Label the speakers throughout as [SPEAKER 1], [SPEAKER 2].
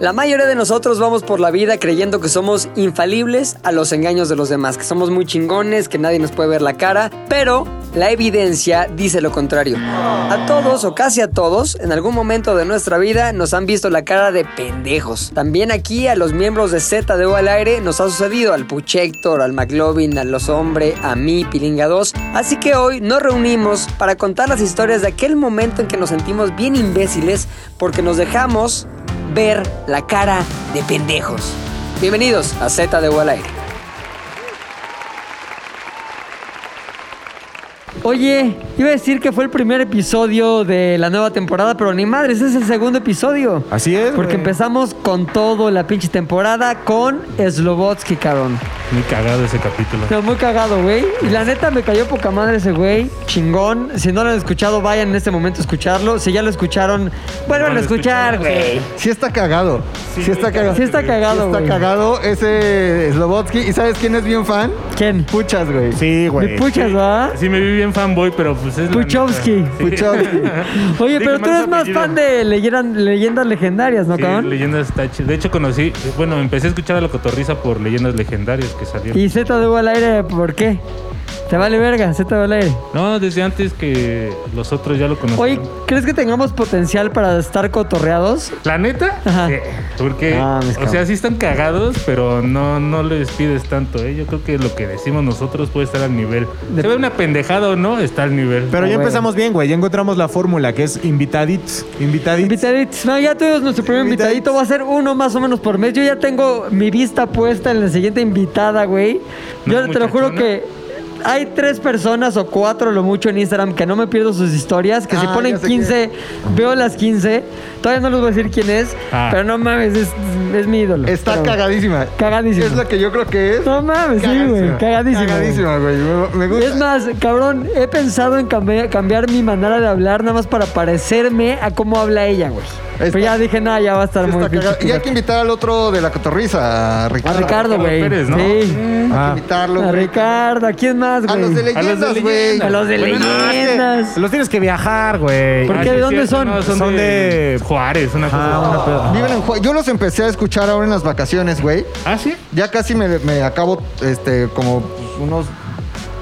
[SPEAKER 1] La mayoría de nosotros vamos por la vida creyendo que somos infalibles a los engaños de los demás, que somos muy chingones, que nadie nos puede ver la cara, pero la evidencia dice lo contrario. A todos o casi a todos, en algún momento de nuestra vida nos han visto la cara de pendejos. También aquí a los miembros de Z de O al aire nos ha sucedido al Puchector, al McLovin, a los Hombre, a mí, Pilinga 2. Así que hoy nos reunimos para contar las historias de aquel momento en que nos sentimos bien imbéciles porque nos dejamos ver la cara de pendejos. Bienvenidos a Z de O al aire. Oye, iba a decir que fue el primer episodio de la nueva temporada, pero ni madre, ese es el segundo episodio.
[SPEAKER 2] Así es.
[SPEAKER 1] Porque
[SPEAKER 2] güey.
[SPEAKER 1] empezamos con todo la pinche temporada con Slobotsky, cabrón.
[SPEAKER 3] Muy cagado ese capítulo.
[SPEAKER 1] No, muy cagado, güey. Y la neta me cayó poca madre ese güey. Chingón. Si no lo han escuchado, vayan en este momento a escucharlo. Si ya lo escucharon, vuelvan a
[SPEAKER 3] lo
[SPEAKER 1] escuchar,
[SPEAKER 3] escucharon.
[SPEAKER 1] güey.
[SPEAKER 2] Sí está cagado. Sí,
[SPEAKER 3] Sí,
[SPEAKER 2] está cagado.
[SPEAKER 1] Sí está
[SPEAKER 2] Sí
[SPEAKER 1] cagado,
[SPEAKER 2] está
[SPEAKER 1] güey.
[SPEAKER 2] cagado ese Slobotsky. ¿Y sabes quién es bien fan?
[SPEAKER 1] ¿Quién?
[SPEAKER 2] Puchas, güey.
[SPEAKER 3] Sí,
[SPEAKER 1] De puchas, ah? ¿verdad?
[SPEAKER 3] Pues, Sí, me vi bien fanboy, pero pues es. la
[SPEAKER 1] Puchovsky.
[SPEAKER 3] neta. Sí.
[SPEAKER 2] Puchowski.
[SPEAKER 1] Oye,
[SPEAKER 3] Dije
[SPEAKER 1] pero tú
[SPEAKER 3] mal
[SPEAKER 1] eres más
[SPEAKER 3] apellido.
[SPEAKER 1] fan de leyeran- leyendas legendarias, ¿no,
[SPEAKER 3] Sí,
[SPEAKER 1] cabrón?
[SPEAKER 3] leyendas está chido. De hecho, conocí. Bueno, empecé a escuchar a la cotorriza por leyendas legendarias que salieron.
[SPEAKER 1] Y Z de U al aire, ¿por qué? Te vale verga, Z de U al aire.
[SPEAKER 3] No, desde antes que los otros ya lo conocían.
[SPEAKER 1] Oye, ¿crees que tengamos potencial para estar cotorreados?
[SPEAKER 3] ¿La neta?
[SPEAKER 1] Ajá.
[SPEAKER 3] Sí, porque,
[SPEAKER 1] Ah, mis
[SPEAKER 3] o sea,
[SPEAKER 1] cabrones.
[SPEAKER 3] sí están cagados, pero no, no les pides tanto, ¿eh? Yo creo que lo que decimos nosotros puede estar al nivel.
[SPEAKER 1] De-
[SPEAKER 3] Se ve una pendejada o no, está al nivel.
[SPEAKER 2] Pero
[SPEAKER 1] Ah,
[SPEAKER 2] ya
[SPEAKER 1] bueno.
[SPEAKER 2] empezamos bien, güey. Ya encontramos la fórmula que es invitadits. Invitadits.
[SPEAKER 1] Invitaditos. No, ya tuvimos nuestro primer
[SPEAKER 2] Invitaditos.
[SPEAKER 1] invitadito. Va a ser uno más o menos por mes. Yo ya tengo mi vista puesta en la siguiente invitada, güey.
[SPEAKER 3] ¿No
[SPEAKER 1] Yo
[SPEAKER 3] es
[SPEAKER 1] te lo juro
[SPEAKER 3] muchachona?
[SPEAKER 1] que hay tres personas o cuatro lo mucho en Instagram que no me pierdo sus historias. Que si
[SPEAKER 2] Ah,
[SPEAKER 1] ponen
[SPEAKER 2] ya sé
[SPEAKER 1] 15, veo las 15. Todavía no les voy a decir quién es.
[SPEAKER 3] Ah.
[SPEAKER 1] Pero no mames, es, es mi ídolo.
[SPEAKER 2] Está
[SPEAKER 1] Pero-
[SPEAKER 2] cagadísima.
[SPEAKER 1] Cagadísima.
[SPEAKER 2] Es lo que yo creo que es.
[SPEAKER 1] No mames, sí, güey. Cagadísimo.
[SPEAKER 2] Cagadísima, güey. Me, me gusta.
[SPEAKER 1] Es más, cabrón, he pensado en cambi- cambiar mi manera de hablar nada más para parecerme a cómo habla ella, güey. Pero
[SPEAKER 2] Está-
[SPEAKER 1] ya dije, nada, ya va a estar
[SPEAKER 2] Sí
[SPEAKER 1] muy
[SPEAKER 2] está
[SPEAKER 1] pinche
[SPEAKER 2] cagado. Y hay que invitar al otro de la cotorriza, a
[SPEAKER 1] A
[SPEAKER 2] Ricardo.
[SPEAKER 1] Ricardo, güey.
[SPEAKER 3] Pérez, ¿no?
[SPEAKER 1] Sí.
[SPEAKER 2] Hay Ah. que invitarlo,
[SPEAKER 1] A
[SPEAKER 2] güey.
[SPEAKER 1] Ricardo, ¿a quién más,
[SPEAKER 2] A
[SPEAKER 1] güey?
[SPEAKER 2] los de leyendas, güey.
[SPEAKER 1] A los de
[SPEAKER 3] Bueno, no, es que-
[SPEAKER 1] leyendas.
[SPEAKER 4] Los tienes que viajar, güey.
[SPEAKER 1] ¿Por
[SPEAKER 3] Ah,
[SPEAKER 1] qué?
[SPEAKER 3] sí,
[SPEAKER 1] ¿De
[SPEAKER 3] es
[SPEAKER 1] dónde son?
[SPEAKER 3] son,
[SPEAKER 4] Son
[SPEAKER 3] de,
[SPEAKER 4] de-
[SPEAKER 3] Juárez, una cosa.
[SPEAKER 4] Ah, una peda.
[SPEAKER 2] Viven en Juárez. Yo los empecé a escuchar ahora en las vacaciones, güey.
[SPEAKER 3] Ah, sí.
[SPEAKER 2] Ya casi me, me acabo, este, como unos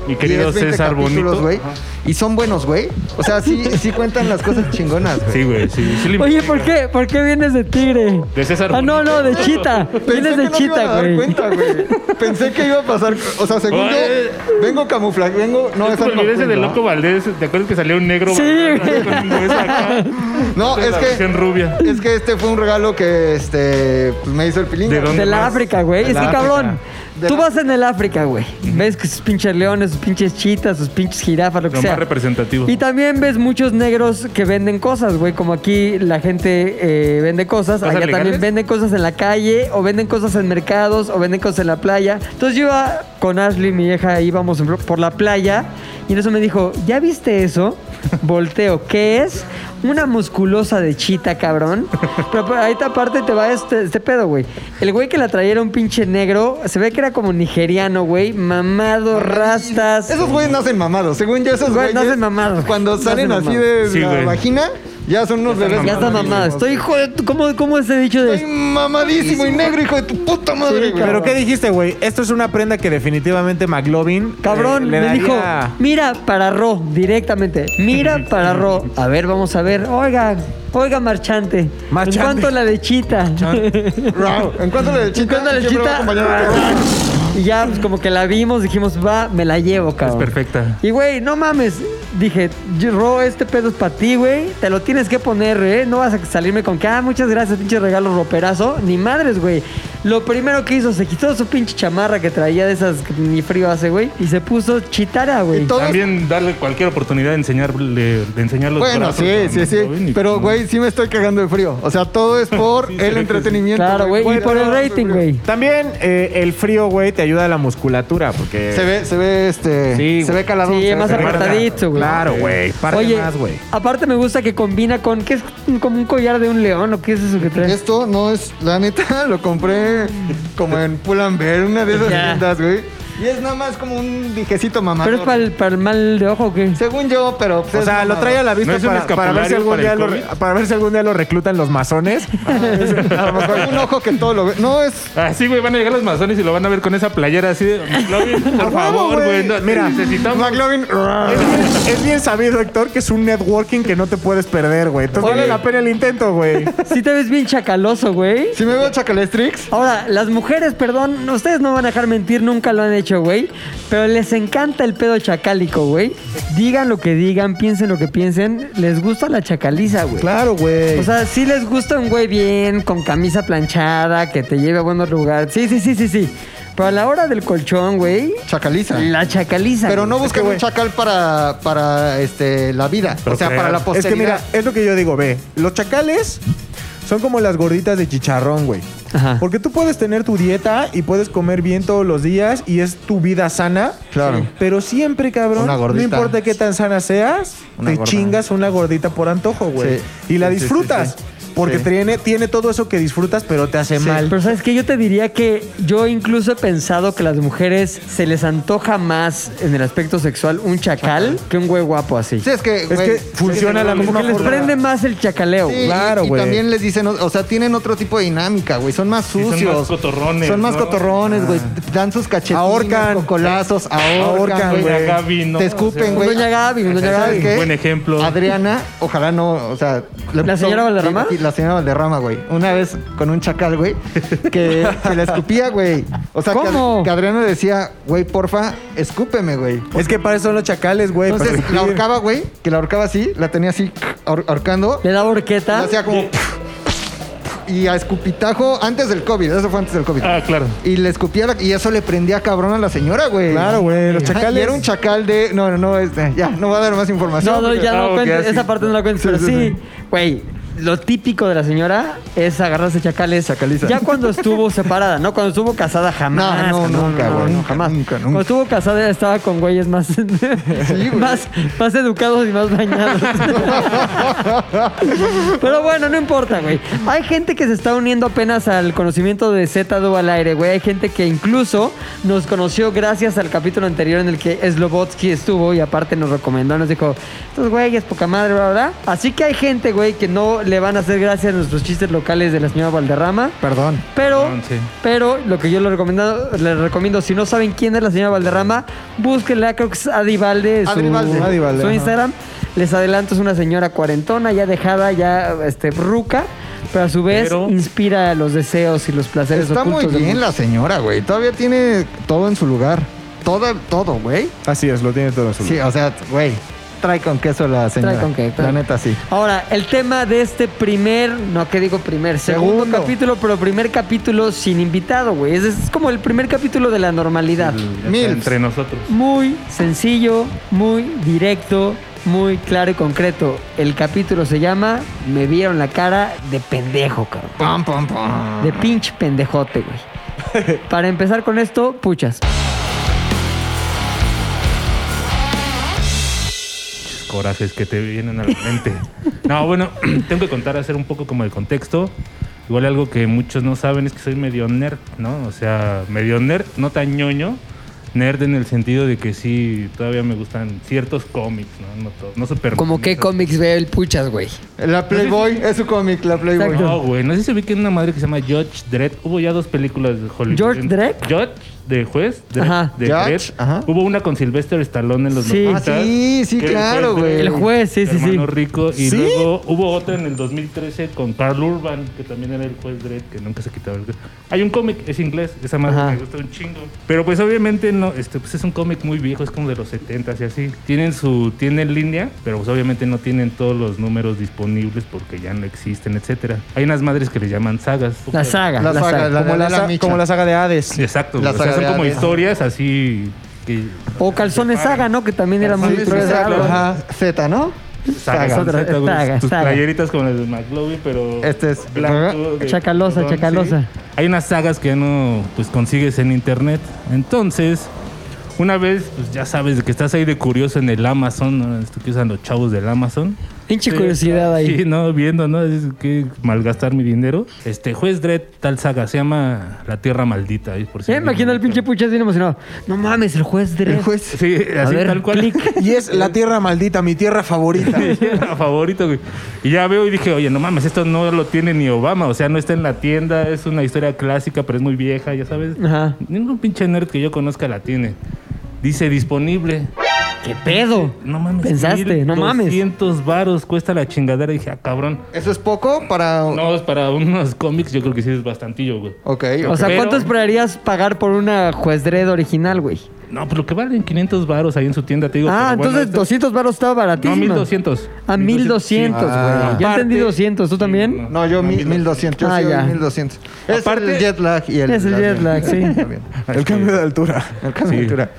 [SPEAKER 3] Mi querido
[SPEAKER 2] 10, 20
[SPEAKER 3] César
[SPEAKER 2] capítulos,
[SPEAKER 3] Bonito.
[SPEAKER 2] güey. Y son buenos, güey. O sea, sí, sí cuentan las cosas chingonas, güey.
[SPEAKER 3] Sí, güey, sí. sí le
[SPEAKER 1] Oye,
[SPEAKER 3] investiga.
[SPEAKER 1] ¿por qué, ¿por qué vienes de tigre?
[SPEAKER 3] De César
[SPEAKER 1] Ah, no,
[SPEAKER 3] Bonito.
[SPEAKER 1] no, de chita. vienes de
[SPEAKER 2] que no me iban a
[SPEAKER 1] chita,
[SPEAKER 2] dar
[SPEAKER 1] güey.
[SPEAKER 2] cuenta, güey. Pensé que iba a pasar. O sea, según
[SPEAKER 3] Oye.
[SPEAKER 2] yo, vengo camuflaje, vengo. No,
[SPEAKER 3] No, es
[SPEAKER 2] esa
[SPEAKER 3] como el
[SPEAKER 2] no
[SPEAKER 3] video
[SPEAKER 2] fui,
[SPEAKER 3] ese de
[SPEAKER 2] ¿no?
[SPEAKER 3] Loco Valdés. ¿Te acuerdas que salió un negro?
[SPEAKER 1] Sí,
[SPEAKER 3] Valdés
[SPEAKER 1] güey.
[SPEAKER 3] con un acá?
[SPEAKER 2] No,
[SPEAKER 3] Entonces,
[SPEAKER 2] es
[SPEAKER 3] la versión
[SPEAKER 2] que.
[SPEAKER 3] rubia.
[SPEAKER 2] Es que este fue un regalo que este pues, me hizo el pilinga.
[SPEAKER 3] ¿De dónde?
[SPEAKER 1] De la
[SPEAKER 3] más?
[SPEAKER 1] África, güey.
[SPEAKER 4] De
[SPEAKER 1] Es que,
[SPEAKER 4] la
[SPEAKER 1] cabrón,
[SPEAKER 4] África.
[SPEAKER 2] De
[SPEAKER 1] tú
[SPEAKER 2] la
[SPEAKER 1] vas en el África, güey. Ves que sus pinches leones, sus pinches chitas, sus pinches jirafas, lo que
[SPEAKER 3] Lo
[SPEAKER 1] sea.
[SPEAKER 3] más representativo.
[SPEAKER 1] Y también ves muchos negros que venden cosas, güey. Como aquí la gente eh, vende cosas.
[SPEAKER 3] ¿Cosas
[SPEAKER 1] Allá también
[SPEAKER 3] legales?
[SPEAKER 1] venden cosas en la calle, o venden cosas en mercados, o venden cosas en la playa. Entonces yo iba con Ashley, mi hija, íbamos en- por la playa. Y en eso me dijo, ¿ya viste eso? Volteo, ¿qué es? Una musculosa de chita, cabrón. Pero por ahí aparte te va este, este pedo, güey. El güey que la traía era un pinche negro. Se ve que era como nigeriano, güey. Mamado, rastas.
[SPEAKER 2] Esos güeyes nacen mamados. Según yo, esos
[SPEAKER 1] Güey,
[SPEAKER 2] güeyes.
[SPEAKER 1] nacen mamados.
[SPEAKER 2] Cuando
[SPEAKER 1] Nacen
[SPEAKER 2] salen así
[SPEAKER 1] mamados.
[SPEAKER 2] de
[SPEAKER 3] Sí,
[SPEAKER 2] la
[SPEAKER 3] güey.
[SPEAKER 2] vagina, ya son unos bebés.
[SPEAKER 1] Pues Ya está mamada. Estoy hijo de tu- ¿Cómo, cómo es ese dicho de
[SPEAKER 2] Estoy mamadísimo y negro, hijo de tu puta madre, güey.
[SPEAKER 4] Pero ¿qué dijiste, güey? Esto es una prenda que definitivamente McLovin. eh,
[SPEAKER 1] Cabrón,
[SPEAKER 4] le
[SPEAKER 1] me
[SPEAKER 4] daría-
[SPEAKER 1] dijo, mira para Ro, directamente. Mira para Ro. A ver, vamos a ver. Oiga, oiga, marchante.
[SPEAKER 4] Marchante.
[SPEAKER 1] ¿En cuánto la lechita?
[SPEAKER 2] Rau, Ah, En cuanto le
[SPEAKER 1] ¿En
[SPEAKER 2] chita,
[SPEAKER 1] cuánto la
[SPEAKER 2] siempre va
[SPEAKER 1] lechita?
[SPEAKER 2] acompañada
[SPEAKER 3] ah,
[SPEAKER 2] de-
[SPEAKER 1] Y ya, pues como que la vimos, dijimos, va, me la llevo, cabrón.
[SPEAKER 3] perfecta.
[SPEAKER 1] Y güey, no mames. Dije, yo, Ro, este pedo es para ti, güey. Te lo tienes que poner, ¿eh? No vas a salirme con que, ah, muchas gracias, pinche regalo roperazo. Ni madres, güey. Lo primero que hizo, se quitó su pinche chamarra que traía de esas que ni frío hace, güey. Y se puso chitara,
[SPEAKER 2] Y
[SPEAKER 1] güey.
[SPEAKER 2] todo- Todos-
[SPEAKER 3] También darle cualquier oportunidad de enseñarle, de enseñar los
[SPEAKER 2] Bueno,
[SPEAKER 3] brazos
[SPEAKER 2] sí,
[SPEAKER 3] a
[SPEAKER 2] sí,
[SPEAKER 3] McLovin
[SPEAKER 2] sí.
[SPEAKER 3] y-
[SPEAKER 2] Pero, güey, sí me estoy cagando de frío. O sea, todo es por el entretenimiento.
[SPEAKER 1] Claro, güey. Y
[SPEAKER 2] Bueno,
[SPEAKER 1] por el
[SPEAKER 2] no,
[SPEAKER 1] rating,
[SPEAKER 2] no,
[SPEAKER 1] güey.
[SPEAKER 4] También eh, el frío, güey, te ayuda a la musculatura, porque.
[SPEAKER 2] Se ve, se ve este.
[SPEAKER 4] Sí,
[SPEAKER 2] se
[SPEAKER 4] güey.
[SPEAKER 2] ve caladón.
[SPEAKER 1] Sí,
[SPEAKER 2] se ve
[SPEAKER 1] más
[SPEAKER 2] caladón.
[SPEAKER 4] marca.
[SPEAKER 1] apretadito, güey.
[SPEAKER 4] Claro, güey. Parte
[SPEAKER 1] Oye,
[SPEAKER 4] más, güey.
[SPEAKER 1] aparte me gusta que combina con, ¿qué es como un collar de un león o qué es eso que trae?
[SPEAKER 2] Esto no es, la neta, lo compré como en Pull&Bear, una de esas
[SPEAKER 1] Ya.
[SPEAKER 2] tiendas, güey. Y es nada más como un dijecito mamador.
[SPEAKER 1] ¿Pero es para el, para el mal de ojo o qué?
[SPEAKER 2] Según yo, pero... pues,
[SPEAKER 4] O
[SPEAKER 2] es
[SPEAKER 4] sea, lo
[SPEAKER 2] mamador.
[SPEAKER 4] trae a la vista
[SPEAKER 3] ¿No es un
[SPEAKER 4] para, para ver si
[SPEAKER 3] escapulario
[SPEAKER 4] algún
[SPEAKER 3] para
[SPEAKER 4] día
[SPEAKER 3] el
[SPEAKER 4] lo,
[SPEAKER 3] COVID?
[SPEAKER 4] para ver si algún día lo reclutan los masones.
[SPEAKER 2] A lo mejor un ojo que todo lo ve. No, es...
[SPEAKER 3] Así, Ah, güey, van a llegar los masones y lo van a ver con esa playera así de McLovin, por favor, güey. no, te
[SPEAKER 4] Mira,
[SPEAKER 3] necesitamos.
[SPEAKER 2] McLovin...
[SPEAKER 4] Es bien, es bien sabido, Héctor, que es un networking que no te puedes perder, güey. Entonces
[SPEAKER 1] Oye.
[SPEAKER 4] vale la pena el intento, güey.
[SPEAKER 1] Sí te ves bien chacaloso, güey.
[SPEAKER 2] Si me veo Chacalestrix...
[SPEAKER 1] Ahora, las mujeres, perdón, ustedes no van a dejar mentir, nunca lo han hecho, güey. Pero les encanta el pedo chacálico, güey. Digan lo que digan, piensen lo que piensen, les gusta la chacaliza, güey.
[SPEAKER 4] Claro, güey.
[SPEAKER 1] O sea, sí les gusta un güey bien, con camisa planchada, que te lleve a buenos lugares. Sí, sí, sí, sí, sí. Pero a la hora del colchón, güey,
[SPEAKER 2] Chacaliza.
[SPEAKER 1] la chacaliza.
[SPEAKER 2] Pero
[SPEAKER 1] güey.
[SPEAKER 2] no busquen
[SPEAKER 4] güey.
[SPEAKER 2] un chacal para, para este, la vida. o
[SPEAKER 3] Pero
[SPEAKER 2] sea,
[SPEAKER 3] crean.
[SPEAKER 2] para la
[SPEAKER 4] es que
[SPEAKER 2] posteridad.
[SPEAKER 4] mira, es lo que yo digo, ve. Los chacales son como las gorditas de chicharrón, güey.
[SPEAKER 1] Ajá.
[SPEAKER 4] Porque tú puedes tener tu dieta y puedes comer bien todos los días y es tu vida sana.
[SPEAKER 2] Claro.
[SPEAKER 4] Pero siempre, cabrón,
[SPEAKER 2] Una
[SPEAKER 4] no
[SPEAKER 2] gordita.
[SPEAKER 4] importa qué tan sana seas,
[SPEAKER 2] Una
[SPEAKER 4] te
[SPEAKER 2] gorda.
[SPEAKER 4] chingas una gordita por antojo, güey.
[SPEAKER 2] Sí.
[SPEAKER 4] Y la
[SPEAKER 2] Sí, sí,
[SPEAKER 4] disfrutas.
[SPEAKER 2] sí, sí.
[SPEAKER 4] Porque
[SPEAKER 2] Sí.
[SPEAKER 4] tiene, tiene todo eso que disfrutas, pero te hace
[SPEAKER 2] Sí.
[SPEAKER 4] mal.
[SPEAKER 1] Pero sabes que yo te diría que yo incluso he pensado que a las mujeres se les antoja más en el aspecto sexual un chacal que un güey guapo así.
[SPEAKER 2] Sí, es que,
[SPEAKER 4] Es
[SPEAKER 2] güey,
[SPEAKER 4] que funciona la
[SPEAKER 1] Como
[SPEAKER 4] misma
[SPEAKER 1] que les
[SPEAKER 4] forma.
[SPEAKER 1] prende más el chacaleo.
[SPEAKER 2] Sí,
[SPEAKER 1] güey.
[SPEAKER 4] Claro,
[SPEAKER 2] y- y
[SPEAKER 4] güey.
[SPEAKER 2] también les dicen, o o sea, tienen otro tipo de dinámica, güey. Son más
[SPEAKER 3] son más
[SPEAKER 2] sucios.
[SPEAKER 3] cotorrones,
[SPEAKER 2] Son más
[SPEAKER 3] ¿no?
[SPEAKER 2] cotorrones, güey.
[SPEAKER 1] Ah.
[SPEAKER 2] Dan sus cachetines,
[SPEAKER 4] Ahorcan.
[SPEAKER 2] cocolazos,
[SPEAKER 4] Ahorcan,
[SPEAKER 2] ahorcan,
[SPEAKER 3] Doña
[SPEAKER 4] güey.
[SPEAKER 2] güey.
[SPEAKER 3] Gaby, ¿no?
[SPEAKER 2] Te
[SPEAKER 3] O
[SPEAKER 2] escupen,
[SPEAKER 3] sea,
[SPEAKER 2] güey.
[SPEAKER 1] Pues Doña Gaby, doña
[SPEAKER 2] ¿Sabes
[SPEAKER 1] Gaby.
[SPEAKER 2] qué?
[SPEAKER 3] Buen ejemplo.
[SPEAKER 2] Adriana, ojalá no, o sea... le-
[SPEAKER 1] ¿La señora Valderrama?
[SPEAKER 2] Sí, La señora Valderrama, güey. Una vez con un chacal, güey, que, que la escupía, güey. O sea, que-
[SPEAKER 1] ¿Cómo?
[SPEAKER 2] Que, Adriana le decía, güey, porfa, escúpeme, güey.
[SPEAKER 4] Es que para eso son los chacales, güey. para
[SPEAKER 2] Entonces, la
[SPEAKER 4] escupir.
[SPEAKER 2] ahorcaba, güey, que la ahorcaba así, la tenía así, ahor- ahorcando.
[SPEAKER 1] Le da
[SPEAKER 2] Le
[SPEAKER 1] horqueta.
[SPEAKER 2] hacía como... Y a escupitajo antes del COVID, eso fue antes del COVID.
[SPEAKER 3] Ah, claro.
[SPEAKER 2] Y le escupía la- y eso le prendía cabrón a la señora, güey.
[SPEAKER 4] Claro, güey, los
[SPEAKER 2] Ajá,
[SPEAKER 4] chacales.
[SPEAKER 2] y era un chacal de. No, no, no, este, ya, no va a dar más información.
[SPEAKER 1] No, no, ya
[SPEAKER 3] Ah,
[SPEAKER 1] no
[SPEAKER 3] ok,
[SPEAKER 1] cuento.
[SPEAKER 3] así.
[SPEAKER 1] Esa parte no la cuento.
[SPEAKER 2] Sí,
[SPEAKER 1] pero
[SPEAKER 2] sí,
[SPEAKER 1] sí, güey. Lo típico de la señora es agarrarse chacales.
[SPEAKER 2] Chacaliza.
[SPEAKER 1] Ya cuando estuvo separada, ¿no? Cuando estuvo casada jamás.
[SPEAKER 2] No, no,
[SPEAKER 1] cabrón,
[SPEAKER 2] nunca, güey, nunca,
[SPEAKER 1] jamás.
[SPEAKER 2] nunca, nunca.
[SPEAKER 1] Cuando estuvo casada estaba con güeyes más,
[SPEAKER 2] güey.
[SPEAKER 1] más, más educados y más bañados. Pero bueno, no importa, güey. Hay gente que se está uniendo apenas al conocimiento de Z2 al aire, güey. Hay gente que incluso nos conoció gracias al capítulo anterior en el que Slobotsky estuvo y aparte nos recomendó, nos dijo, estos güeyes, poca madre, bla, bla, bla". Así que hay gente, güey, que no le van a hacer gracias a nuestros chistes locales de la señora Valderrama.
[SPEAKER 2] Perdón.
[SPEAKER 1] Pero,
[SPEAKER 3] Perdón, sí.
[SPEAKER 1] pero lo que yo les recomiendo, les recomiendo, si no saben quién es la señora Valderrama, búsquenla, creo que es Adi Valde, su,
[SPEAKER 2] Adri Valde.
[SPEAKER 4] Adri Valde,
[SPEAKER 1] su
[SPEAKER 4] ajá.
[SPEAKER 1] Instagram. Les adelanto, es una señora cuarentona, ya dejada, ya este, ruca, pero a su vez
[SPEAKER 3] Pero-
[SPEAKER 1] inspira los deseos y los placeres
[SPEAKER 2] Está muy
[SPEAKER 1] ocultos. del
[SPEAKER 2] bien
[SPEAKER 1] mundo.
[SPEAKER 2] la señora, güey. Todavía tiene todo en su lugar. Todo, todo, güey.
[SPEAKER 4] Así es, lo tiene todo en su
[SPEAKER 2] Sí, o sea, güey. Trae con queso la señora.
[SPEAKER 1] Trae con qué, trae.
[SPEAKER 2] La neta, sí.
[SPEAKER 1] Ahora, el tema de este primer, no que digo primer, segundo,
[SPEAKER 4] Segundo.
[SPEAKER 1] capítulo, pero primer capítulo sin invitado, güey. Es, es como el primer capítulo de la normalidad.
[SPEAKER 2] Mil.
[SPEAKER 3] Entre nosotros.
[SPEAKER 1] Muy sencillo, muy directo, muy claro y concreto. El capítulo se llama Me vieron la cara de pendejo, cabrón.
[SPEAKER 2] Pam, pam, pam.
[SPEAKER 1] De pinche pendejote, güey. Para empezar con esto, puchas.
[SPEAKER 3] corajes que te vienen a la mente. No, bueno, tengo que contar, hacer un poco como el contexto. Igual algo que muchos no saben es que soy medio nerd, ¿no? O sea, medio nerd, no tan ñoño. Nerd en el sentido de que sí, todavía me gustan ciertos cómics, ¿no? No, todos, no super...
[SPEAKER 1] Como qué cómics ve el puchas, güey.
[SPEAKER 2] La Playboy es su cómic, la Playboy.
[SPEAKER 1] Exacto.
[SPEAKER 3] No, güey, no sé si se vi que una madre que se llama George Dredd. Hubo ya dos películas de Hollywood.
[SPEAKER 1] ¿George Dredd?
[SPEAKER 3] George, de juez, Dredd,
[SPEAKER 1] Ajá.
[SPEAKER 3] de
[SPEAKER 2] George,
[SPEAKER 3] Dredd.
[SPEAKER 2] ajá.
[SPEAKER 3] Hubo una con Sylvester Stallone en los
[SPEAKER 1] Sí.
[SPEAKER 3] 90.
[SPEAKER 2] Ah, sí, sí, claro, güey.
[SPEAKER 1] El juez, sí, sí, sí.
[SPEAKER 3] Hermano rico. Y
[SPEAKER 4] ¿Sí?
[SPEAKER 3] luego hubo otra en el 2013 con Carl Urban, que también era el juez Dredd, que nunca se quitaba el Hay un cómic, es inglés, esa madre
[SPEAKER 1] Ajá.
[SPEAKER 3] me gusta un chingo. Pero pues obviamente no, este, pues es un cómic muy viejo, es como de los 70 y así. Tienen su, tienen línea, pero pues obviamente no tienen todos los números disponibles porque ya no existen, etcétera. Hay unas madres que le llaman sagas.
[SPEAKER 1] La saga, la,
[SPEAKER 2] La saga,
[SPEAKER 1] saga.
[SPEAKER 2] la-
[SPEAKER 4] Como la,
[SPEAKER 2] de
[SPEAKER 4] sa-
[SPEAKER 2] Micha.
[SPEAKER 4] como la saga de Hades.
[SPEAKER 3] Exacto,
[SPEAKER 2] La
[SPEAKER 3] güey. O sea,
[SPEAKER 2] saga de
[SPEAKER 3] son como
[SPEAKER 2] Hades.
[SPEAKER 3] historias así que...
[SPEAKER 1] O calzones saga, ¿no? Que también era muy...
[SPEAKER 2] Sí, pero es
[SPEAKER 1] Saga.
[SPEAKER 2] algo,
[SPEAKER 3] claro.
[SPEAKER 2] ajá, Z, ¿no?
[SPEAKER 1] Sagas,
[SPEAKER 3] Sagas, sagas, güey.
[SPEAKER 1] sagas,
[SPEAKER 3] Tus
[SPEAKER 1] sagas.
[SPEAKER 3] playeritas como las de McLovin, pero.
[SPEAKER 2] Este es-
[SPEAKER 3] de
[SPEAKER 1] Chacalosa,
[SPEAKER 3] algodón,
[SPEAKER 1] chacalosa.
[SPEAKER 3] sí. Hay unas sagas que ya no pues, consigues en internet. Entonces, una vez, pues ya sabes de que estás ahí de curioso en el Amazon, ¿no? Esto que usan los chavos del Amazon.
[SPEAKER 1] Pinche curiosidad ahí.
[SPEAKER 3] Sí, no, viendo, ¿no? Es que malgastar mi dinero. Este, juez Dredd, tal saga, se llama La Tierra Maldita. ahí, por si
[SPEAKER 1] Ya me
[SPEAKER 3] alguien-
[SPEAKER 1] imagino al pinche puchas bien emocionado. No mames, el juez Dredd.
[SPEAKER 2] El juez.
[SPEAKER 3] Sí,
[SPEAKER 1] A
[SPEAKER 3] así
[SPEAKER 1] ver,
[SPEAKER 3] tal cual.
[SPEAKER 1] clic.
[SPEAKER 4] Y es la tierra maldita, mi tierra favorita.
[SPEAKER 3] Era favorito, güey. Y ya veo y dije, oye, no mames, esto no lo tiene ni Obama. O sea, no está en la tienda, es una historia clásica, pero es muy vieja, ya sabes.
[SPEAKER 1] Ajá.
[SPEAKER 3] Ningún pinche nerd que yo conozca la tiene. Dice disponible.
[SPEAKER 1] ¿Qué pedo?
[SPEAKER 3] No mames.
[SPEAKER 1] Pensaste, no mames.
[SPEAKER 3] 200 varos cuesta la chingadera. Y dije, ah, cabrón.
[SPEAKER 2] ¿Eso es poco para...?
[SPEAKER 3] No, es para unos cómics, yo creo que sí es bastantillo, güey.
[SPEAKER 2] Ok,
[SPEAKER 1] O sea,
[SPEAKER 3] Pero-
[SPEAKER 1] ¿cuánto esperarías pagar por una juez Dredd original, güey?
[SPEAKER 3] No, pues lo que valen 500 varos ahí en su tienda, te digo.
[SPEAKER 1] Ah,
[SPEAKER 3] pero bueno,
[SPEAKER 1] entonces
[SPEAKER 3] esto-
[SPEAKER 1] 200 baros estaba
[SPEAKER 3] No,
[SPEAKER 1] baratísimo.
[SPEAKER 3] 1200.
[SPEAKER 1] Ah, 1200, güey.
[SPEAKER 2] Ah.
[SPEAKER 1] ya
[SPEAKER 4] Aparte-
[SPEAKER 1] entendí 200, ¿tú también?
[SPEAKER 2] No, yo mi- 1200. Yo
[SPEAKER 1] Ah,
[SPEAKER 2] sí doy
[SPEAKER 1] ya.
[SPEAKER 2] 1200. Es
[SPEAKER 3] Aparte-
[SPEAKER 2] el jet lag y el...
[SPEAKER 1] Es el
[SPEAKER 2] las-
[SPEAKER 1] jet lag, sí.
[SPEAKER 2] Está bien.
[SPEAKER 4] El cambio de altura.
[SPEAKER 2] El cambio
[SPEAKER 3] Sí.
[SPEAKER 2] de altura.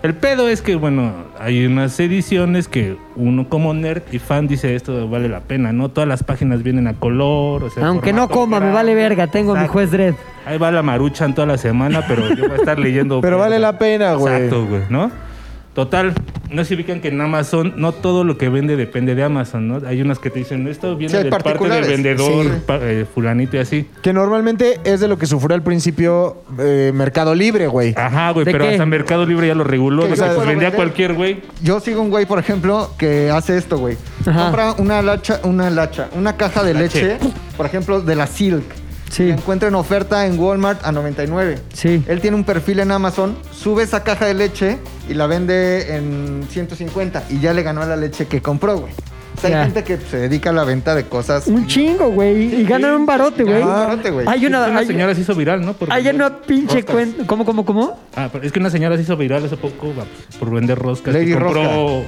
[SPEAKER 3] El pedo es que, bueno, hay unas ediciones que uno como nerd y fan dice esto vale la pena, ¿no? Todas las páginas vienen a color, o sea,
[SPEAKER 1] Aunque no
[SPEAKER 3] formato
[SPEAKER 1] coma, me
[SPEAKER 3] grande.
[SPEAKER 1] vale verga, tengo mi
[SPEAKER 3] Exacto.
[SPEAKER 1] juez Dredd.
[SPEAKER 3] Ahí va la maruchan toda la semana, pero yo voy a estar leyendo.
[SPEAKER 4] Pero vale la pena, güey.
[SPEAKER 3] Exacto, güey, ¿no? Total, no se ubican que en Amazon no todo lo que vende depende de Amazon, ¿no? Hay unas que te dicen, esto viene
[SPEAKER 2] Sí, hay
[SPEAKER 3] de parte del
[SPEAKER 2] particulares.
[SPEAKER 3] vendedor,
[SPEAKER 2] Sí.
[SPEAKER 3] pa- eh, fulanito y así.
[SPEAKER 4] Que normalmente es de lo que sufrió al principio eh, Mercado Libre, güey.
[SPEAKER 3] Ajá, güey,
[SPEAKER 1] ¿De
[SPEAKER 3] pero
[SPEAKER 1] qué?
[SPEAKER 3] hasta Mercado Libre ya lo reguló.
[SPEAKER 2] Que
[SPEAKER 3] O sea,
[SPEAKER 2] yo
[SPEAKER 3] pues
[SPEAKER 2] puedo
[SPEAKER 3] vendía
[SPEAKER 2] vender.
[SPEAKER 3] cualquier güey.
[SPEAKER 2] Yo sigo un güey, por ejemplo, que hace esto, güey.
[SPEAKER 1] Ajá.
[SPEAKER 2] Compra una lacha, una lacha, una caja de
[SPEAKER 3] Lache.
[SPEAKER 2] leche, por ejemplo, de la Silk.
[SPEAKER 1] Sí.
[SPEAKER 2] Que encuentra en oferta en Walmart a 99.
[SPEAKER 1] Sí.
[SPEAKER 2] Él tiene un perfil en Amazon, sube esa caja de leche y la vende en 150 y ya le ganó a la leche que compró, güey. O sea,
[SPEAKER 1] Ya.
[SPEAKER 2] hay gente que se dedica a la venta de cosas.
[SPEAKER 1] Un chingo, güey. Y ganan un barote, güey.
[SPEAKER 2] Ah, espérate, güey.
[SPEAKER 1] Hay
[SPEAKER 3] Es que
[SPEAKER 1] una,
[SPEAKER 3] una
[SPEAKER 1] hay,
[SPEAKER 3] señora se hizo viral, ¿no? Por
[SPEAKER 1] hay
[SPEAKER 3] vender
[SPEAKER 1] una pinche
[SPEAKER 3] roscas.
[SPEAKER 1] cuenta. ¿Cómo, cómo, cómo?
[SPEAKER 3] Ah, pero es que una señora se hizo viral hace poco va, por vender roscas.
[SPEAKER 2] Lady
[SPEAKER 3] que compró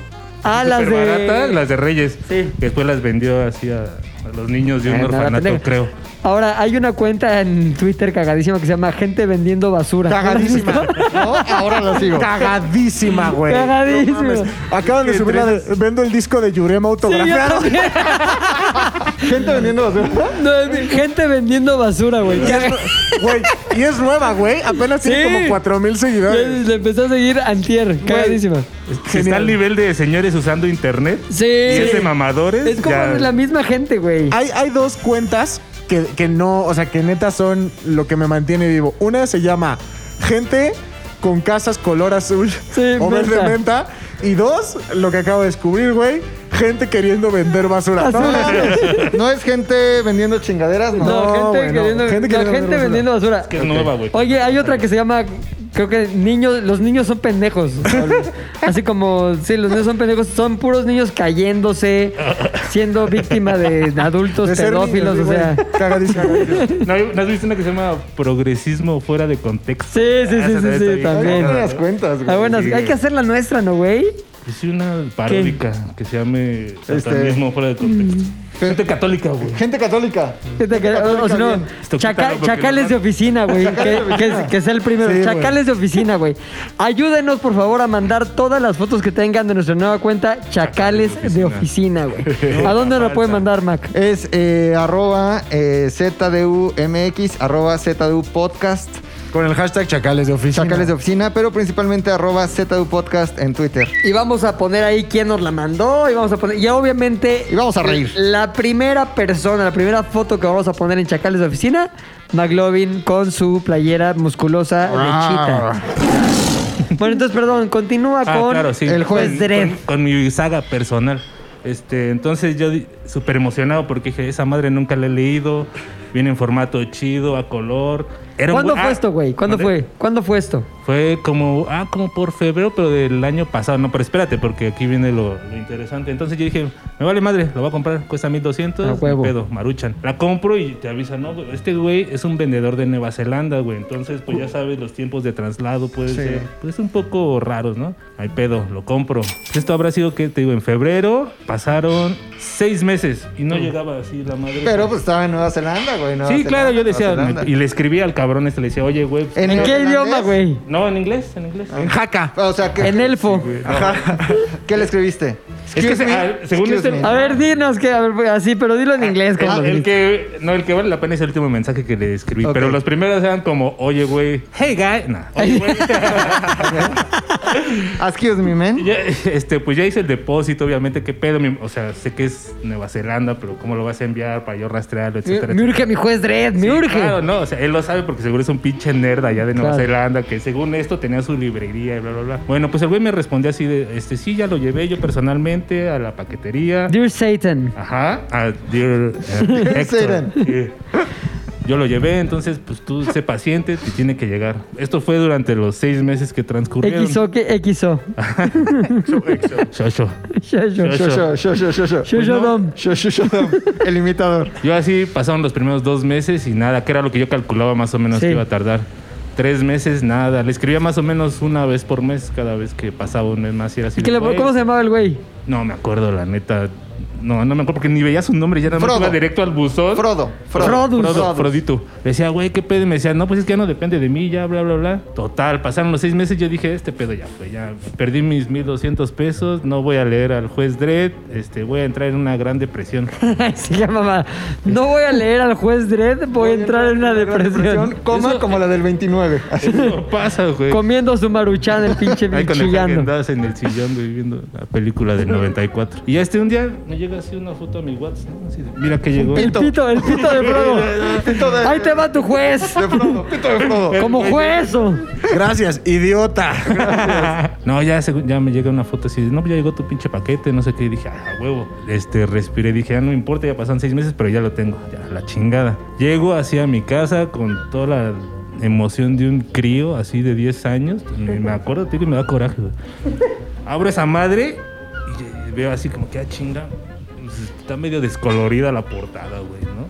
[SPEAKER 1] Ah, las de-
[SPEAKER 3] superbaratas, las de Reyes.
[SPEAKER 1] Sí.
[SPEAKER 3] Que después las vendió así a, a los niños de un
[SPEAKER 1] Eh, nada,
[SPEAKER 3] orfanato,
[SPEAKER 1] pendeja.
[SPEAKER 3] creo.
[SPEAKER 1] Ahora, hay una cuenta en Twitter cagadísima que se llama Gente Vendiendo Basura. ¿No la has
[SPEAKER 4] Cagadísima.
[SPEAKER 1] visto?
[SPEAKER 2] ¿No? Ahora la sigo.
[SPEAKER 4] Cagadísima, güey.
[SPEAKER 1] Cagadísima.
[SPEAKER 4] Acaban de subir la de- Vendo el disco de Yurema
[SPEAKER 1] Sí, yo
[SPEAKER 4] autografiado.
[SPEAKER 1] también.
[SPEAKER 2] Gente vendiendo basura.
[SPEAKER 1] No, es- gente vendiendo basura, güey.
[SPEAKER 4] Y
[SPEAKER 1] Ya-
[SPEAKER 4] es nue- Güey, y es nueva, güey. Apenas tiene
[SPEAKER 1] Sí.
[SPEAKER 4] como 4 mil
[SPEAKER 1] Le,
[SPEAKER 4] seguidores.
[SPEAKER 1] le empezó a seguir Antier, cagadísima.
[SPEAKER 3] Está
[SPEAKER 4] Genial.
[SPEAKER 3] al nivel de señores usando internet.
[SPEAKER 1] Sí.
[SPEAKER 3] Y es de mamadores.
[SPEAKER 1] Es como
[SPEAKER 3] ya-
[SPEAKER 1] la misma gente, güey.
[SPEAKER 4] Hay, hay dos cuentas que, que no, o sea, que neta son lo que me mantiene vivo. Una se llama Gente con Casas Color Azul
[SPEAKER 1] Sí,
[SPEAKER 4] o verde
[SPEAKER 1] menta.
[SPEAKER 4] menta. Y dos, lo que acabo de descubrir, güey. Gente queriendo vender basura. No,
[SPEAKER 1] Basura.
[SPEAKER 4] mames.
[SPEAKER 2] No es gente vendiendo chingaderas, no.
[SPEAKER 1] No,
[SPEAKER 4] No,
[SPEAKER 1] gente,
[SPEAKER 4] güey, no.
[SPEAKER 1] queriendo-
[SPEAKER 4] Gente
[SPEAKER 1] no,
[SPEAKER 4] queriendo
[SPEAKER 1] gente
[SPEAKER 4] vender
[SPEAKER 1] vendiendo basura.
[SPEAKER 3] Que es nueva, güey.
[SPEAKER 1] Oye, hay otra que se llama, creo que niños, los niños son pendejos. Así como, sí, los niños son pendejos, son puros niños cayéndose, siendo víctima de adultos
[SPEAKER 4] De ser
[SPEAKER 1] pedófilos,
[SPEAKER 4] niños,
[SPEAKER 1] o sea.
[SPEAKER 4] güey. Cagadísimo.
[SPEAKER 3] ¿No, hay- no has visto una que se llama progresismo fuera de contexto?
[SPEAKER 1] Sí, sí,
[SPEAKER 3] Ah,
[SPEAKER 1] sí,
[SPEAKER 3] esa
[SPEAKER 1] sí,
[SPEAKER 3] está
[SPEAKER 1] sí,
[SPEAKER 3] bien
[SPEAKER 1] también.
[SPEAKER 3] cagada,
[SPEAKER 2] Hay
[SPEAKER 3] ¿no?
[SPEAKER 2] cuentas,
[SPEAKER 1] Ah, buenas,
[SPEAKER 3] Sí,
[SPEAKER 1] hay
[SPEAKER 3] güey.
[SPEAKER 1] que hacer la nuestra, ¿no, güey?
[SPEAKER 3] Es una paródica que se llame satanismo fuera de contexto.
[SPEAKER 1] Mm.
[SPEAKER 3] Gente católica, güey.
[SPEAKER 2] Gente católica.
[SPEAKER 1] Que te- que- O, o si no,
[SPEAKER 3] Esto
[SPEAKER 1] chaca-
[SPEAKER 3] quítalo porque
[SPEAKER 1] chacales
[SPEAKER 3] no-
[SPEAKER 1] de oficina, güey. Que, que- que sea el primero.
[SPEAKER 4] Sí, güey.
[SPEAKER 1] chacales de oficina, güey. Ayúdenos, por favor, a mandar todas las fotos que tengan de nuestra nueva cuenta, chacales de oficina, güey. ¿A dónde la pueden mandar, Mac?
[SPEAKER 2] Es eh, arroba eh, ZDUMX, arroba ZDU Podcast,
[SPEAKER 4] Con el hashtag Chacales de Oficina.
[SPEAKER 2] Chacales de Oficina, pero principalmente arroba ZDU Podcast en Twitter.
[SPEAKER 1] Y vamos a poner ahí quién nos la mandó. Y vamos a poner. Y obviamente.
[SPEAKER 2] Y vamos a reír.
[SPEAKER 1] La primera persona, la primera foto que vamos a poner en Chacales de Oficina, McLovin con su playera musculosa
[SPEAKER 2] Ah.
[SPEAKER 1] de chita. Bueno, entonces, perdón, continúa
[SPEAKER 3] Ah,
[SPEAKER 1] con
[SPEAKER 3] claro, sí.
[SPEAKER 1] el juez
[SPEAKER 3] Con-
[SPEAKER 1] Dredd.
[SPEAKER 3] Con, con mi saga personal. Este, entonces yo di- súper emocionado porque dije, esa madre nunca la he leído. Viene en formato chido, a color. Era un
[SPEAKER 1] ¿Cuándo
[SPEAKER 3] bu-
[SPEAKER 1] fue
[SPEAKER 3] ah,
[SPEAKER 1] esto, güey? ¿Cuándo
[SPEAKER 3] ¿mande?
[SPEAKER 1] fue? ¿Cuándo fue esto?
[SPEAKER 3] Fue como, ah, como por febrero, pero del año pasado. No, pero espérate, porque aquí viene lo, lo interesante. Entonces yo dije, me vale madre, lo voy a comprar, cuesta 1200.
[SPEAKER 1] A
[SPEAKER 3] ni
[SPEAKER 1] huevo.
[SPEAKER 3] Pedo, maruchan. La compro y te avisan, no, güey, este güey es un vendedor de Nueva Zelanda, güey. Entonces, pues ya sabes, los tiempos de traslado pueden ser, pues un poco raros, ¿no? Hay pedo, lo compro. Esto habrá sido que, te digo, en febrero pasaron seis meses y no llegaba así la madre.
[SPEAKER 2] Pero pues estaba en Nueva Zelanda, güey. Nueva
[SPEAKER 3] sí,
[SPEAKER 1] pues,
[SPEAKER 2] Zelanda,
[SPEAKER 3] claro, yo
[SPEAKER 2] Nueva
[SPEAKER 3] decía,
[SPEAKER 2] Zelanda.
[SPEAKER 3] y le escribí al cabrón este, le decía, oye, güey. pues,
[SPEAKER 1] ¿En qué Ah,
[SPEAKER 2] neozelandés?
[SPEAKER 1] idioma, güey?
[SPEAKER 3] no, en inglés, en inglés.
[SPEAKER 4] En Jaca.
[SPEAKER 2] O Ah, sea, ¿qué,
[SPEAKER 1] En elfo.
[SPEAKER 2] ¿qué le escribiste?
[SPEAKER 3] Es que,
[SPEAKER 2] Excuse
[SPEAKER 3] se-
[SPEAKER 2] me,
[SPEAKER 3] ah, según
[SPEAKER 2] excuse
[SPEAKER 3] este,
[SPEAKER 2] me.
[SPEAKER 1] A ver, dinos que, a ver, pues, así, pero dilo en inglés.
[SPEAKER 3] Ah, El-
[SPEAKER 1] compadre.
[SPEAKER 3] el, que, no, el que vale la pena es el último mensaje que le escribí.
[SPEAKER 2] Ok.
[SPEAKER 3] Pero los primeros eran como, oye, güey, hey, guy. No, oye, güey.
[SPEAKER 2] Excuse me, man.
[SPEAKER 3] Ya, este, pues ya hice el depósito, obviamente. ¿Qué pedo? Mi- O sea, sé que es Nueva Zelanda, pero ¿cómo lo vas a enviar para yo rastrearlo,
[SPEAKER 1] Me,
[SPEAKER 3] etcétera?
[SPEAKER 1] me
[SPEAKER 3] etcétera?
[SPEAKER 1] urge mi juez Dredd, me
[SPEAKER 3] Sí,
[SPEAKER 1] urge.
[SPEAKER 3] Claro, no, o sea, él lo sabe porque seguro es un pinche nerd allá de Nueva
[SPEAKER 1] Claro.
[SPEAKER 3] Zelanda que según esto tenía su librería y bla, bla, bla. Bueno, pues el güey me respondió así de, este, sí, ya lo llevé yo personalmente a la paquetería.
[SPEAKER 1] Dear Satan.
[SPEAKER 3] Ajá, a Dear, eh, Hector.
[SPEAKER 2] Satan.
[SPEAKER 3] Sí. Yo lo llevé, entonces, pues tú sé paciente, te tiene que llegar. Esto fue durante los seis meses que transcurrieron.
[SPEAKER 1] XO, ¿qué? XO.
[SPEAKER 3] Ah. Xoxo.
[SPEAKER 1] Shosho.
[SPEAKER 3] Shosho.
[SPEAKER 2] Yo, yo, yo, yo, yo, yo.
[SPEAKER 1] Shosho
[SPEAKER 3] Pues no.
[SPEAKER 1] Dom.
[SPEAKER 2] Yo, yo, yo, yo. El imitador.
[SPEAKER 3] Yo así pasaron los primeros dos meses y nada, que era lo que yo calculaba más o menos
[SPEAKER 1] Sí.
[SPEAKER 3] que iba a tardar. Tres meses, nada. Le escribía más o menos una vez por mes, cada vez que pasaba un mes más y era así.
[SPEAKER 1] ¿Y que
[SPEAKER 3] de,
[SPEAKER 1] le-
[SPEAKER 3] "Güey".
[SPEAKER 1] ¿Cómo se llamaba el güey?
[SPEAKER 3] No me acuerdo, la neta. No, no me acuerdo porque ni veía su nombre, ya nada más
[SPEAKER 2] Frodo.
[SPEAKER 3] iba directo al buzón.
[SPEAKER 2] Frodo. Frodo.
[SPEAKER 1] Frodus.
[SPEAKER 3] Frodo,
[SPEAKER 2] Frodus.
[SPEAKER 3] Frodito. Le decía, güey, qué pedo. Y me decía, no, pues es que ya no depende de mí, ya, bla, bla, bla. Total, pasaron los seis meses. Yo dije, este pedo ya fue, ya perdí mis 1200 pesos. No voy a leer al juez Dredd. Este, voy a entrar en una gran depresión.
[SPEAKER 1] Ay, sí, ya, mamá. No voy a leer al juez Dredd, voy a entrar en una depresión.
[SPEAKER 2] Coma como la del 29. Así.
[SPEAKER 3] Eso pasa, güey.
[SPEAKER 1] Comiendo su maruchan, el pinche
[SPEAKER 3] Ahí con el
[SPEAKER 1] chillando.
[SPEAKER 3] Häagen-Dazs en el sillón güey, viendo la película del 94. Y este un día me llega así una foto a mi WhatsApp. ¿no? Así de, mira que llegó.
[SPEAKER 1] El pito, el pito de Frodo.
[SPEAKER 2] Pito de,
[SPEAKER 1] Ahí te va tu juez.
[SPEAKER 2] de Frodo. Pito de Frodo.
[SPEAKER 1] Como juez. o-
[SPEAKER 4] Gracias, idiota.
[SPEAKER 3] No, ya, según- ya me llega una foto así. de, No, ya llegó tu pinche paquete, no sé qué. Y dije, ah, huevo. Este, respiré. Dije, ah, no importa, ya pasan seis meses, pero ya lo tengo. Ya, la chingada. Llego así a mi casa con toda la emoción de un crío así de 10 años. Me, me acuerdo, tío, y me da coraje. güey. Abro esa madre y veo así como que, ah, chinga. pues, Está medio descolorida la portada, güey, ¿no?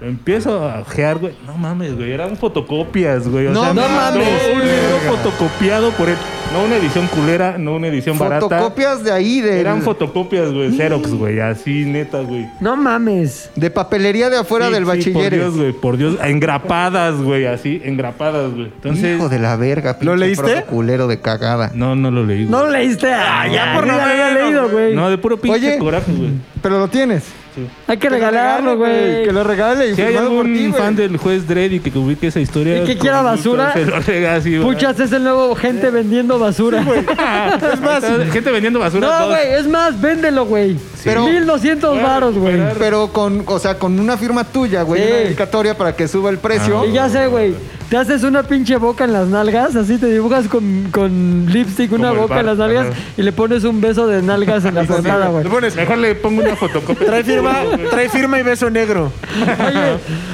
[SPEAKER 3] Lo Empiezo a ojear, güey. No mames, güey. Eran fotocopias, güey. O
[SPEAKER 2] No
[SPEAKER 3] sea,
[SPEAKER 2] mames.
[SPEAKER 3] Un libro fotocopiado por él. No una edición culera, no una edición barata.
[SPEAKER 2] Fotocopias de ahí, de,
[SPEAKER 3] Eran fotocopias, güey. Xerox, güey. Así, neta, güey.
[SPEAKER 1] No mames.
[SPEAKER 2] de papelería de afuera
[SPEAKER 3] Sí,
[SPEAKER 2] del
[SPEAKER 3] sí, Por Dios,
[SPEAKER 2] bachilleres.
[SPEAKER 3] güey. Por Dios. Engrapadas, güey. Así, engrapadas, güey. Entonces.
[SPEAKER 2] Hijo de la verga.
[SPEAKER 4] ¿Lo
[SPEAKER 2] pinche
[SPEAKER 4] leíste?
[SPEAKER 2] Frodo culero de cagada.
[SPEAKER 3] No, no lo leí. güey.
[SPEAKER 1] No lo leíste. Ah, ya por lo había leído, güey.
[SPEAKER 3] No, de puro pinche
[SPEAKER 2] Oye.
[SPEAKER 3] coraje, güey.
[SPEAKER 2] Pero lo tienes.
[SPEAKER 1] Hay que regalarlo, güey.
[SPEAKER 2] Que lo regale y
[SPEAKER 3] Si hay
[SPEAKER 2] firmado por ti,
[SPEAKER 3] algún
[SPEAKER 2] güey.
[SPEAKER 3] fan del juez Dredd y que ubique esa historia.
[SPEAKER 1] Y que quiera
[SPEAKER 3] con gusto
[SPEAKER 1] basura,
[SPEAKER 3] Se lo rega así, güey.
[SPEAKER 1] Puchas es el nuevo gente vendiendo basura.
[SPEAKER 3] Es más, gente vendiendo basura.
[SPEAKER 1] no,
[SPEAKER 3] todos.
[SPEAKER 1] güey, es más, véndelo, güey.
[SPEAKER 2] Pero-
[SPEAKER 1] 1200
[SPEAKER 3] Bueno,
[SPEAKER 1] varos, güey.
[SPEAKER 3] pero-
[SPEAKER 2] Pero con, o sea, con una firma tuya, güey.
[SPEAKER 1] Sí.
[SPEAKER 2] Una dedicatoria para que suba el
[SPEAKER 3] Ah.
[SPEAKER 2] precio.
[SPEAKER 1] Y ya sé, güey. Te haces una pinche boca en las nalgas, así te dibujas con, con lipstick una
[SPEAKER 3] Como el
[SPEAKER 1] boca en las
[SPEAKER 3] bar,
[SPEAKER 1] nalgas
[SPEAKER 3] ajá.
[SPEAKER 1] y le pones un beso de nalgas en la portada, güey.
[SPEAKER 3] Le pones, Mejor le pongo una fotocopia.
[SPEAKER 4] Trae firma, trae firma y beso negro.
[SPEAKER 1] Oye,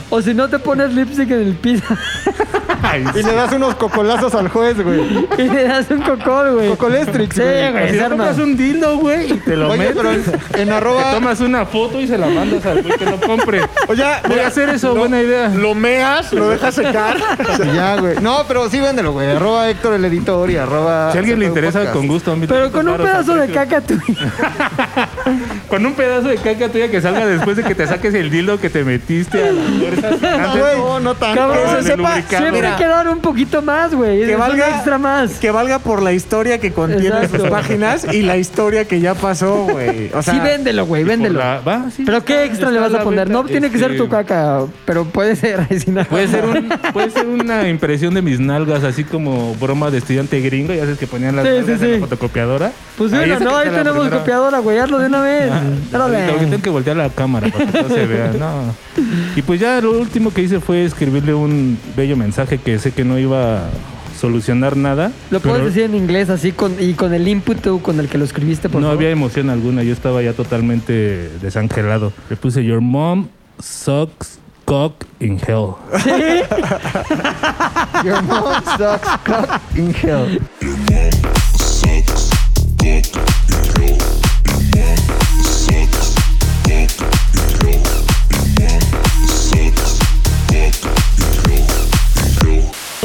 [SPEAKER 1] o si no te pones lipstick en el piso
[SPEAKER 3] Ay,
[SPEAKER 2] Y le das unos cocolazos al juez, güey.
[SPEAKER 1] y le das un cocol, güey.
[SPEAKER 2] Cocolestrix,
[SPEAKER 1] Sí,
[SPEAKER 2] güey.
[SPEAKER 1] güey,
[SPEAKER 3] Si
[SPEAKER 1] se
[SPEAKER 3] te
[SPEAKER 1] arma.
[SPEAKER 3] compras un dildo, güey, y te lo
[SPEAKER 2] Oye,
[SPEAKER 3] metes.
[SPEAKER 2] pero en, en
[SPEAKER 3] Te
[SPEAKER 2] arroba.
[SPEAKER 3] tomas una foto y se la mandas al güey que lo compre.
[SPEAKER 4] Oye,
[SPEAKER 3] Voy a hacer eso, buena idea.
[SPEAKER 4] lo meas, lo dejas secar.
[SPEAKER 2] y Ya, güey. No, pero sí véndelo, güey. Arroba Héctor el editor y arroba.
[SPEAKER 3] Si a alguien le
[SPEAKER 2] Héctor
[SPEAKER 3] interesa,
[SPEAKER 2] Podcast.
[SPEAKER 3] con gusto. mil
[SPEAKER 1] Pero
[SPEAKER 3] quinientos
[SPEAKER 1] con un
[SPEAKER 3] varos,
[SPEAKER 1] pedazo de
[SPEAKER 3] aprecio.
[SPEAKER 1] caca tuya.
[SPEAKER 3] Con un pedazo de caca tuya que salga después de que te saques el dildo que te metiste a la fuerza.
[SPEAKER 2] Ah, güey, No, no tanto.
[SPEAKER 1] Cabrón,
[SPEAKER 4] Que
[SPEAKER 3] Con
[SPEAKER 4] se
[SPEAKER 3] el
[SPEAKER 4] sepa,
[SPEAKER 3] lubricante.
[SPEAKER 1] Siempre hay
[SPEAKER 4] mira,
[SPEAKER 1] que dar un poquito más, güey.
[SPEAKER 4] que
[SPEAKER 1] Es
[SPEAKER 4] valga
[SPEAKER 1] un extra más.
[SPEAKER 4] Que valga por la historia que contiene
[SPEAKER 1] Exacto.
[SPEAKER 4] sus páginas y la historia que ya pasó, güey. O sea,
[SPEAKER 1] sí, véndelo, güey,
[SPEAKER 3] Por
[SPEAKER 1] véndelo.
[SPEAKER 3] la- va, sí,
[SPEAKER 1] Pero
[SPEAKER 3] está-
[SPEAKER 1] qué extra
[SPEAKER 3] está
[SPEAKER 1] le vas
[SPEAKER 3] la
[SPEAKER 1] a poner.
[SPEAKER 3] venta.
[SPEAKER 1] No tiene que ser
[SPEAKER 3] Este,
[SPEAKER 1] tu caca, pero puede ser. ay, si no.
[SPEAKER 3] Puede ser, un- puede ser una impresión de mis nalgas, así como broma de estudiante gringo. Ya sabes que ponían las
[SPEAKER 1] Sí,
[SPEAKER 3] nalgas
[SPEAKER 1] sí,
[SPEAKER 3] en
[SPEAKER 1] sí.
[SPEAKER 3] la fotocopiadora.
[SPEAKER 1] Pues
[SPEAKER 3] Ahí
[SPEAKER 1] bueno,
[SPEAKER 3] sacaste
[SPEAKER 1] no, ahí
[SPEAKER 3] la
[SPEAKER 1] tenemos
[SPEAKER 3] primera- Ah,
[SPEAKER 1] copiadora, güey. Hazlo de una vez. Dale.
[SPEAKER 3] Ahorita, ahorita tengo que voltear la cámara para que no se vea. No. Y pues ya lo último que hice fue escribirle un bello mensaje que sé que no iba a solucionar nada.
[SPEAKER 1] Lo puedes
[SPEAKER 3] pero
[SPEAKER 1] decir en inglés así con, y con el input tú con el que lo escribiste, por
[SPEAKER 3] No
[SPEAKER 1] favor.
[SPEAKER 3] había emoción alguna, yo estaba ya totalmente desangelado. Le puse Your mom sucks cock in hell.
[SPEAKER 2] Your mom sucks cock in hell.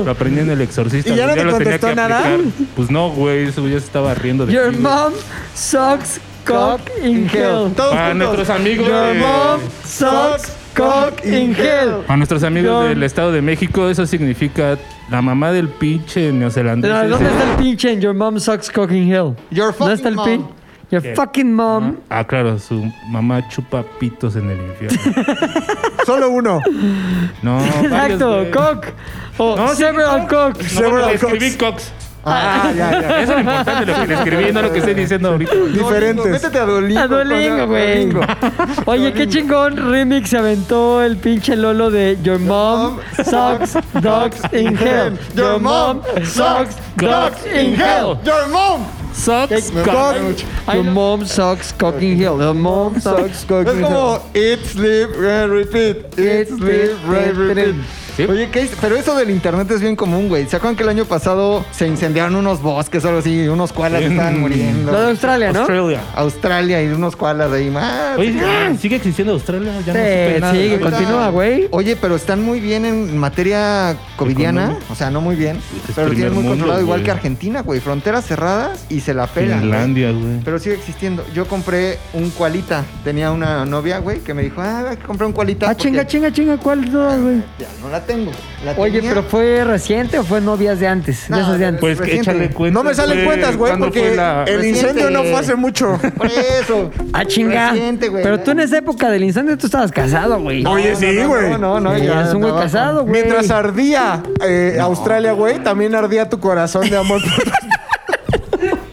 [SPEAKER 3] Lo aprendí en el exorcista.
[SPEAKER 4] ¿Y ya
[SPEAKER 3] güey,
[SPEAKER 4] no te
[SPEAKER 3] lo tenía
[SPEAKER 4] contestó
[SPEAKER 3] que
[SPEAKER 4] nada?
[SPEAKER 3] aplicar. Pues no, güey, eso ya se estaba riendo de
[SPEAKER 1] Your
[SPEAKER 3] mí, güey.
[SPEAKER 1] mom sucks cock in hell.
[SPEAKER 3] Para
[SPEAKER 2] Todos juntos.
[SPEAKER 3] Ah, nuestros amigos
[SPEAKER 1] Your
[SPEAKER 3] de-
[SPEAKER 1] mom sucks cock in hell.
[SPEAKER 3] A nuestros amigos
[SPEAKER 1] Your-
[SPEAKER 3] del Estado de México, eso significa la mamá del pinche neozelandés.
[SPEAKER 1] Pero,
[SPEAKER 3] ese.
[SPEAKER 1] ¿Dónde está el pinche en Your mom sucks cock in hell?
[SPEAKER 2] Your
[SPEAKER 1] ¿Dónde está el
[SPEAKER 2] fucking
[SPEAKER 1] pin?
[SPEAKER 2] mom.
[SPEAKER 1] Your
[SPEAKER 3] ¿Qué?
[SPEAKER 1] fucking mom.
[SPEAKER 3] Ah, claro, su mamá chupa pitos en el infierno.
[SPEAKER 4] Solo uno.
[SPEAKER 3] No,
[SPEAKER 1] Exacto, cock. O
[SPEAKER 3] No, sí,
[SPEAKER 1] several cock.
[SPEAKER 3] Several
[SPEAKER 4] Several
[SPEAKER 3] le escribí Cox.
[SPEAKER 2] Ah, ya,
[SPEAKER 3] Eso
[SPEAKER 2] ya.
[SPEAKER 3] es lo importante, lo que le escribí, no lo que estoy diciendo ahorita.
[SPEAKER 4] Diferentes.
[SPEAKER 2] Dolingo, Métete a Dolingo.
[SPEAKER 1] A Duolingo,
[SPEAKER 2] con-
[SPEAKER 1] güey.
[SPEAKER 2] Dolingo.
[SPEAKER 1] Oye, qué chingón remix se aventó el pinche Lolo de Your Mom Sucks Dogs in Hell.
[SPEAKER 2] Your mom sucks
[SPEAKER 1] Dogs in Hell.
[SPEAKER 2] Your mom.
[SPEAKER 1] Sucks
[SPEAKER 2] Me
[SPEAKER 1] cock.
[SPEAKER 2] gusta mucho.
[SPEAKER 1] Your mom sucks cock in hell. Your mom sucks cock
[SPEAKER 2] Es
[SPEAKER 1] in hell.
[SPEAKER 2] como eat, sleep, re- eh, repeat. Eat, sleep, re- repeat.
[SPEAKER 3] Sí.
[SPEAKER 2] Oye, ¿qué es? pero eso del internet es bien común, güey. ¿Se acuerdan que el año pasado se incendiaron unos bosques o algo así? Unos koalas
[SPEAKER 3] Sí.
[SPEAKER 2] estaban muriendo.
[SPEAKER 1] Lo de Australia, ¿no?
[SPEAKER 3] Australia.
[SPEAKER 2] Australia y unos koalas ahí más.
[SPEAKER 3] Oye, ah, ¿sigue existiendo Australia? Ya no supe
[SPEAKER 1] Sí,
[SPEAKER 3] nada.
[SPEAKER 1] sigue, continúa, güey.
[SPEAKER 2] Oye, pero están muy bien en materia covidiana.
[SPEAKER 3] Económico.
[SPEAKER 2] O sea, no muy bien.
[SPEAKER 3] Es
[SPEAKER 2] Pero lo
[SPEAKER 3] primer
[SPEAKER 2] tienen muy
[SPEAKER 3] mundo,
[SPEAKER 2] controlado, igual
[SPEAKER 3] güey.
[SPEAKER 2] que Argentina, güey. Fronteras cerradas y se la pelan. güey.
[SPEAKER 3] Finlandia, güey.
[SPEAKER 2] Pero sigue existiendo. Yo compré un cualita. Tenía una novia, güey, que me dijo, ah, hay que comprar un cualita.
[SPEAKER 1] Ah,
[SPEAKER 2] porque
[SPEAKER 1] chinga, chinga, chinga, ¿cuál duda, güey?
[SPEAKER 2] Ya no la tengo. La
[SPEAKER 1] Oye,
[SPEAKER 2] tenía.
[SPEAKER 1] pero ¿fue reciente o fue novias de antes? De
[SPEAKER 2] No,
[SPEAKER 1] esas de antes.
[SPEAKER 3] Pues
[SPEAKER 2] Reciente.
[SPEAKER 3] échale cuentas.
[SPEAKER 4] No me salen cuentas, güey,
[SPEAKER 3] ¿Cuándo
[SPEAKER 4] porque
[SPEAKER 3] fue la-
[SPEAKER 4] el
[SPEAKER 2] Reciente.
[SPEAKER 4] incendio no fue hace mucho.
[SPEAKER 2] Por eso.
[SPEAKER 1] Ah, chinga.
[SPEAKER 2] Reciente, güey.
[SPEAKER 1] Pero tú en esa época del instante tú estabas casado, güey.
[SPEAKER 4] Oye, sí,
[SPEAKER 2] no,
[SPEAKER 4] güey.
[SPEAKER 2] No, no, no.
[SPEAKER 1] Ya
[SPEAKER 2] ya
[SPEAKER 1] eres un güey
[SPEAKER 2] estaba-
[SPEAKER 1] casado, güey.
[SPEAKER 4] Mientras ardía eh, Australia, güey, también ardía tu corazón de amor.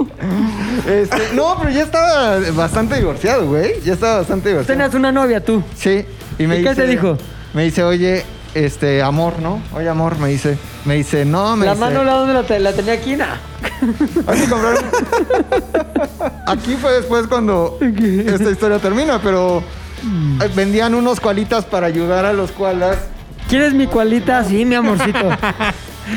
[SPEAKER 2] Este, no, pero ya estaba bastante divorciado, güey. Ya estaba bastante divorciado.
[SPEAKER 1] Tenías una novia tú.
[SPEAKER 2] Sí. Y,
[SPEAKER 1] ¿Y qué te dijo?
[SPEAKER 2] Me dice, oye, este, amor, ¿no? Oye, amor, me dice. Me dice, no, me
[SPEAKER 1] La
[SPEAKER 2] dice.
[SPEAKER 1] mano la donde la, te- la tenía aquí, na.
[SPEAKER 2] Hay que comprar un- Aquí fue después cuando esta historia termina, pero eh, vendían unos cualitas para ayudar a los koalas.
[SPEAKER 1] ¿Quieres mi cualita? Sí, mi amorcito.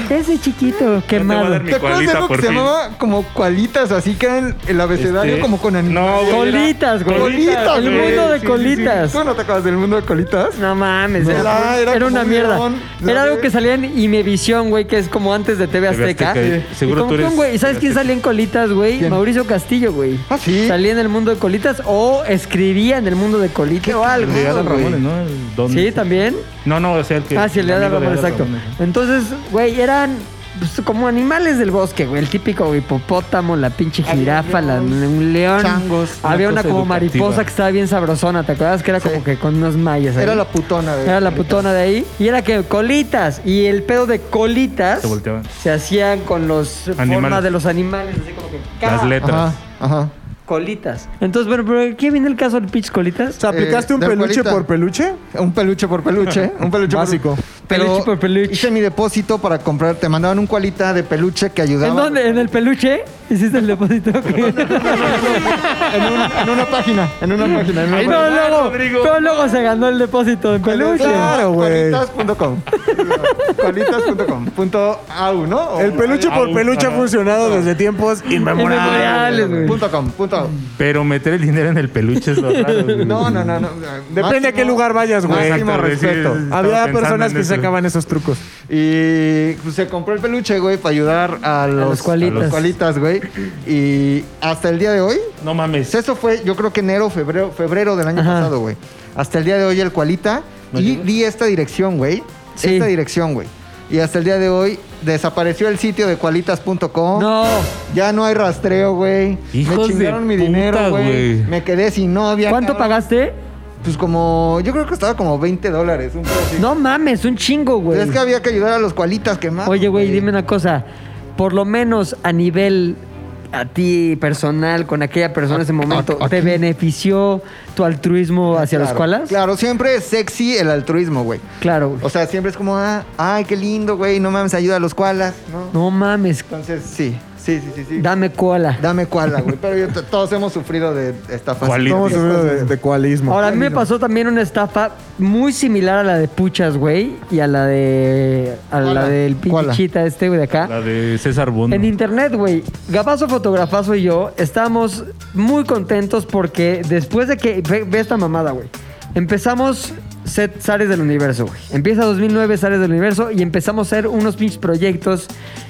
[SPEAKER 1] Ese chiquito quemado.
[SPEAKER 3] dar Mi
[SPEAKER 2] ¿Te acuerdas de
[SPEAKER 3] cualita,
[SPEAKER 2] algo que
[SPEAKER 3] por
[SPEAKER 2] se
[SPEAKER 3] fin.
[SPEAKER 2] llamaba como cualitas? Así que era el, el abecedario
[SPEAKER 3] Este,
[SPEAKER 2] como con
[SPEAKER 3] no,
[SPEAKER 2] animales.
[SPEAKER 3] güey.
[SPEAKER 1] Colitas, güey.
[SPEAKER 2] Colitas,
[SPEAKER 1] El
[SPEAKER 2] güey.
[SPEAKER 1] mundo de
[SPEAKER 2] Sí, sí, sí.
[SPEAKER 1] colitas.
[SPEAKER 2] ¿Tú no te acuerdas del mundo de colitas?
[SPEAKER 1] No mames,
[SPEAKER 2] No,
[SPEAKER 1] era,
[SPEAKER 2] Ah, era- era
[SPEAKER 1] era
[SPEAKER 2] como
[SPEAKER 1] una
[SPEAKER 2] un
[SPEAKER 1] mierda.
[SPEAKER 2] león, la
[SPEAKER 1] era algo
[SPEAKER 2] de-
[SPEAKER 1] que salía en Imevisión, güey, que es como antes de TV
[SPEAKER 3] TV
[SPEAKER 1] Azteca.
[SPEAKER 3] Azteca,
[SPEAKER 1] Sí.
[SPEAKER 3] y seguro
[SPEAKER 1] Y como
[SPEAKER 3] tú eres-
[SPEAKER 1] que un güey- ¿Y sabes quién salía en Colitas, güey?
[SPEAKER 2] ¿Quién?
[SPEAKER 1] Mauricio Castillo, güey.
[SPEAKER 2] Ah, sí.
[SPEAKER 1] Salía en el mundo de Colitas o escribía en el mundo de Colitas o algo.
[SPEAKER 3] El de Adal
[SPEAKER 1] güey.
[SPEAKER 3] Ramones, ¿no? El don-
[SPEAKER 1] Sí, también.
[SPEAKER 3] No, no, o sea, el que.
[SPEAKER 1] Ah, sí, el de Adal
[SPEAKER 3] amigo
[SPEAKER 1] Ramones,
[SPEAKER 3] Adal
[SPEAKER 1] exacto.
[SPEAKER 3] Ramones.
[SPEAKER 1] Entonces, güey, eran pues, como animales del bosque, güey. El típico hipopótamo, la pinche jirafa, la- un león.
[SPEAKER 2] Changos.
[SPEAKER 1] Había una
[SPEAKER 3] Una cosa
[SPEAKER 1] como
[SPEAKER 3] educativa.
[SPEAKER 1] mariposa que estaba bien sabrosona, ¿te acuerdas? Que era como que con unos mayas. ahí.
[SPEAKER 2] Era la putona. de-
[SPEAKER 1] Era la putona de ahí. Y era que colitas. Y el pedo de colitas
[SPEAKER 3] Se volteaban.
[SPEAKER 1] se hacían con los
[SPEAKER 3] Animales.
[SPEAKER 1] formas de los animales, así como que
[SPEAKER 3] Las
[SPEAKER 1] ca-
[SPEAKER 3] letras.
[SPEAKER 2] Ajá, ajá.
[SPEAKER 1] colitas. Entonces, bueno, pero ¿qué viene el caso del pitch colitas?
[SPEAKER 4] O sea, ¿aplicaste
[SPEAKER 2] Eh,
[SPEAKER 4] un
[SPEAKER 2] de
[SPEAKER 4] peluche
[SPEAKER 2] Juanita.
[SPEAKER 4] por peluche?
[SPEAKER 2] Un peluche por peluche. Un peluche
[SPEAKER 4] Básico.
[SPEAKER 2] Por, pero
[SPEAKER 1] Peluche por peluche.
[SPEAKER 2] Hice mi depósito para comprar. Te mandaban un cualita de peluche que ayudaba.
[SPEAKER 1] ¿En dónde? ¿En el peluche? ¿Hiciste el depósito?
[SPEAKER 2] En, un- en una página. En una página. En una
[SPEAKER 1] Pero
[SPEAKER 2] página.
[SPEAKER 1] luego,
[SPEAKER 3] Rodrigo.
[SPEAKER 1] pero luego se ganó el depósito de peluche.
[SPEAKER 4] Claro, güey.
[SPEAKER 2] Cualitas.com. Cualitas.com. Punto au, ¿no? O-
[SPEAKER 4] El peluche
[SPEAKER 3] Ah,
[SPEAKER 4] por
[SPEAKER 3] un-
[SPEAKER 4] peluche ha
[SPEAKER 3] ah,
[SPEAKER 4] funcionado desde tiempos inmemorables.
[SPEAKER 1] Inmemoriales, güey.
[SPEAKER 2] Punto com, punto au.
[SPEAKER 3] Pero meter el dinero en el peluche es lo raro. güey.
[SPEAKER 2] No, no, no. no.
[SPEAKER 4] Depende a qué lugar vayas, güey.
[SPEAKER 2] Máximo
[SPEAKER 3] Exacto,
[SPEAKER 2] respeto.
[SPEAKER 3] sí, sí, sí.
[SPEAKER 4] Había
[SPEAKER 3] pensando
[SPEAKER 4] personas
[SPEAKER 3] en
[SPEAKER 4] que
[SPEAKER 3] eso.
[SPEAKER 4] sacaban esos trucos.
[SPEAKER 2] Y pues, se compró el peluche, güey, para ayudar a los,
[SPEAKER 1] los cualitas.
[SPEAKER 2] a los cualitas, güey. Y hasta el día de hoy,
[SPEAKER 3] No mames.
[SPEAKER 2] Pues eso fue, yo creo que enero, febrero, febrero del año
[SPEAKER 1] Ajá.
[SPEAKER 2] pasado, güey. Hasta el día de hoy el cualita. Y di esta dirección, güey.
[SPEAKER 1] Sí.
[SPEAKER 2] Esta dirección, güey. Y hasta el día de hoy desapareció el sitio de cualitas.com.
[SPEAKER 1] No.
[SPEAKER 2] Ya no hay rastreo, güey.
[SPEAKER 3] Hijos
[SPEAKER 2] Me
[SPEAKER 3] de
[SPEAKER 2] chingaron mi
[SPEAKER 3] puta,
[SPEAKER 2] dinero, güey.
[SPEAKER 3] güey.
[SPEAKER 2] Me quedé sin novia.
[SPEAKER 1] ¿Cuánto
[SPEAKER 2] cabrón.
[SPEAKER 1] pagaste?
[SPEAKER 2] Pues como, yo creo que estaba como 20 dólares. Un pedo así.
[SPEAKER 1] No mames, un chingo, güey.
[SPEAKER 2] Es que había que ayudar a los cualitas quemados.
[SPEAKER 1] Oye, güey, dime una cosa. Por lo menos a nivel a ti personal, con aquella persona en ese momento, ¿te benefició tu altruismo hacia
[SPEAKER 2] Claro,
[SPEAKER 1] los koalas?
[SPEAKER 2] Claro, siempre es sexy el altruismo, güey.
[SPEAKER 1] Claro, güey.
[SPEAKER 2] O sea, siempre es como, ah, ay, qué lindo, güey, no mames, ayuda a los koalas, ¿no?
[SPEAKER 1] No mames,
[SPEAKER 2] Entonces, sí, sí, sí, sí, sí.
[SPEAKER 1] dame koala.
[SPEAKER 2] Dame koala, güey. Pero yo- t- todos hemos sufrido de estafas.
[SPEAKER 3] Koalitis.
[SPEAKER 4] Estamos hablando de, de cualismo.
[SPEAKER 1] Ahora, a mí me pasó también una estafa muy similar a la de Puchas, güey, y a la de. a la
[SPEAKER 2] Koala.
[SPEAKER 1] del pinche
[SPEAKER 2] Koala.
[SPEAKER 1] chita este, güey, de acá.
[SPEAKER 3] La de César Bono.
[SPEAKER 1] En internet, güey, Gabazo Fotografazo y yo estamos muy contentos porque después de que... Ve, ve esta mamada, güey. Empezamos set Zares del Universo, güey. Empieza 2009 Zares del Universo y empezamos a hacer unos pinches proyectos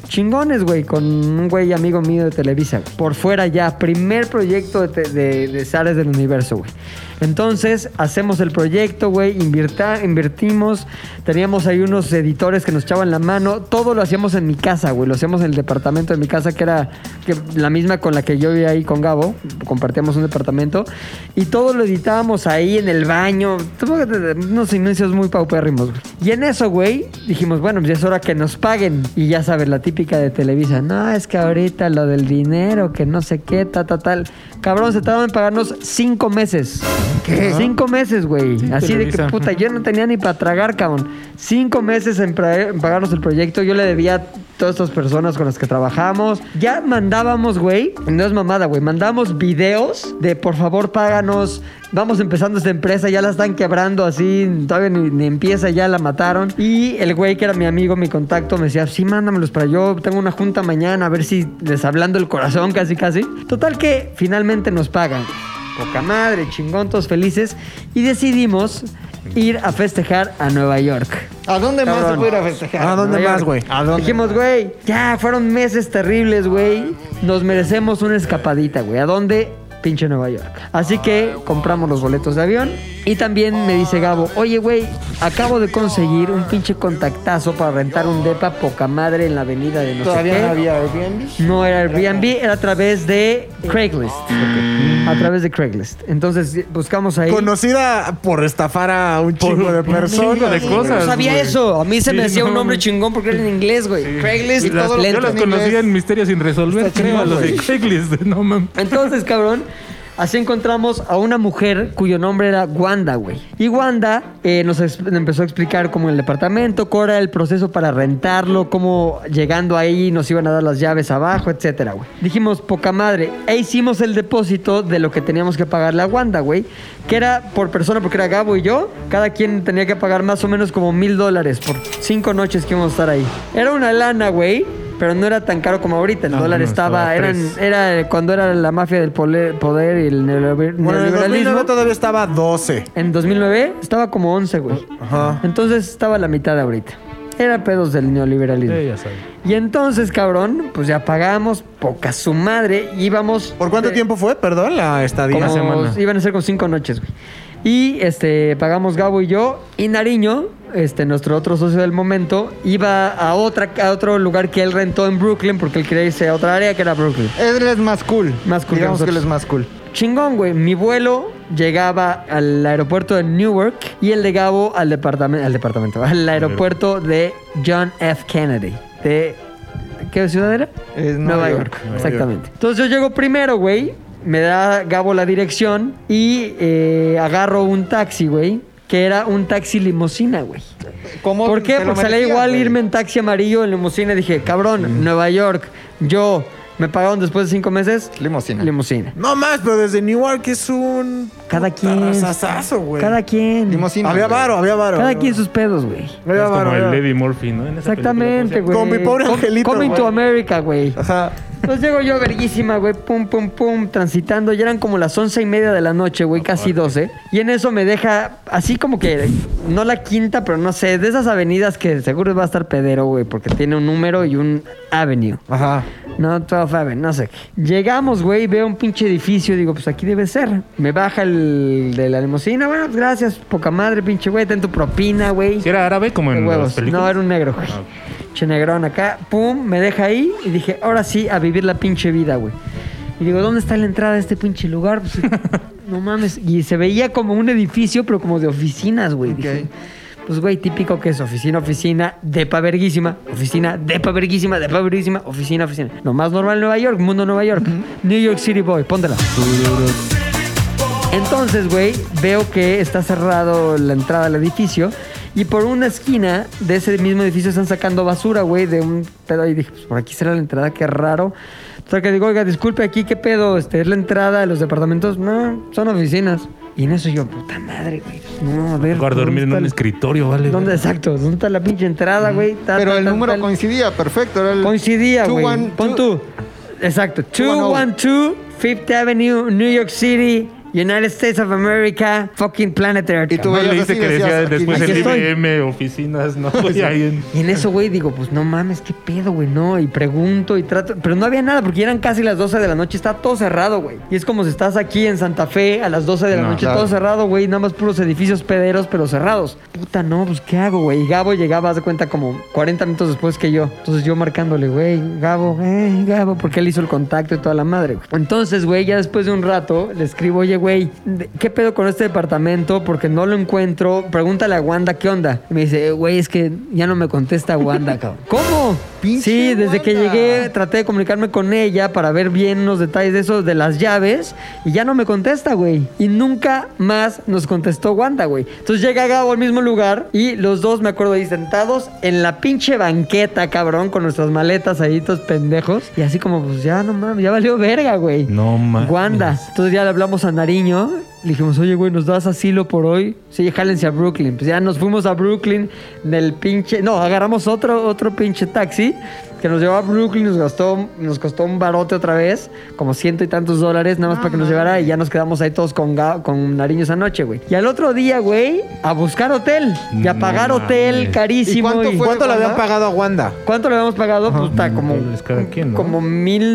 [SPEAKER 1] chingones, güey, con un güey amigo mío de Televisa. Por fuera ya, primer proyecto de, te- de, de Zares del Universo, güey.
[SPEAKER 5] Entonces, hacemos el proyecto, güey, invirta- invertimos, teníamos ahí unos editores que nos echaban la mano, todo lo hacíamos en mi casa, güey, lo hacíamos en el departamento de mi casa, que era que- la misma con la que yo vivía ahí con Gabo, compartíamos un departamento, y todo lo editábamos ahí en el baño, tuvo unos inicios muy paupérrimos, güey. Y en eso, güey, dijimos, bueno, pues ya es hora que nos paguen, y ya sabes, la típica de Televisa, no, es que ahorita lo del dinero, que no sé qué, ta, ta, tal. Cabrón, se tardaban en pagarnos cinco meses. ¿Qué? Cinco meses, güey. Así de que,
[SPEAKER 1] Televisa.
[SPEAKER 5] puta, yo no tenía ni para tragar, cabrón. Cinco meses en, pra- en pagarnos el proyecto. Yo le debía a todas estas personas con las que trabajamos. Ya mandábamos, güey. No es mamada, güey. Mandábamos videos de, por favor, páganos. Vamos empezando esta empresa, ya la están quebrando así, todavía ni, ni empieza, ya la mataron. Y el güey que era mi amigo, mi contacto, me decía, sí, mándamelos para yo, tengo una junta mañana, a ver si les hablando el corazón, casi, casi. Total que finalmente nos pagan. Poca madre, chingón, todos felices. Y decidimos ir a festejar a Nueva York.
[SPEAKER 2] ¿A dónde más se
[SPEAKER 5] Cabrón.
[SPEAKER 2] puede ir a festejar?
[SPEAKER 4] ¿A dónde
[SPEAKER 5] Nueva
[SPEAKER 4] más,
[SPEAKER 5] York.
[SPEAKER 4] güey?
[SPEAKER 2] ¿A dónde
[SPEAKER 5] Dijimos, güey, ya fueron meses terribles, güey. Nos merecemos una escapadita, güey. ¿A dónde? Pinche Nueva York. Así que compramos los boletos de avión. Y también me dice Gabo, oye, güey, acabo de conseguir un pinche contactazo para rentar un depa poca madre en la avenida de no sé
[SPEAKER 2] Todavía
[SPEAKER 5] qué".
[SPEAKER 2] no había Airbnb.
[SPEAKER 5] No era Airbnb, era a través de Craigslist. A través de Craigslist. Entonces buscamos ahí.
[SPEAKER 4] Conocida por estafar a un chingo de personas.
[SPEAKER 3] chingo de cosas.
[SPEAKER 5] No sabía
[SPEAKER 3] güey.
[SPEAKER 5] eso. A mí se
[SPEAKER 3] Sí,
[SPEAKER 5] me decía
[SPEAKER 3] no,
[SPEAKER 5] un nombre chingón porque era en inglés, güey. Craigslist
[SPEAKER 3] Y
[SPEAKER 5] y
[SPEAKER 3] las-
[SPEAKER 5] todo
[SPEAKER 3] yo
[SPEAKER 5] lento.
[SPEAKER 3] las
[SPEAKER 2] en
[SPEAKER 3] conocía
[SPEAKER 2] inglés.
[SPEAKER 3] en Misterios sin resolver,
[SPEAKER 2] Está
[SPEAKER 3] creo, a
[SPEAKER 2] chingón,
[SPEAKER 3] los de
[SPEAKER 2] güey.
[SPEAKER 3] checklist. No mames.
[SPEAKER 5] Entonces, cabrón, así encontramos a una mujer cuyo nombre era Wanda, güey. Y Wanda eh, nos ex- empezó a explicar cómo el departamento, cómo era el proceso para rentarlo, cómo llegando ahí nos iban a dar las llaves abajo, etcétera, güey. Dijimos, poca madre, e hicimos el depósito de lo que teníamos que pagarle a Wanda, güey, que era por persona, porque era Gabo y yo, cada quien tenía que pagar más o menos como mil dólares por cinco noches que íbamos a estar ahí. Era una lana, güey, pero no era tan caro como ahorita, el
[SPEAKER 3] No,
[SPEAKER 5] dólar
[SPEAKER 3] no,
[SPEAKER 5] estaba,
[SPEAKER 3] estaba
[SPEAKER 5] eran,
[SPEAKER 3] tres.
[SPEAKER 5] era cuando era la mafia del pole- poder y el neoliber-
[SPEAKER 4] Bueno, en el
[SPEAKER 5] neoliberalismo.
[SPEAKER 4] 2009 todavía estaba 12.
[SPEAKER 5] En 2009 estaba como 11, güey.
[SPEAKER 4] Ajá.
[SPEAKER 5] Entonces estaba la mitad de ahorita. Era pedos del neoliberalismo.
[SPEAKER 3] Eh, ya sabes.
[SPEAKER 5] Y entonces, cabrón, pues ya pagamos, poca su madre, íbamos...
[SPEAKER 4] ¿Por cuánto
[SPEAKER 5] eh,
[SPEAKER 4] tiempo fue? Perdón, la estadía.
[SPEAKER 5] como,
[SPEAKER 3] Una semana.
[SPEAKER 5] Iban a ser con cinco noches, güey. Y este, pagamos Gabo y yo. Y Nariño, este, nuestro otro socio del momento, iba a, otra, a otro lugar que él rentó en Brooklyn porque él quería irse a otra área que era Brooklyn.
[SPEAKER 2] Él es más cool.
[SPEAKER 5] Más cool que
[SPEAKER 2] Digamos que él
[SPEAKER 5] nosotros.
[SPEAKER 2] es más cool.
[SPEAKER 5] Chingón, güey. Mi vuelo llegaba al aeropuerto de Newark y el de Gabo al departamento, al departamento, al aeropuerto de John F. Kennedy. De, ¿Qué ciudad era?
[SPEAKER 2] Es
[SPEAKER 5] Nueva
[SPEAKER 2] Nueva
[SPEAKER 5] York.
[SPEAKER 2] York.
[SPEAKER 4] Nueva
[SPEAKER 5] Exactamente. Entonces yo llego primero, güey. Me da Gabo la dirección y eh, agarro un taxi, güey. Que era un taxi limusina, güey.
[SPEAKER 2] ¿Cómo
[SPEAKER 5] ¿Por qué?
[SPEAKER 2] te lo
[SPEAKER 5] Porque salía
[SPEAKER 2] merecías,
[SPEAKER 5] igual
[SPEAKER 2] güey?
[SPEAKER 5] irme en taxi amarillo en limusina. Dije, cabrón, Nueva York, yo. Me pagaron después de cinco meses.
[SPEAKER 2] Limusina.
[SPEAKER 5] Limusina.
[SPEAKER 4] No más, pero desde Newark es un.
[SPEAKER 5] Cada
[SPEAKER 4] puta
[SPEAKER 5] quien.
[SPEAKER 4] razazazo, güey.
[SPEAKER 5] Cada quien.
[SPEAKER 2] Limusina.
[SPEAKER 4] Había
[SPEAKER 2] güey.
[SPEAKER 4] varo, había varo.
[SPEAKER 5] Cada
[SPEAKER 4] había
[SPEAKER 5] quien
[SPEAKER 4] varo.
[SPEAKER 5] sus pedos, güey.
[SPEAKER 4] Había varo,
[SPEAKER 3] Es como
[SPEAKER 4] había
[SPEAKER 3] el
[SPEAKER 4] varo.
[SPEAKER 3] Lady Murphy, ¿no? En esa película,
[SPEAKER 5] Exactamente,
[SPEAKER 3] ¿cómo
[SPEAKER 5] güey.
[SPEAKER 4] Con mi pobre
[SPEAKER 5] Com-
[SPEAKER 4] angelito,
[SPEAKER 5] Coming to
[SPEAKER 4] güey.
[SPEAKER 5] America, güey.
[SPEAKER 4] Ajá.
[SPEAKER 5] Entonces llego yo, verguísima, güey, pum, pum, pum, transitando. Ya eran como las once y media de la noche, güey, casi doce. Y en eso me deja, así como que, no la quinta, pero no sé, de esas avenidas que seguro va a estar pedero, güey, porque tiene un número y un avenue.
[SPEAKER 4] Ajá.
[SPEAKER 5] No, 12 Avenue, no sé qué. Llegamos, güey, veo un pinche edificio, digo, pues aquí debe ser. Me baja el de la limusina, bueno, pues gracias, poca madre, pinche güey, ten tu propina, güey.
[SPEAKER 3] se llama? Si era árabe, como
[SPEAKER 5] De
[SPEAKER 3] en las
[SPEAKER 5] huevos.
[SPEAKER 3] películas.
[SPEAKER 5] No, era un negro, güey.
[SPEAKER 3] Ah, ok.
[SPEAKER 5] Che negrón acá, pum, me deja ahí y dije, ahora sí, a vivir la pinche vida, güey. Y digo, ¿dónde está la entrada de este pinche lugar? Pues, no mames. Y se veía como un edificio, pero como de oficinas, güey. Dije, Pues, güey, típico que es oficina, oficina, depa verguísima, oficina, depa verguísima, depa verguísima, oficina, oficina. Lo más normal en Nueva York, mundo Nueva York. New York City Boy, póntela. Entonces, güey, veo que está cerrado la entrada al edificio y por una esquina de ese mismo edificio están sacando basura, güey, de un pedo y dije, pues por aquí será la entrada, qué raro. O sea, que digo, oiga, disculpe aquí, qué pedo, este, es la entrada de los departamentos, no, son oficinas. Y en eso yo, puta madre, güey, no, a ver.
[SPEAKER 3] Mejor dormir en
[SPEAKER 5] ¿dónde
[SPEAKER 3] un
[SPEAKER 5] está
[SPEAKER 3] escritorio, ¿vale?
[SPEAKER 5] la- ¿Dónde exacto? ¿Dónde está la pinche entrada, güey? Ta,
[SPEAKER 2] Pero
[SPEAKER 5] ta,
[SPEAKER 2] el
[SPEAKER 5] ta,
[SPEAKER 2] número
[SPEAKER 5] tal.
[SPEAKER 2] coincidía, perfecto. Era el
[SPEAKER 5] Coincidía,
[SPEAKER 2] Two
[SPEAKER 5] güey.
[SPEAKER 2] one-
[SPEAKER 5] Pon
[SPEAKER 2] two-
[SPEAKER 5] tú. Exacto.
[SPEAKER 2] 210.
[SPEAKER 5] 212 Fifth Avenue, New York City, United States of America, fucking planet Earth.
[SPEAKER 2] Y tú pues,
[SPEAKER 3] No
[SPEAKER 2] veías
[SPEAKER 3] leíste
[SPEAKER 2] así,
[SPEAKER 3] que
[SPEAKER 2] decías,
[SPEAKER 3] decía
[SPEAKER 2] "Aquí-
[SPEAKER 3] después
[SPEAKER 2] aquí
[SPEAKER 3] el
[SPEAKER 2] estoy".
[SPEAKER 3] IBM, oficinas, ¿no? Y ahí en-
[SPEAKER 5] Y en eso, güey, digo, pues no mames, qué pedo, güey, no. Y pregunto y trato. Pero no había nada, porque ya eran casi las 12 de la noche, está todo cerrado, güey. Y es como si estás aquí en Santa Fe a las 12 de la
[SPEAKER 3] No,
[SPEAKER 5] noche,
[SPEAKER 2] claro.
[SPEAKER 5] todo cerrado, güey, nada más puros edificios pederos, pero cerrados. Puta, no, pues qué hago, güey. Y Gabo llegaba, haz de cuenta, como 40 minutos después que yo. Entonces yo marcándole, güey, Gabo, eh, Gabo, porque él hizo el contacto y toda la madre, güey. Entonces, güey, ya después de un rato le escribo, oye, güey, de- ¿qué pedo con este departamento? Porque no lo encuentro. Pregúntale a Wanda qué onda. Y me dice, eh, güey, es que ya no me contesta Wanda, cabrón. ¿Cómo?
[SPEAKER 2] Pinche
[SPEAKER 5] sí, desde que
[SPEAKER 2] Wanda.
[SPEAKER 5] llegué traté de comunicarme con ella para ver bien unos detalles de esos de las llaves y ya no me contesta, güey. Y nunca más nos contestó Wanda, güey. Entonces llega Gabo al mismo lugar y los dos, me acuerdo, ahí sentados en la pinche banqueta, cabrón, con nuestras maletas ahí, todos pendejos. Y así como, pues ya no mames, ya valió verga, güey.
[SPEAKER 3] No mames.
[SPEAKER 5] Wanda. Entonces ya le hablamos a Nariño. Le dijimos, oye, güey, ¿nos das asilo por hoy? Sí, jálense a Brooklyn. Pues ya nos fuimos a Brooklyn del pinche... No, agarramos otro, otro pinche taxi que nos llevó a Brooklyn. Nos, gastó, nos costó un barote otra vez, como ciento y tantos dólares, nada más para que nos llevara. Y ya nos quedamos ahí todos con, Ga- con Nariño esa noche, güey. Y al otro día, güey, a buscar hotel. Y a
[SPEAKER 3] No
[SPEAKER 5] pagar
[SPEAKER 3] mames.
[SPEAKER 5] hotel
[SPEAKER 3] ¿Y
[SPEAKER 5] carísimo.
[SPEAKER 2] cuánto fue?
[SPEAKER 4] ¿Cuánto le habían
[SPEAKER 2] Wanda?
[SPEAKER 4] pagado a Wanda?
[SPEAKER 5] ¿Cuánto le habíamos pagado? Pues está como...
[SPEAKER 3] Ah, dólares cada quien, ¿no?
[SPEAKER 5] Como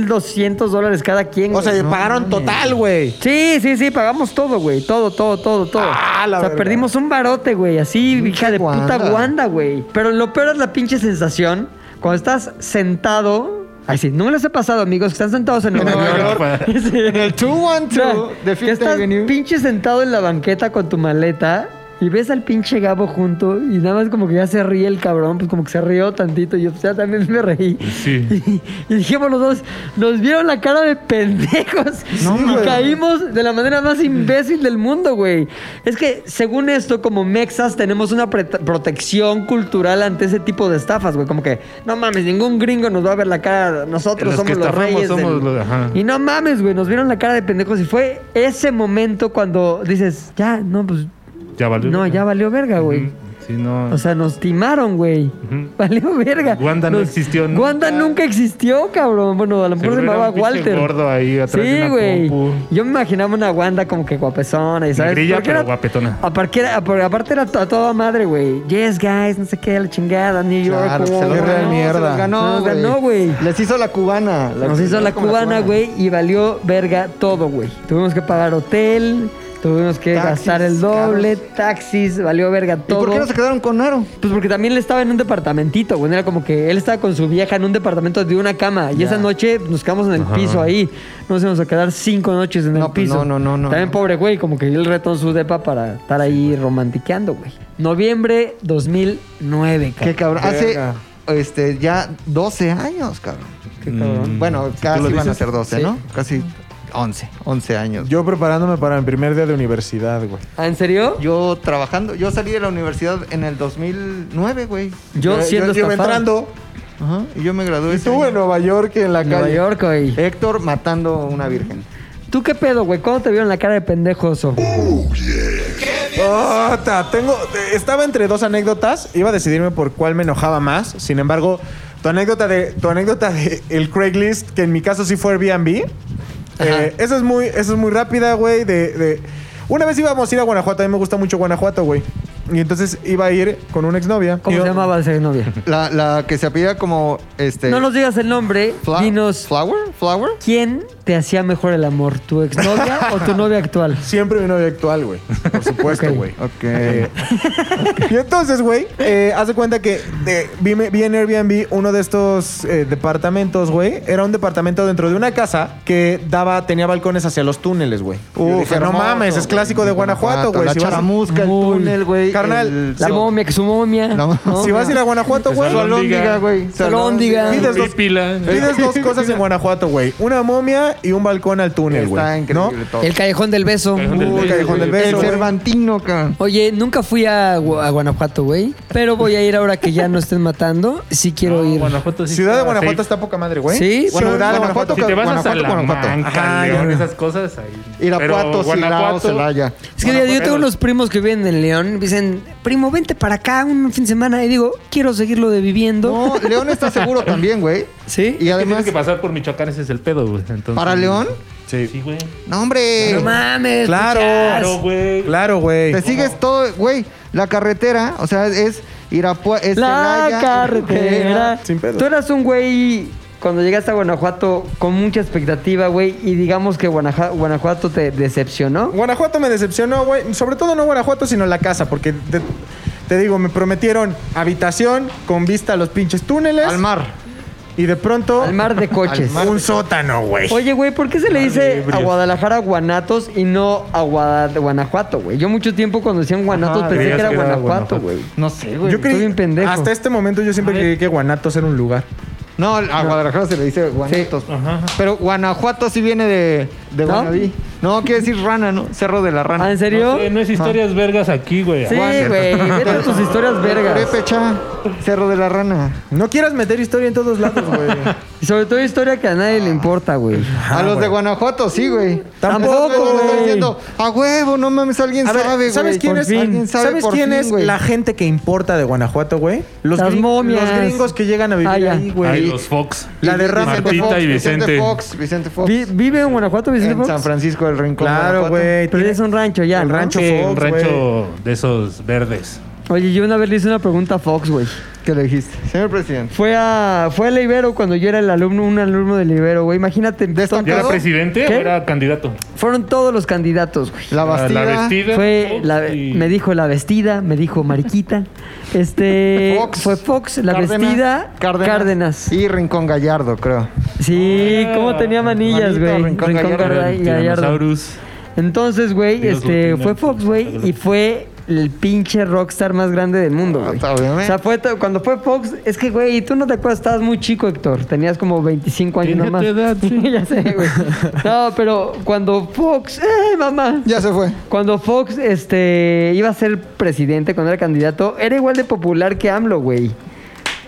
[SPEAKER 5] 1.200 dólares cada quien.
[SPEAKER 4] O
[SPEAKER 5] güey.
[SPEAKER 4] sea, le pagaron total, güey.
[SPEAKER 5] Sí, sí, sí, pagamos todo, güey. Todo, todo, todo, todo.
[SPEAKER 4] Ah, la
[SPEAKER 5] o sea,
[SPEAKER 4] verga.
[SPEAKER 5] perdimos un barote, güey. Así, hija de puta
[SPEAKER 2] Wanda.
[SPEAKER 5] Wanda, güey. Pero lo peor es la pinche sensación cuando estás sentado. Ay, sí, no me les he pasado, amigos, que están sentados en Nueva
[SPEAKER 2] Nueva
[SPEAKER 5] York. Sí.
[SPEAKER 2] En el
[SPEAKER 5] No,
[SPEAKER 2] 212 de
[SPEAKER 5] que
[SPEAKER 2] Fifth
[SPEAKER 5] estás
[SPEAKER 2] Avenue.
[SPEAKER 5] pinche sentado en la banqueta con tu maleta y ves al pinche Gabo junto y nada más como que ya se ríe el cabrón, pues como que se rió tantito y yo pues, ya también me reí.
[SPEAKER 3] Sí.
[SPEAKER 5] Y, y dijimos los dos, nos vieron la cara de pendejos
[SPEAKER 2] No,
[SPEAKER 5] y
[SPEAKER 2] güey.
[SPEAKER 5] caímos de la manera más imbécil del mundo, güey. Es que según esto, como mexas, tenemos una pre- protección cultural ante ese tipo de estafas, güey. Como que, no mames, ningún gringo nos va a ver la cara, nosotros
[SPEAKER 3] Los que
[SPEAKER 5] somos los
[SPEAKER 3] estafamos
[SPEAKER 5] reyes
[SPEAKER 3] somos
[SPEAKER 5] del-
[SPEAKER 3] los- ajá.
[SPEAKER 5] y no mames, güey, nos vieron la cara de pendejos y fue ese momento cuando dices, ya, no, pues,
[SPEAKER 3] Ya valió.
[SPEAKER 5] no, ya valió verga, güey.
[SPEAKER 3] Ujú. Sí, no.
[SPEAKER 5] O sea, nos timaron, güey.
[SPEAKER 3] Ujú.
[SPEAKER 5] Valió verga.
[SPEAKER 3] Wanda no
[SPEAKER 5] Nos-
[SPEAKER 3] existió nunca.
[SPEAKER 5] Wanda nunca existió, cabrón. Bueno, a lo mejor se
[SPEAKER 3] Seguro era
[SPEAKER 5] llamaba
[SPEAKER 3] un pinche
[SPEAKER 5] Walter.
[SPEAKER 3] gordo ahí atrás de
[SPEAKER 5] sí,
[SPEAKER 3] una
[SPEAKER 5] güey.
[SPEAKER 3] compu.
[SPEAKER 5] Yo me imaginaba una Wanda como que guapezona y sabes.
[SPEAKER 3] Negrilla,
[SPEAKER 5] Porque
[SPEAKER 3] pero guapetona.
[SPEAKER 5] Aparte era, apar- aparte era to- a toda madre, güey. Yes, guys, no sé qué, la chingada, New York.
[SPEAKER 2] Claro, pues se
[SPEAKER 5] wow,
[SPEAKER 2] los
[SPEAKER 5] wow,
[SPEAKER 4] guerra de
[SPEAKER 2] ganó,
[SPEAKER 4] mierda.
[SPEAKER 2] se los
[SPEAKER 5] Se los
[SPEAKER 2] ganó,
[SPEAKER 5] ganó, güey.
[SPEAKER 2] Les hizo la cubana.
[SPEAKER 5] Nos hizo la cubana, güey, y valió verga todo, güey. Tuvimos que pagar hotel, tuvimos que
[SPEAKER 2] Taxis,
[SPEAKER 5] gastar el doble, taxis, valió verga
[SPEAKER 2] ¿Y
[SPEAKER 5] todo.
[SPEAKER 2] por qué no se quedaron con Aro?
[SPEAKER 5] Pues porque también él estaba en un departamentito, güey. Era como que él estaba con su vieja en un departamento de una cama. Y
[SPEAKER 2] Ya.
[SPEAKER 5] esa noche nos quedamos en el
[SPEAKER 3] Ajá.
[SPEAKER 5] piso ahí. Nos íbamos a quedar cinco noches en
[SPEAKER 2] No,
[SPEAKER 5] el
[SPEAKER 2] pues,
[SPEAKER 5] piso.
[SPEAKER 2] no, no, no, no,
[SPEAKER 5] También
[SPEAKER 2] no.
[SPEAKER 5] pobre güey, como que él retó su depa para estar ahí romantiqueando, güey. Noviembre 2009,
[SPEAKER 2] Qué
[SPEAKER 5] cabrón.
[SPEAKER 2] cabrón.
[SPEAKER 4] Verga.
[SPEAKER 2] Hace este, ya 12 años, cabrón.
[SPEAKER 5] Qué cabrón.
[SPEAKER 3] Mm.
[SPEAKER 2] Bueno,
[SPEAKER 3] Si tú
[SPEAKER 2] casi
[SPEAKER 3] lo
[SPEAKER 2] van a
[SPEAKER 3] dices,
[SPEAKER 2] ser 12,
[SPEAKER 5] sí.
[SPEAKER 2] ¿no? Casi 11. 11 años. Yo,
[SPEAKER 4] Yo preparándome para mi primer día de universidad, güey.
[SPEAKER 5] ¿Ah, en serio?
[SPEAKER 2] yo trabajando, yo salí de la universidad en el 2009, güey.
[SPEAKER 5] Yo siendo
[SPEAKER 4] yo
[SPEAKER 5] estafado.
[SPEAKER 4] entrando.
[SPEAKER 2] Ajá, y yo me gradué.
[SPEAKER 4] Y
[SPEAKER 2] ese
[SPEAKER 4] tú
[SPEAKER 2] año.
[SPEAKER 4] en Nueva York, en la
[SPEAKER 5] Nueva
[SPEAKER 4] calle.
[SPEAKER 5] York, güey.
[SPEAKER 2] Héctor matando a una virgen.
[SPEAKER 5] ¿Tú qué pedo, güey? ¿Cómo te vieron la cara de pendejo oso?
[SPEAKER 4] Ota, tengo, estaba entre dos anécdotas. Iba a decidirme por cuál me enojaba más. Sin embargo, tu anécdota de, tu anécdota de el Craigslist, que en mi caso sí fue Airbnb. eh, esa es muy, esa es muy rápida, güey. De, de- Una vez íbamos a ir a Guanajuato. A mí me gusta mucho Guanajuato, güey. Y entonces iba a ir con una exnovia.
[SPEAKER 5] ¿Cómo
[SPEAKER 4] Y-
[SPEAKER 5] se llamaba esa novia?
[SPEAKER 2] La, la que se apellida como este.
[SPEAKER 5] No nos digas el nombre,
[SPEAKER 2] Fla-
[SPEAKER 5] dinos
[SPEAKER 2] Flower? Flower?
[SPEAKER 5] quién te hacía mejor el amor, tu exnovia o tu novia actual.
[SPEAKER 4] Siempre mi novia actual, güey. Por supuesto,
[SPEAKER 5] Ok.
[SPEAKER 4] güey.
[SPEAKER 2] Ok.
[SPEAKER 4] Eh, y entonces, güey, eh, haz de cuenta que eh, vi, me- vi en Airbnb uno de estos eh, departamentos, güey. Era un departamento dentro de una casa que daba, tenía balcones hacia los túneles, güey.
[SPEAKER 2] Yo
[SPEAKER 4] Uf,
[SPEAKER 2] dije,
[SPEAKER 4] no
[SPEAKER 2] hermoso,
[SPEAKER 4] mames, es
[SPEAKER 2] güey,
[SPEAKER 4] clásico de Guanajuato, güey.
[SPEAKER 2] La
[SPEAKER 4] Si vas,
[SPEAKER 2] charamusca, el
[SPEAKER 5] Muy.
[SPEAKER 2] túnel, güey.
[SPEAKER 4] Carnal,
[SPEAKER 2] el-
[SPEAKER 5] La
[SPEAKER 4] Sí,
[SPEAKER 5] momia, que su momia.
[SPEAKER 2] La
[SPEAKER 5] ¿no?
[SPEAKER 2] mo-
[SPEAKER 4] si vas a ir a Guanajuato, güey.
[SPEAKER 3] Salón-
[SPEAKER 2] Salóndiga, güey.
[SPEAKER 5] Salóndiga.
[SPEAKER 4] Pides dos-
[SPEAKER 3] Pipila.
[SPEAKER 4] Pides dos cosas en Guanajuato, güey. Una momia y un balcón al túnel, güey.
[SPEAKER 2] Está
[SPEAKER 4] ¿no?
[SPEAKER 2] increíble todo.
[SPEAKER 5] El callejón del beso.
[SPEAKER 3] Callejón del
[SPEAKER 5] Uy.
[SPEAKER 3] Beso.
[SPEAKER 4] Uy, Callejón del
[SPEAKER 2] El
[SPEAKER 4] Beso, güey.
[SPEAKER 2] Cervantino, cabrón.
[SPEAKER 5] Oye, nunca fui a, Gua- a Guanajuato, güey. Pero voy a ir ahora que ya no estén matando. Sí quiero
[SPEAKER 3] No,
[SPEAKER 5] ir.
[SPEAKER 3] Guanajuato sí
[SPEAKER 4] Ciudad de
[SPEAKER 3] está
[SPEAKER 4] Guanajuato
[SPEAKER 3] safe.
[SPEAKER 4] está poca madre, güey.
[SPEAKER 5] Sí,
[SPEAKER 4] Ciudad de Guanajuato,
[SPEAKER 2] Guanajuato,
[SPEAKER 3] Si te vas a
[SPEAKER 2] Guanajuato, Guanajuato.
[SPEAKER 3] Salamanca,
[SPEAKER 4] Ajá,
[SPEAKER 3] León,
[SPEAKER 4] ya.
[SPEAKER 3] esas cosas ahí.
[SPEAKER 2] Irapuato,
[SPEAKER 3] Pero
[SPEAKER 2] Silao, Celaya.
[SPEAKER 5] Es que mira, yo tengo unos primos que viven en León. me Dicen, primo, vente para acá un fin de semana. Y digo, quiero seguirlo de viviendo.
[SPEAKER 2] No, León está seguro también, güey.
[SPEAKER 5] ¿Sí?
[SPEAKER 2] Y
[SPEAKER 3] Además,
[SPEAKER 2] además,
[SPEAKER 3] tienes que pasar por Michoacán, ese es el pedo, güey. Entonces,
[SPEAKER 2] para León,
[SPEAKER 3] Sí, güey.
[SPEAKER 2] No, hombre.
[SPEAKER 5] No mames.
[SPEAKER 4] Claro.
[SPEAKER 3] Claro,
[SPEAKER 5] muchachos.
[SPEAKER 3] güey.
[SPEAKER 4] Claro, güey.
[SPEAKER 2] Te sigues todo, güey. La carretera, o sea, es Irapuato, es
[SPEAKER 5] La
[SPEAKER 2] Celaya,
[SPEAKER 5] carretera.
[SPEAKER 4] Sin pedos.
[SPEAKER 5] Tú eras un güey cuando llegaste a Guanajuato con mucha expectativa, güey, y digamos que Guanaja- Guanajuato te decepcionó.
[SPEAKER 4] Guanajuato me decepcionó, güey. Sobre todo no Guanajuato, sino la casa, porque te, te digo, me prometieron habitación con vista a los pinches túneles.
[SPEAKER 2] Al mar.
[SPEAKER 4] Y de pronto.
[SPEAKER 5] Al mar de coches.
[SPEAKER 4] Un sótano, güey.
[SPEAKER 5] Oye, güey, ¿por qué se le dice a Guadalajara Guanatos y no a Guada- Guanajuato, güey? Yo mucho tiempo cuando decían Guanatos
[SPEAKER 3] Ajá,
[SPEAKER 5] pensé que
[SPEAKER 3] creías
[SPEAKER 5] era
[SPEAKER 3] que era Guanajuato.
[SPEAKER 5] Guanajuato, güey.
[SPEAKER 2] No sé, güey.
[SPEAKER 4] Yo
[SPEAKER 5] estoy
[SPEAKER 4] creí.
[SPEAKER 5] bien pendejo.
[SPEAKER 4] Hasta este momento yo siempre creí que Guanatos era un lugar.
[SPEAKER 2] No, a Guadalajara se le dice Guanatos.
[SPEAKER 3] Ajá.
[SPEAKER 2] Pero Guanajuato sí viene de, de
[SPEAKER 5] ¿No?
[SPEAKER 2] Guanabí. No, quiere decir rana, ¿no? Cerro de la
[SPEAKER 5] ¿Ah,
[SPEAKER 2] rana.
[SPEAKER 5] en serio?
[SPEAKER 3] No, sé, no es historias vergas aquí, güey.
[SPEAKER 5] Sí, güey. Vete a tus historias vergas.
[SPEAKER 2] Pepecha, Cerro de la rana.
[SPEAKER 4] No quieras meter historia en todos lados, güey. Están
[SPEAKER 5] Y sobre todo historia que a nadie le importa, güey.
[SPEAKER 2] a los
[SPEAKER 4] güey.
[SPEAKER 2] de Guanajuato, sí, güey.
[SPEAKER 4] Ah, Tampoco,
[SPEAKER 2] Esos güeyes están
[SPEAKER 4] güey.
[SPEAKER 2] diciendo, a huevo, no mames, alguien
[SPEAKER 4] A ver,
[SPEAKER 2] sabe, güey.
[SPEAKER 4] ¿sabes quién
[SPEAKER 2] Por
[SPEAKER 4] es,
[SPEAKER 2] fin.
[SPEAKER 4] alguien sabe ¿sabes
[SPEAKER 2] por
[SPEAKER 4] quién
[SPEAKER 2] fin,
[SPEAKER 4] es
[SPEAKER 2] güey.
[SPEAKER 4] la gente que importa de Guanajuato, güey? Los,
[SPEAKER 5] Las
[SPEAKER 4] gring-
[SPEAKER 5] momias.
[SPEAKER 4] los gringos que llegan a vivir
[SPEAKER 5] Ah, ya.
[SPEAKER 4] ahí,
[SPEAKER 3] Ay,
[SPEAKER 4] güey.
[SPEAKER 3] los Fox.
[SPEAKER 4] La de Rafa
[SPEAKER 3] Martita
[SPEAKER 2] Fox,
[SPEAKER 3] y Vicente.
[SPEAKER 2] Fox, Vicente Fox.
[SPEAKER 5] Vi- ¿Vive en Guanajuato, Vicente
[SPEAKER 2] en
[SPEAKER 5] Fox?
[SPEAKER 2] San Francisco del Rincón.
[SPEAKER 4] Claro,
[SPEAKER 2] Guanajuato.
[SPEAKER 4] güey.
[SPEAKER 5] Pero es un rancho ya,
[SPEAKER 4] El
[SPEAKER 5] ¿no?
[SPEAKER 4] rancho.
[SPEAKER 3] Sí, un
[SPEAKER 4] Fox,
[SPEAKER 3] rancho de esos verdes.
[SPEAKER 5] Oye, yo una vez le hice una pregunta a Fox, güey.
[SPEAKER 2] ¿Qué le dijiste? Señor presidente.
[SPEAKER 5] Fue a, fue a la Ibero cuando yo era el alumno, un alumno del Ibero, güey. Imagínate,
[SPEAKER 3] ¿Ya
[SPEAKER 2] Destacado.
[SPEAKER 5] son-
[SPEAKER 3] era
[SPEAKER 2] ¿Todo?
[SPEAKER 3] presidente
[SPEAKER 5] ¿Qué?
[SPEAKER 3] o era candidato? Ah,
[SPEAKER 5] fueron todos los candidatos, güey.
[SPEAKER 2] La Bastida.
[SPEAKER 3] La vestida.
[SPEAKER 5] Fue
[SPEAKER 3] Fox
[SPEAKER 5] la,
[SPEAKER 3] y-
[SPEAKER 5] me dijo la vestida, me dijo mariquita. Este
[SPEAKER 2] Fox.
[SPEAKER 5] fue Fox, la
[SPEAKER 2] Cárdenas,
[SPEAKER 5] vestida, Cárdenas.
[SPEAKER 2] Y Rincón Gallardo, creo.
[SPEAKER 5] Sí,
[SPEAKER 3] Ah,
[SPEAKER 5] cómo tenía manillas,
[SPEAKER 2] manito,
[SPEAKER 5] güey.
[SPEAKER 2] Rincón Gallardo,
[SPEAKER 5] Garda-
[SPEAKER 3] El
[SPEAKER 5] Gallardo.
[SPEAKER 3] Tyrannosaurus.
[SPEAKER 5] Entonces, güey,
[SPEAKER 3] Dios lo
[SPEAKER 5] este
[SPEAKER 3] tenga.
[SPEAKER 5] fue Fox, güey, y fue el pinche rockstar más grande del mundo, güey.
[SPEAKER 2] Ah, obviamente.
[SPEAKER 5] O sea, fue to- cuando fue Fox, es que, güey, tú no te acuerdas, estabas muy chico, Héctor. Tenías como 25 años
[SPEAKER 3] Tenía
[SPEAKER 5] nomás.
[SPEAKER 3] tu edad, sí.
[SPEAKER 5] ya sé, güey. No, pero cuando Fox, ¡eh, mamá!
[SPEAKER 2] Ya se fue.
[SPEAKER 5] Cuando Fox este, iba a ser presidente, cuando era candidato, era igual de popular que AMLO, güey.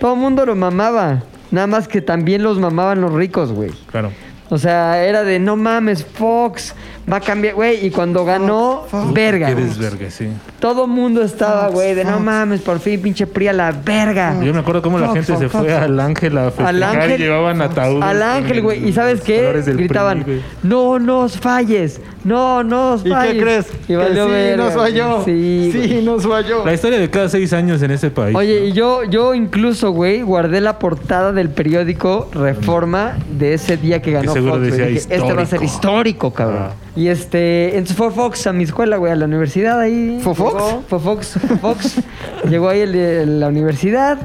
[SPEAKER 5] Todo el mundo lo mamaba. Nada más que también los mamaban los ricos, güey.
[SPEAKER 3] Claro.
[SPEAKER 5] O sea, era de no mames, Fox va a cambiar, güey. Y cuando ganó, verga.
[SPEAKER 3] Eres
[SPEAKER 5] güey.
[SPEAKER 3] verga, sí.
[SPEAKER 5] Todo mundo estaba, güey, de no mames, por fin, pinche Pri a la verga.
[SPEAKER 3] Yo me acuerdo cómo la
[SPEAKER 5] Ah. Fox,
[SPEAKER 3] gente
[SPEAKER 5] Fox,
[SPEAKER 3] se fue
[SPEAKER 5] Fox.
[SPEAKER 3] al ángel a festejar
[SPEAKER 5] Al ángel.
[SPEAKER 3] y llevaban ataúdes.
[SPEAKER 5] Al
[SPEAKER 3] con
[SPEAKER 5] ángel, güey. ¿Y
[SPEAKER 3] los
[SPEAKER 5] sabes qué?
[SPEAKER 3] colores del PRI,
[SPEAKER 5] Gritaban,
[SPEAKER 3] güey.
[SPEAKER 5] no nos falles, no nos
[SPEAKER 2] ¿Y
[SPEAKER 5] falles.
[SPEAKER 2] qué crees?
[SPEAKER 5] Y
[SPEAKER 2] Que
[SPEAKER 5] valió
[SPEAKER 2] sí,
[SPEAKER 5] verga,
[SPEAKER 2] nos
[SPEAKER 5] güey.
[SPEAKER 2] falló.
[SPEAKER 5] Sí, güey.
[SPEAKER 2] nos falló.
[SPEAKER 3] La historia de cada seis años en ese país.
[SPEAKER 5] Oye, y yo, yo incluso, güey, guardé la portada del periódico Reforma de ese día que ganó
[SPEAKER 3] seguro
[SPEAKER 5] Fox. güey.
[SPEAKER 3] decía
[SPEAKER 5] Dije, este va a ser histórico, cabrón.
[SPEAKER 3] Ah.
[SPEAKER 5] Y este, entonces fue Fox a mi escuela, güey, a la universidad ahí.
[SPEAKER 2] ¿Fue Fox?
[SPEAKER 5] Llegó, Fue Fox, fue Fox. llegó ahí el de la universidad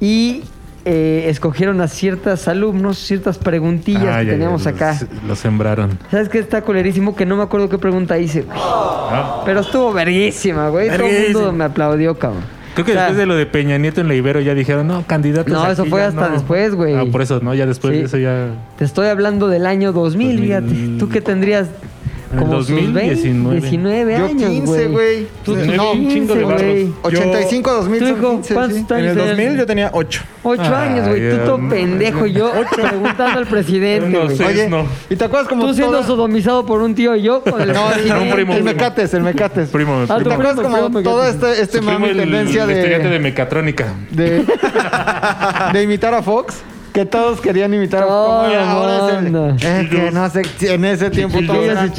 [SPEAKER 5] y eh, escogieron a ciertas alumnos, ciertas preguntillas
[SPEAKER 3] Ah,
[SPEAKER 5] que
[SPEAKER 3] ya, ya,
[SPEAKER 5] teníamos
[SPEAKER 3] los-
[SPEAKER 5] acá.
[SPEAKER 3] Los sembraron.
[SPEAKER 5] ¿Sabes qué está culerísimo? Que no me acuerdo qué pregunta hice, güey.
[SPEAKER 3] Ah,
[SPEAKER 5] Pero estuvo verguísima, güey. Todo el mundo me aplaudió, cabrón.
[SPEAKER 3] Creo que
[SPEAKER 5] O sea,
[SPEAKER 3] después de lo de Peña Nieto en la Ibero ya dijeron, no, candidatos.
[SPEAKER 5] No, eso
[SPEAKER 3] aquí
[SPEAKER 5] fue
[SPEAKER 3] ya
[SPEAKER 5] hasta
[SPEAKER 3] no".
[SPEAKER 5] después, güey.
[SPEAKER 3] Ah, por eso, ¿no? Ya después
[SPEAKER 5] Sí.
[SPEAKER 3] de eso ya.
[SPEAKER 5] Te estoy hablando del año 2000,
[SPEAKER 3] 2000.
[SPEAKER 5] fíjate. ¿Tú qué tendrías?
[SPEAKER 3] En
[SPEAKER 5] Como sus
[SPEAKER 3] 2019.
[SPEAKER 5] 19
[SPEAKER 2] Yo
[SPEAKER 5] años,
[SPEAKER 2] 15, güey.
[SPEAKER 5] Tú
[SPEAKER 2] Sí.
[SPEAKER 5] tenías
[SPEAKER 2] No,
[SPEAKER 3] un chingo de
[SPEAKER 5] 15, güey.
[SPEAKER 3] barros.
[SPEAKER 2] 85 2000
[SPEAKER 5] Tu
[SPEAKER 2] son
[SPEAKER 5] hijo,
[SPEAKER 2] 15,
[SPEAKER 5] ¿cuántos
[SPEAKER 2] sí.
[SPEAKER 5] años
[SPEAKER 4] En el
[SPEAKER 5] tenías?
[SPEAKER 4] 2000 yo tenía 8.
[SPEAKER 5] Ocho
[SPEAKER 3] Ay,
[SPEAKER 5] años, güey. Tú
[SPEAKER 3] eh,
[SPEAKER 5] todo
[SPEAKER 3] mm,
[SPEAKER 5] pendejo. y Yo preguntando al presidente,
[SPEAKER 3] No
[SPEAKER 5] güey.
[SPEAKER 3] sé.
[SPEAKER 2] Oye,
[SPEAKER 3] no.
[SPEAKER 2] ¿y te acuerdas como
[SPEAKER 5] Tú siendo
[SPEAKER 2] toda-
[SPEAKER 5] sodomizado por un tío y yo con el
[SPEAKER 2] No, el,
[SPEAKER 5] presidente.
[SPEAKER 3] un primo,
[SPEAKER 2] el
[SPEAKER 3] primo.
[SPEAKER 2] mecates, el mecates.
[SPEAKER 3] Primo, mi
[SPEAKER 2] ¿Te
[SPEAKER 5] Ah,
[SPEAKER 3] primo.
[SPEAKER 2] acuerdas
[SPEAKER 5] primo,
[SPEAKER 2] como
[SPEAKER 5] primo,
[SPEAKER 2] toda
[SPEAKER 5] Mecates.
[SPEAKER 2] este, este
[SPEAKER 3] Su primo,
[SPEAKER 2] mami
[SPEAKER 3] el,
[SPEAKER 2] tendencia
[SPEAKER 3] el estudiante de
[SPEAKER 2] de,
[SPEAKER 3] mecatrónica.
[SPEAKER 2] de, de imitar a Fox? Que todos querían imitar a Fox.
[SPEAKER 5] Todo
[SPEAKER 2] Como ahora es el-
[SPEAKER 5] mundo.
[SPEAKER 2] es que no sé, en ese tiempo todos
[SPEAKER 5] Chiquillos y
[SPEAKER 2] eran-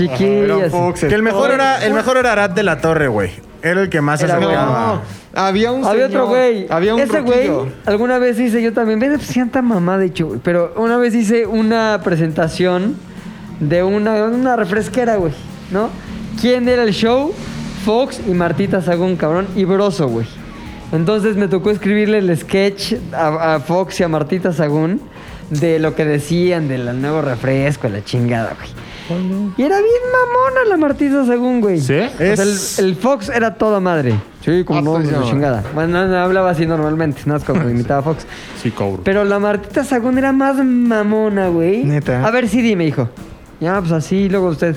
[SPEAKER 5] chiquillas.
[SPEAKER 2] Fox,
[SPEAKER 4] Que el mejor
[SPEAKER 2] todo.
[SPEAKER 4] era, el mejor era Arad de la Torre, güey. Era el que más se
[SPEAKER 5] Era
[SPEAKER 4] acercaba.
[SPEAKER 2] No, había un
[SPEAKER 5] Había
[SPEAKER 2] señor,
[SPEAKER 5] otro güey.
[SPEAKER 2] Había un
[SPEAKER 5] Ese güey,
[SPEAKER 2] ruquillo.
[SPEAKER 5] alguna vez hice yo también. Ve de tanta mamá, de hecho, güey. Pero una vez hice una presentación de una, una refresquera, güey. ¿No? ¿Quién era el show? Fox y Martita Sagún, cabrón. Y Broso, güey. Entonces me tocó escribirle el sketch a, a Fox y a Martita Sagún de lo que decían del nuevo refresco, la chingada, güey. Y era bien mamona la Martita Sagún, güey.
[SPEAKER 3] ¿Sí?
[SPEAKER 5] O sea,
[SPEAKER 4] Es-
[SPEAKER 5] el, el Fox era toda madre. Sí,
[SPEAKER 2] como no,
[SPEAKER 5] no,
[SPEAKER 2] pues, la
[SPEAKER 5] chingada. Bueno, no, no, hablaba así normalmente, no es como imitaba a Fox.
[SPEAKER 3] Sí, cobro.
[SPEAKER 5] Pero la Martita Sagún era más mamona, güey.
[SPEAKER 2] Neta.
[SPEAKER 5] A ver, sí, dime, hijo. Ya, pues así, luego usted.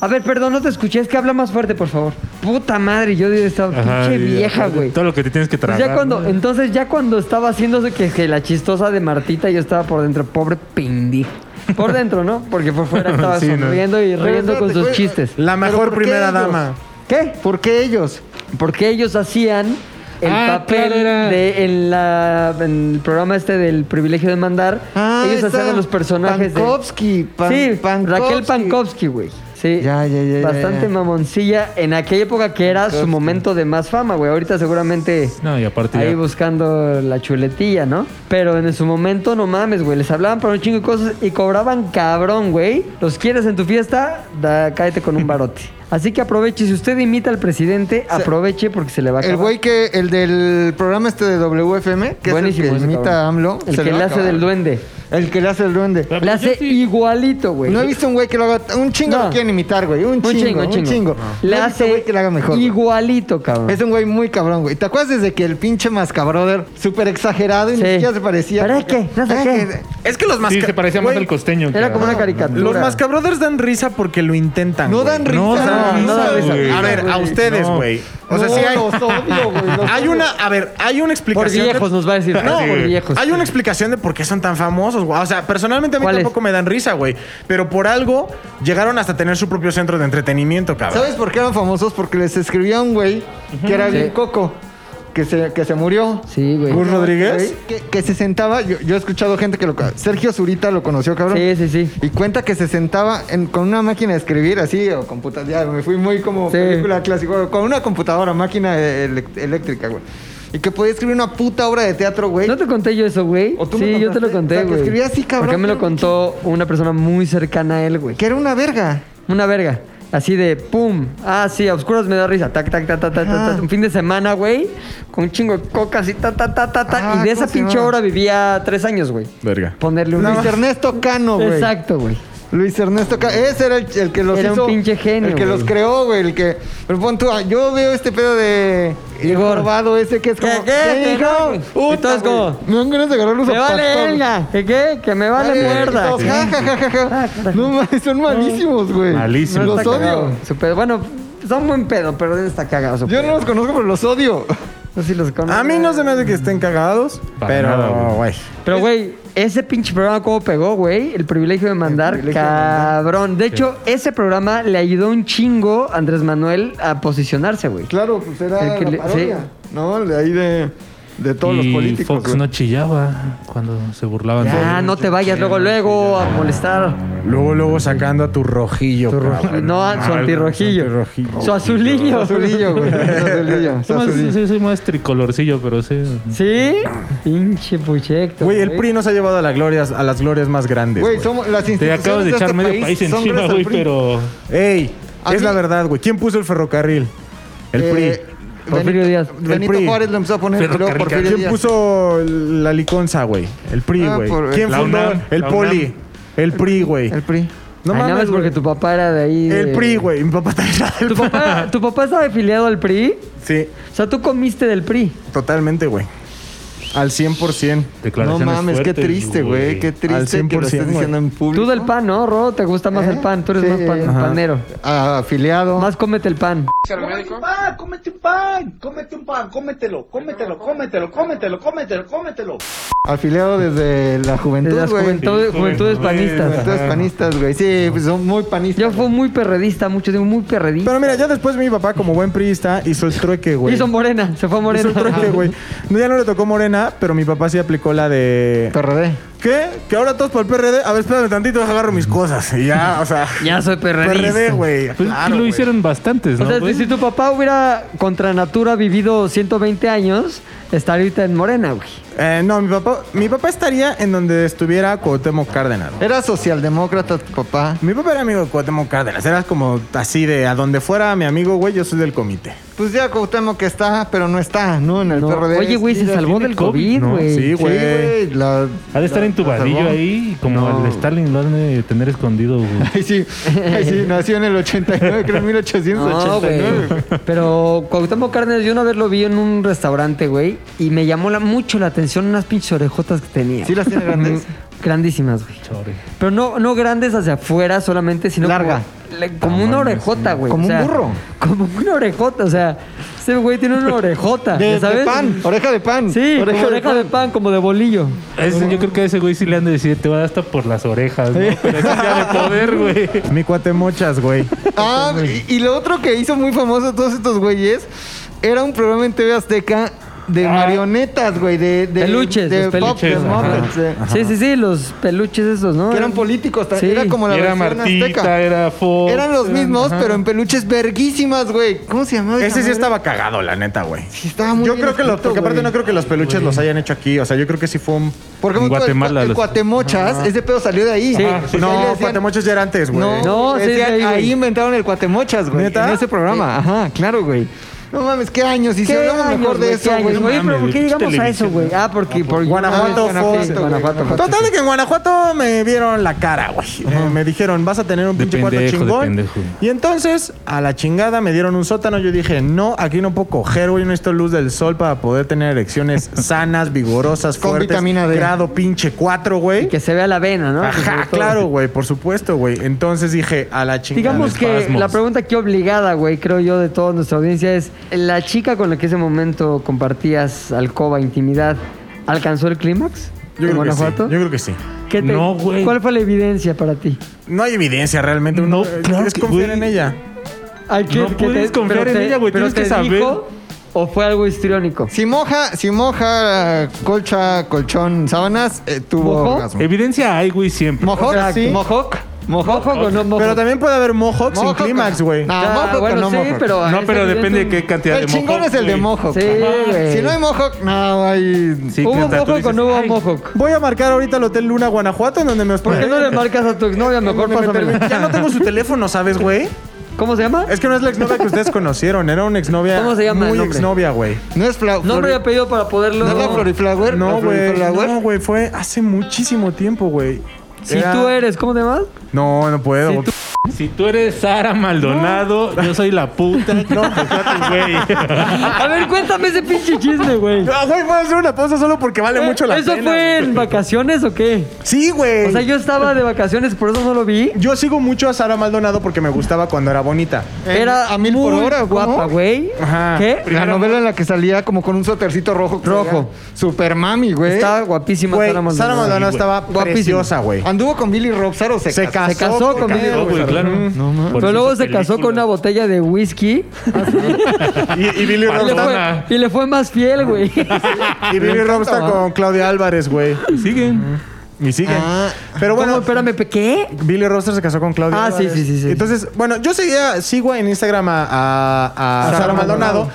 [SPEAKER 5] A ver, perdón, no te escuché, es que habla más fuerte, por favor. Puta madre, yo de esta
[SPEAKER 3] Ajá,
[SPEAKER 5] pinche
[SPEAKER 3] y
[SPEAKER 5] vieja,
[SPEAKER 3] aparte,
[SPEAKER 5] güey.
[SPEAKER 3] Todo lo que te tienes que
[SPEAKER 5] Pues
[SPEAKER 3] tragar.
[SPEAKER 5] ya cuando,
[SPEAKER 3] ¿no?
[SPEAKER 5] entonces ya cuando estaba haciéndose que, que la chistosa de Martita, yo estaba por dentro, pobre pendejo. Por dentro, ¿no? Porque por fuera estaba
[SPEAKER 3] Sí, ¿no?
[SPEAKER 5] sonriendo y
[SPEAKER 2] Pero
[SPEAKER 5] riendo con
[SPEAKER 2] espérate,
[SPEAKER 5] sus
[SPEAKER 2] güey,
[SPEAKER 5] chistes.
[SPEAKER 4] La
[SPEAKER 2] ¿Pero
[SPEAKER 4] mejor
[SPEAKER 2] por qué
[SPEAKER 4] primera
[SPEAKER 2] ellos?
[SPEAKER 4] dama.
[SPEAKER 5] ¿Qué?
[SPEAKER 2] ¿Por qué ellos?
[SPEAKER 5] Porque ellos hacían el
[SPEAKER 3] Ah,
[SPEAKER 5] papel
[SPEAKER 3] claro, era-
[SPEAKER 5] de en, la, en el programa este del privilegio de mandar.
[SPEAKER 2] Ah,
[SPEAKER 5] ellos
[SPEAKER 2] esta
[SPEAKER 5] hacían a los personajes
[SPEAKER 2] Pankowski,
[SPEAKER 5] de.
[SPEAKER 2] Pan-
[SPEAKER 5] sí,
[SPEAKER 2] Pankowski.
[SPEAKER 5] Raquel Pankowski, güey. Sí.
[SPEAKER 2] Ya, ya, ya, ya,
[SPEAKER 5] Bastante
[SPEAKER 2] ya.
[SPEAKER 5] mamoncilla en aquella época que era su
[SPEAKER 2] Pankowski.
[SPEAKER 5] momento de más fama, güey. Ahorita seguramente.
[SPEAKER 3] No, y aparte
[SPEAKER 5] Ahí
[SPEAKER 3] ya-
[SPEAKER 5] buscando la chuletilla, ¿no? Pero en su momento, no mames, güey. Les hablaban para un chingo de cosas y cobraban cabrón, güey. ¿Los quieres en tu fiesta? Da, cállate con un barote. Así que aproveche. Si usted imita al presidente, aproveche porque se le va a acabar.
[SPEAKER 2] El güey que, el del programa este de WFM, que
[SPEAKER 5] Buenísimo
[SPEAKER 2] es el
[SPEAKER 5] ese
[SPEAKER 2] que imita
[SPEAKER 5] cabrón.
[SPEAKER 2] a AMLO.
[SPEAKER 5] El
[SPEAKER 2] se
[SPEAKER 5] que
[SPEAKER 2] va
[SPEAKER 5] le
[SPEAKER 2] a
[SPEAKER 5] hace del
[SPEAKER 2] acabar.
[SPEAKER 5] duende.
[SPEAKER 2] El que le hace el duende.
[SPEAKER 3] Pero
[SPEAKER 5] Le
[SPEAKER 3] yo
[SPEAKER 5] hace
[SPEAKER 3] sí-
[SPEAKER 5] igualito, güey.
[SPEAKER 2] No he visto un güey que lo haga. Un chingo
[SPEAKER 5] No.
[SPEAKER 2] lo quieren imitar, güey. Un chingo, un chingo.
[SPEAKER 5] Le
[SPEAKER 2] No he visto
[SPEAKER 5] hace
[SPEAKER 2] un güey que lo haga mejor. güey.
[SPEAKER 5] igualito, cabrón.
[SPEAKER 2] Es un güey muy cabrón, güey. ¿Te acuerdas desde que el pinche Mascabrother, súper exagerado y
[SPEAKER 5] Sí.
[SPEAKER 2] ni siquiera se parecía?
[SPEAKER 5] ¿Pero es qué? No sé
[SPEAKER 2] Ah,
[SPEAKER 5] qué.
[SPEAKER 1] Es que los más.
[SPEAKER 3] Sí, se parecía más
[SPEAKER 4] Güey,
[SPEAKER 3] al costeño. que
[SPEAKER 5] Era
[SPEAKER 3] a-
[SPEAKER 5] como una caricatura.
[SPEAKER 4] Los mascabrothers dan risa porque lo intentan.
[SPEAKER 2] No
[SPEAKER 4] güey.
[SPEAKER 2] dan risa.
[SPEAKER 3] No,
[SPEAKER 2] güey.
[SPEAKER 5] no dan risa.
[SPEAKER 3] güey.
[SPEAKER 4] A ver, a ustedes,
[SPEAKER 3] No.
[SPEAKER 4] güey. O sea,
[SPEAKER 2] No,
[SPEAKER 4] sí hay.
[SPEAKER 2] los odio, güey, los
[SPEAKER 4] Hay
[SPEAKER 2] odio.
[SPEAKER 4] una. A ver, hay una
[SPEAKER 5] Por
[SPEAKER 4] explicación. de-
[SPEAKER 5] viejos, nos va a decir.
[SPEAKER 4] No,
[SPEAKER 5] por
[SPEAKER 4] güey.
[SPEAKER 5] viejos.
[SPEAKER 4] Hay una explicación de por qué son tan famosos, güey. O sea, personalmente a mí
[SPEAKER 5] ¿Cuál es?
[SPEAKER 4] tampoco me dan risa, güey. Pero por algo llegaron hasta tener su propio centro de entretenimiento, cabrón.
[SPEAKER 2] ¿Sabes por qué eran famosos? Porque les escribía un güey que era
[SPEAKER 5] Sí.
[SPEAKER 2] bien coco, que se, que se murió.
[SPEAKER 5] Sí, güey.
[SPEAKER 4] Gus Rodríguez.
[SPEAKER 2] Que, que se sentaba, yo, yo he escuchado gente que lo... Sergio Zurita lo conoció, cabrón.
[SPEAKER 5] Sí, sí, sí.
[SPEAKER 2] Y cuenta que se sentaba en- con una máquina de escribir así, o computadora, ya me fui muy como
[SPEAKER 5] Sí.
[SPEAKER 2] película clásica, con una computadora, máquina elec- eléctrica, güey. Y que podía escribir una puta obra de teatro, güey.
[SPEAKER 5] No te conté yo eso, güey.
[SPEAKER 2] ¿O tú me
[SPEAKER 5] Sí, yo
[SPEAKER 2] contaste?
[SPEAKER 5] te lo
[SPEAKER 2] O
[SPEAKER 5] conté,
[SPEAKER 2] sea, que
[SPEAKER 5] güey.
[SPEAKER 2] escribía así, cabrón,
[SPEAKER 5] Porque me lo
[SPEAKER 2] pero-
[SPEAKER 5] contó una persona muy cercana a él, güey.
[SPEAKER 2] Que era una verga.
[SPEAKER 5] Una verga. Así de pum. Ah, sí, a oscuras me da risa. Tac, tac, tac, tac, tac,
[SPEAKER 2] Ajá.
[SPEAKER 5] tac. Un fin de semana, güey. Con un chingo de cocas y ta, ta, ta, ta, ta.
[SPEAKER 2] Ah,
[SPEAKER 5] y de esa
[SPEAKER 2] ¿cómo se
[SPEAKER 5] pinche
[SPEAKER 2] llama?
[SPEAKER 5] hora vivía tres años, güey.
[SPEAKER 4] Verga.
[SPEAKER 5] Ponerle un
[SPEAKER 2] Luis Ernesto Cano, güey.
[SPEAKER 5] Exacto, güey.
[SPEAKER 2] Luis Ernesto Ca- Ese era el, el que los
[SPEAKER 5] Era un
[SPEAKER 2] hizo-
[SPEAKER 5] pinche genio,
[SPEAKER 2] El que los
[SPEAKER 5] güey.
[SPEAKER 2] creó, güey. El que. Pero pon tú, ah, yo veo este pedo de. El
[SPEAKER 5] Igor.
[SPEAKER 2] jorobado ese que es como.
[SPEAKER 5] ¿Qué, qué, qué, no, güey?
[SPEAKER 2] Puta,
[SPEAKER 5] Entonces,
[SPEAKER 2] güey.
[SPEAKER 5] ¿cómo?
[SPEAKER 2] Me dan ganas de agarrar los
[SPEAKER 5] Me vale verga. ¿Qué, qué? Que me vale muerda.
[SPEAKER 2] Todos, ja, ja, ja,
[SPEAKER 5] Ah,
[SPEAKER 2] ja, ja. No mames, son malísimos, güey.
[SPEAKER 3] Malísimos.
[SPEAKER 2] Los
[SPEAKER 5] Está
[SPEAKER 2] odio.
[SPEAKER 5] cagado. Súper- bueno, son buen pedo, pero deben estar cagados.
[SPEAKER 2] Yo no los conozco, pero los odio.
[SPEAKER 5] No sé si los conozco.
[SPEAKER 4] A mí no se me hace que estén cagados,
[SPEAKER 3] Para
[SPEAKER 4] pero
[SPEAKER 3] nada, güey.
[SPEAKER 4] güey.
[SPEAKER 5] Pero, güey, ese pinche programa, ¿cómo pegó, güey? El privilegio de mandar,
[SPEAKER 2] privilegio de mandar.
[SPEAKER 5] cabrón. De hecho, ese programa le ayudó un chingo a Andrés Manuel a posicionarse, güey.
[SPEAKER 2] Claro, pues era
[SPEAKER 5] El que
[SPEAKER 2] la
[SPEAKER 5] le-
[SPEAKER 2] parodia. No, de ahí de. De todos los
[SPEAKER 3] y
[SPEAKER 2] políticos.
[SPEAKER 3] Fox
[SPEAKER 2] güey.
[SPEAKER 3] no chillaba cuando se burlaban de
[SPEAKER 5] Ya,
[SPEAKER 3] él.
[SPEAKER 5] no te vayas luego, luego a molestar.
[SPEAKER 4] Luego, luego sacando a tu rojillo.
[SPEAKER 5] Tu roji-
[SPEAKER 4] cabrón.
[SPEAKER 5] no, a su antirrojillo.
[SPEAKER 4] Su antirrojillo.
[SPEAKER 5] Su azulillo.
[SPEAKER 2] Azulillo, güey. Azulillo,
[SPEAKER 3] Soy más-
[SPEAKER 2] azulillo.
[SPEAKER 3] sí, soy más tricolorcillo, pero sí.
[SPEAKER 5] ¿Sí? Pinche puchecto.
[SPEAKER 4] Güey, el PRI nos ha llevado a, las glorias, a las glorias más grandes.
[SPEAKER 2] Güey,
[SPEAKER 4] Güey,
[SPEAKER 2] somos las
[SPEAKER 3] Te
[SPEAKER 2] instituciones
[SPEAKER 3] acabas de echar
[SPEAKER 2] este
[SPEAKER 3] medio país,
[SPEAKER 2] son
[SPEAKER 3] encima,
[SPEAKER 2] gracias al
[SPEAKER 3] güey,
[SPEAKER 2] PRI.
[SPEAKER 3] pero.
[SPEAKER 4] Ey,
[SPEAKER 2] A
[SPEAKER 4] es
[SPEAKER 2] mí-
[SPEAKER 4] la verdad, güey. ¿Quién puso el ferrocarril? El
[SPEAKER 2] Eh,
[SPEAKER 5] Porfirio Díaz.
[SPEAKER 2] Benito
[SPEAKER 4] El PRI.
[SPEAKER 2] Juárez lo empezó a poner,
[SPEAKER 3] Pero
[SPEAKER 2] y luego
[SPEAKER 3] Carrica-
[SPEAKER 4] PRI.
[SPEAKER 2] Porfirio
[SPEAKER 4] ¿Quién
[SPEAKER 2] Díaz.
[SPEAKER 4] puso la liconza, güey? El PRI,
[SPEAKER 2] Ah,
[SPEAKER 4] güey.
[SPEAKER 2] por-
[SPEAKER 4] ¿Quién
[SPEAKER 3] La
[SPEAKER 4] fundó?
[SPEAKER 3] UNAM,
[SPEAKER 4] el
[SPEAKER 3] la
[SPEAKER 4] Poli.
[SPEAKER 3] UNAM.
[SPEAKER 4] El PRI, güey.
[SPEAKER 2] El PRI.
[SPEAKER 5] No mames, porque
[SPEAKER 4] güey.
[SPEAKER 5] tu papá era de ahí. de-
[SPEAKER 4] El PRI, güey. Mi papá también era del
[SPEAKER 5] ¿Tu
[SPEAKER 4] PRI.
[SPEAKER 5] papá, ¿Tu papá estaba afiliado al PRI?
[SPEAKER 4] Sí,
[SPEAKER 5] O sea, tú comiste del Pri.
[SPEAKER 4] totalmente, güey. Al 100%.
[SPEAKER 2] No
[SPEAKER 3] Declaraciones
[SPEAKER 2] mames, qué
[SPEAKER 3] fuertes,
[SPEAKER 2] triste, güey. Qué
[SPEAKER 4] Al
[SPEAKER 2] triste que lo
[SPEAKER 4] 100%,
[SPEAKER 2] estés diciendo
[SPEAKER 4] güey.
[SPEAKER 2] en público.
[SPEAKER 5] Tú del pan, ¿no, Ro? ¿Te gusta más
[SPEAKER 2] ¿Eh?
[SPEAKER 5] el pan? Tú eres
[SPEAKER 2] Sí,
[SPEAKER 5] más pan-
[SPEAKER 2] ajá.
[SPEAKER 5] panero.
[SPEAKER 2] Ah, afiliado.
[SPEAKER 5] Más cómete el pan.
[SPEAKER 6] Cómete un pan, cómete un pan, cómete un pan, cómetelo, cómetelo, cómetelo, cómetelo, cómetelo, cómetelo.
[SPEAKER 2] Afiliado desde la
[SPEAKER 5] De
[SPEAKER 2] juventud,
[SPEAKER 5] las
[SPEAKER 2] güey.
[SPEAKER 5] juventud-
[SPEAKER 3] Sí,
[SPEAKER 5] juventudes
[SPEAKER 3] juventud.
[SPEAKER 5] panistas.
[SPEAKER 2] Entonces, panistas, güey. Sí, pues son muy panistas.
[SPEAKER 5] Yo fui muy perredista, mucho tiempo, muy perredista.
[SPEAKER 4] Pero mira, ya después mi papá, como buen priista, hizo el trueque, güey.
[SPEAKER 5] Hizo morena, se fue
[SPEAKER 4] Hizo
[SPEAKER 5] a morena.
[SPEAKER 4] el trueque, güey. No, ya no le tocó Morena, pero mi papá sí aplicó la de...
[SPEAKER 2] PRD.
[SPEAKER 4] ¿Qué? ¿Que ahora todos para el PRD? A ver, espérame tantito, agarro mis cosas. Y ya, o sea...
[SPEAKER 5] Ya soy perredista.
[SPEAKER 4] PRD, güey.
[SPEAKER 3] Pues
[SPEAKER 4] claro,
[SPEAKER 3] sí lo
[SPEAKER 4] güey.
[SPEAKER 3] hicieron bastantes,
[SPEAKER 5] O
[SPEAKER 3] Pues ¿no?
[SPEAKER 5] sea,
[SPEAKER 3] güey?
[SPEAKER 5] si tu papá hubiera contra natura vivido 120 años, estaría ahorita en morena, güey.
[SPEAKER 4] Eh, no, mi papá, mi papá estaría en donde estuviera Cuauhtémoc Cárdenas.
[SPEAKER 2] Era socialdemócrata tu papá.
[SPEAKER 4] Mi papá era amigo de Cuauhtémoc Cárdenas. Era como así de a donde fuera mi amigo, güey, yo soy del comité.
[SPEAKER 2] Pues ya Cuauhtémoc que está, pero no está, ¿no? En el
[SPEAKER 5] No.
[SPEAKER 2] PRD.
[SPEAKER 5] Oye, güey,
[SPEAKER 2] Sí,
[SPEAKER 5] se salvó
[SPEAKER 3] tiene
[SPEAKER 5] del
[SPEAKER 3] COVID,
[SPEAKER 5] COVID,
[SPEAKER 3] ¿no?
[SPEAKER 5] güey.
[SPEAKER 4] Sí,
[SPEAKER 2] Sí,
[SPEAKER 4] güey.
[SPEAKER 2] güey. la-
[SPEAKER 3] Ha de estar en tu
[SPEAKER 2] salvó.
[SPEAKER 3] vadillo ahí, como
[SPEAKER 2] No.
[SPEAKER 3] el Stalin lo han de tener escondido. güey.
[SPEAKER 2] Ay, sí. Ay, sí, nació en el 89, creo en
[SPEAKER 5] No,
[SPEAKER 2] 1889.
[SPEAKER 5] güey.
[SPEAKER 2] güey.
[SPEAKER 5] Pero Cuauhtémoc Cárdenas, yo una vez lo vi en un restaurante, güey, y me llamó la- mucho la atención unas pinches orejotas que tenía. Mm,
[SPEAKER 2] ¿Sí las tiene grandes?
[SPEAKER 5] Grandísimas, güey.
[SPEAKER 3] Chore.
[SPEAKER 5] Pero no, no grandes hacia afuera solamente, sino
[SPEAKER 2] Larga.
[SPEAKER 5] como, le- como una orejota, güey.
[SPEAKER 2] Como
[SPEAKER 5] o
[SPEAKER 2] un
[SPEAKER 5] sea,
[SPEAKER 2] burro.
[SPEAKER 5] Como una orejota, o sea, ese güey tiene una orejota,
[SPEAKER 2] De,
[SPEAKER 5] ¿ya
[SPEAKER 2] de
[SPEAKER 5] ¿sabes?
[SPEAKER 2] pan, oreja de pan.
[SPEAKER 5] Sí, como
[SPEAKER 2] oreja
[SPEAKER 5] oreja, de, pan. como de bolillo.
[SPEAKER 3] Ese- yo creo que a ese güey sí le han de decir, te va a dar hasta por las orejas, ¿no? Pero eso ya de poder, güey.
[SPEAKER 4] Mi cuatemochas, güey.
[SPEAKER 2] Ah, y, y lo otro que hizo muy famoso todos estos güeyes era un programa en TV Azteca de marionetas, güey, de, de
[SPEAKER 5] Peluches,
[SPEAKER 2] de
[SPEAKER 5] los
[SPEAKER 2] Pop, de
[SPEAKER 3] peluches, ajá.
[SPEAKER 2] Muppets, de-
[SPEAKER 5] Sí, sí, sí, los peluches esos, ¿no?
[SPEAKER 2] que eran políticos, ta-
[SPEAKER 5] Sí.
[SPEAKER 2] era como la
[SPEAKER 3] Era
[SPEAKER 2] versión
[SPEAKER 3] Martita,
[SPEAKER 2] azteca.
[SPEAKER 3] era Fox.
[SPEAKER 2] Eran los mismos,
[SPEAKER 3] ajá.
[SPEAKER 2] pero en peluches verguísimas, güey. ¿Cómo se llamaba? esa
[SPEAKER 4] Ese sí
[SPEAKER 2] madre?
[SPEAKER 4] estaba cagado, la neta, güey.
[SPEAKER 2] Sí, estaba muy
[SPEAKER 4] Yo
[SPEAKER 2] bien
[SPEAKER 4] creo que los,
[SPEAKER 2] escrito,
[SPEAKER 4] porque aparte
[SPEAKER 2] güey.
[SPEAKER 4] no creo que los peluches los hayan hecho aquí. O sea, yo creo que sí fue un.
[SPEAKER 2] Por
[SPEAKER 3] En
[SPEAKER 2] ejemplo, el
[SPEAKER 3] Guatemala
[SPEAKER 2] cua- el,
[SPEAKER 3] los-
[SPEAKER 2] Cuatemochas, ese pedo salió de ahí.
[SPEAKER 5] Sí.
[SPEAKER 2] Ajá, porque ahí le
[SPEAKER 4] No,
[SPEAKER 2] decían-
[SPEAKER 4] Cuatemochos ya era antes, güey.
[SPEAKER 2] No,
[SPEAKER 5] No, sí,
[SPEAKER 2] decían,
[SPEAKER 5] de ahí,
[SPEAKER 2] ahí,
[SPEAKER 5] güey.
[SPEAKER 2] inventaron el Cuatemochas, güey.
[SPEAKER 4] ¿Neta?
[SPEAKER 2] En ese programa, ajá, claro, güey. No mames, qué años. Y si hablamos
[SPEAKER 5] años,
[SPEAKER 2] mejor de
[SPEAKER 5] güey?
[SPEAKER 2] eso,
[SPEAKER 5] ¿Qué años?
[SPEAKER 2] güey.
[SPEAKER 5] Oye, pero
[SPEAKER 3] mames,
[SPEAKER 5] ¿por qué
[SPEAKER 3] pinche
[SPEAKER 5] llegamos a eso,
[SPEAKER 3] televisión.
[SPEAKER 5] güey? Ah, porque por
[SPEAKER 4] Guanajuato,
[SPEAKER 5] Guanajuato,
[SPEAKER 4] Fox,
[SPEAKER 5] Guanajuato, Fox.
[SPEAKER 4] Total de que en Guanajuato me vieron la cara, güey. Eh, me dijeron, vas a tener un
[SPEAKER 3] De
[SPEAKER 4] pinche cuarto
[SPEAKER 3] pendejo, de
[SPEAKER 4] chingón.
[SPEAKER 3] pendejo.
[SPEAKER 4] Y entonces, a la chingada, me dieron un sótano. Yo dije, no, aquí no puedo coger, güey. Necesito luz del sol para poder tener erecciones sanas, vigorosas,
[SPEAKER 2] Con
[SPEAKER 4] fuertes.
[SPEAKER 2] vitamina D.
[SPEAKER 4] Grado pinche 4, güey.
[SPEAKER 5] Que se vea la vena, ¿no? Que se vea
[SPEAKER 4] Ajá,
[SPEAKER 5] todo.
[SPEAKER 4] claro, güey. Por supuesto, güey. Entonces dije, a la chingada.
[SPEAKER 5] Digamos que
[SPEAKER 3] espasmos.
[SPEAKER 5] la pregunta aquí obligada, güey, creo yo, de toda nuestra audiencia es: ¿la chica con la que ese momento compartías alcoba, intimidad, alcanzó el clímax?
[SPEAKER 4] Yo
[SPEAKER 5] en
[SPEAKER 4] creo, que sí.
[SPEAKER 5] Guanajuato?
[SPEAKER 4] yo creo que sí.
[SPEAKER 5] ¿Qué te-
[SPEAKER 3] No, güey.
[SPEAKER 5] ¿Cuál fue la evidencia para ti?
[SPEAKER 4] No hay evidencia realmente.
[SPEAKER 3] No,
[SPEAKER 4] Uno,
[SPEAKER 3] claro
[SPEAKER 4] es
[SPEAKER 3] que,
[SPEAKER 4] confiar
[SPEAKER 3] güey.
[SPEAKER 4] en ella.
[SPEAKER 5] Ay, que-
[SPEAKER 3] No
[SPEAKER 5] que
[SPEAKER 3] puedes confiar
[SPEAKER 5] pero
[SPEAKER 3] en ella, güey,
[SPEAKER 5] pero
[SPEAKER 3] tienes que
[SPEAKER 5] te
[SPEAKER 3] saber.
[SPEAKER 5] dijo ¿O fue algo histriónico?
[SPEAKER 2] Si moja, si moja colcha, colchón, sábanas, eh, tuvo
[SPEAKER 5] ¿Mojó?
[SPEAKER 2] orgasmo.
[SPEAKER 3] Evidencia hay, güey, siempre.
[SPEAKER 2] Mojoc,
[SPEAKER 5] Exacto.
[SPEAKER 2] sí.
[SPEAKER 5] ¿Mojoc? ¿Mojoc o no mojoc?
[SPEAKER 4] Pero también puede haber mohawks sin
[SPEAKER 2] Mojoc,
[SPEAKER 4] clímax, güey.
[SPEAKER 2] no,
[SPEAKER 5] Ah,
[SPEAKER 2] mojoc o
[SPEAKER 5] bueno,
[SPEAKER 2] no
[SPEAKER 5] sí,
[SPEAKER 2] mojoc.
[SPEAKER 5] pero...
[SPEAKER 3] No,
[SPEAKER 5] es
[SPEAKER 3] pero depende de
[SPEAKER 5] evidente-
[SPEAKER 3] qué cantidad
[SPEAKER 2] El
[SPEAKER 3] de
[SPEAKER 2] chingón
[SPEAKER 3] mojoc,
[SPEAKER 2] es el de
[SPEAKER 3] güey.
[SPEAKER 2] mojo.
[SPEAKER 5] Sí, güey.
[SPEAKER 2] Si no hay mojo, no hay.
[SPEAKER 3] Sí, que
[SPEAKER 5] ¿Hubo
[SPEAKER 3] hasta tú
[SPEAKER 5] mojoc o
[SPEAKER 3] dices,
[SPEAKER 5] no hubo
[SPEAKER 3] "Ay,
[SPEAKER 5] mojoc?
[SPEAKER 4] Voy a marcar ahorita el Hotel Luna Guanajuato en donde me
[SPEAKER 5] ¿Por qué
[SPEAKER 4] hospedé.
[SPEAKER 5] no le marcas a tu exnovia? Mejor
[SPEAKER 4] Me metí-
[SPEAKER 5] pásamela.
[SPEAKER 4] Ya no tengo su teléfono, ¿sabes, güey?
[SPEAKER 5] ¿Cómo se llama?
[SPEAKER 4] Es que no es la exnovia que ustedes conocieron, era una exnovia.
[SPEAKER 5] ¿Cómo se llama el
[SPEAKER 4] Muy
[SPEAKER 5] nombre?
[SPEAKER 4] exnovia, güey.
[SPEAKER 2] No es flau.
[SPEAKER 5] Nombre y
[SPEAKER 2] flori-
[SPEAKER 5] apellido para poderlo...
[SPEAKER 2] ¿No es la Floriflower?
[SPEAKER 4] No,
[SPEAKER 2] ¿La
[SPEAKER 4] güey.
[SPEAKER 2] Floriflower?
[SPEAKER 4] No, güey, fue hace muchísimo tiempo, güey.
[SPEAKER 5] Si
[SPEAKER 4] Era-
[SPEAKER 5] tú eres, ¿cómo te llamas?
[SPEAKER 4] No, no puedo.
[SPEAKER 5] Si
[SPEAKER 4] güey.
[SPEAKER 5] tú-
[SPEAKER 3] Si tú eres Sara Maldonado, yo soy la puta. No, güey.
[SPEAKER 5] A ver, cuéntame ese pinche chisme, güey.
[SPEAKER 4] Ah, güey, voy a hacer una pausa solo porque vale mucho la
[SPEAKER 5] Eh, ¿Eso
[SPEAKER 4] pena.
[SPEAKER 5] fue en vacaciones o qué?
[SPEAKER 4] Sí, güey.
[SPEAKER 5] O sea, yo estaba de vacaciones, por eso no lo vi.
[SPEAKER 4] Yo sigo mucho a Sara Maldonado porque me gustaba cuando era bonita.
[SPEAKER 2] Eh,
[SPEAKER 5] Era
[SPEAKER 2] a mil por
[SPEAKER 5] muy
[SPEAKER 2] hora, ¿cómo?
[SPEAKER 5] guapa, güey.
[SPEAKER 4] Ajá.
[SPEAKER 5] ¿Qué?
[SPEAKER 2] La novela en la que salía como con un sotercito rojo. que
[SPEAKER 5] Rojo.
[SPEAKER 2] salía Super mami, güey.
[SPEAKER 5] Estaba guapísima
[SPEAKER 4] Güey,
[SPEAKER 5] Sara Maldonado.
[SPEAKER 4] Sara Maldonado
[SPEAKER 3] Sí,
[SPEAKER 4] estaba
[SPEAKER 5] Guapísima.
[SPEAKER 4] preciosa, güey.
[SPEAKER 2] Anduvo con Billy Robsar o se,
[SPEAKER 4] Se
[SPEAKER 2] casó.
[SPEAKER 4] casó,
[SPEAKER 5] Se casó
[SPEAKER 4] porque-
[SPEAKER 5] con Billy
[SPEAKER 3] No, güey, claro. Por
[SPEAKER 5] Pero
[SPEAKER 3] eso
[SPEAKER 5] luego
[SPEAKER 3] esa
[SPEAKER 5] se casó
[SPEAKER 3] película.
[SPEAKER 5] con una botella de whisky
[SPEAKER 4] Y, y Billy
[SPEAKER 5] y le,
[SPEAKER 4] Robstar,
[SPEAKER 5] fue,
[SPEAKER 3] Perdona.
[SPEAKER 5] y le fue más fiel, güey.
[SPEAKER 4] y Billy Robstar con Claudia Álvarez, güey.
[SPEAKER 3] Siguen.
[SPEAKER 4] Y sigue.
[SPEAKER 2] Ah.
[SPEAKER 4] Pero
[SPEAKER 5] Bueno,
[SPEAKER 4] bueno,
[SPEAKER 5] espérame, ¿pe- ¿qué?
[SPEAKER 4] Billy Robster se casó con Claudia.
[SPEAKER 5] Ah,
[SPEAKER 4] Álvarez.
[SPEAKER 5] sí, sí, sí, sí.
[SPEAKER 4] Entonces, bueno, yo seguía, sigo en Instagram a, a- a
[SPEAKER 2] Sara
[SPEAKER 4] Sara, Maldonado,
[SPEAKER 2] Maldonado.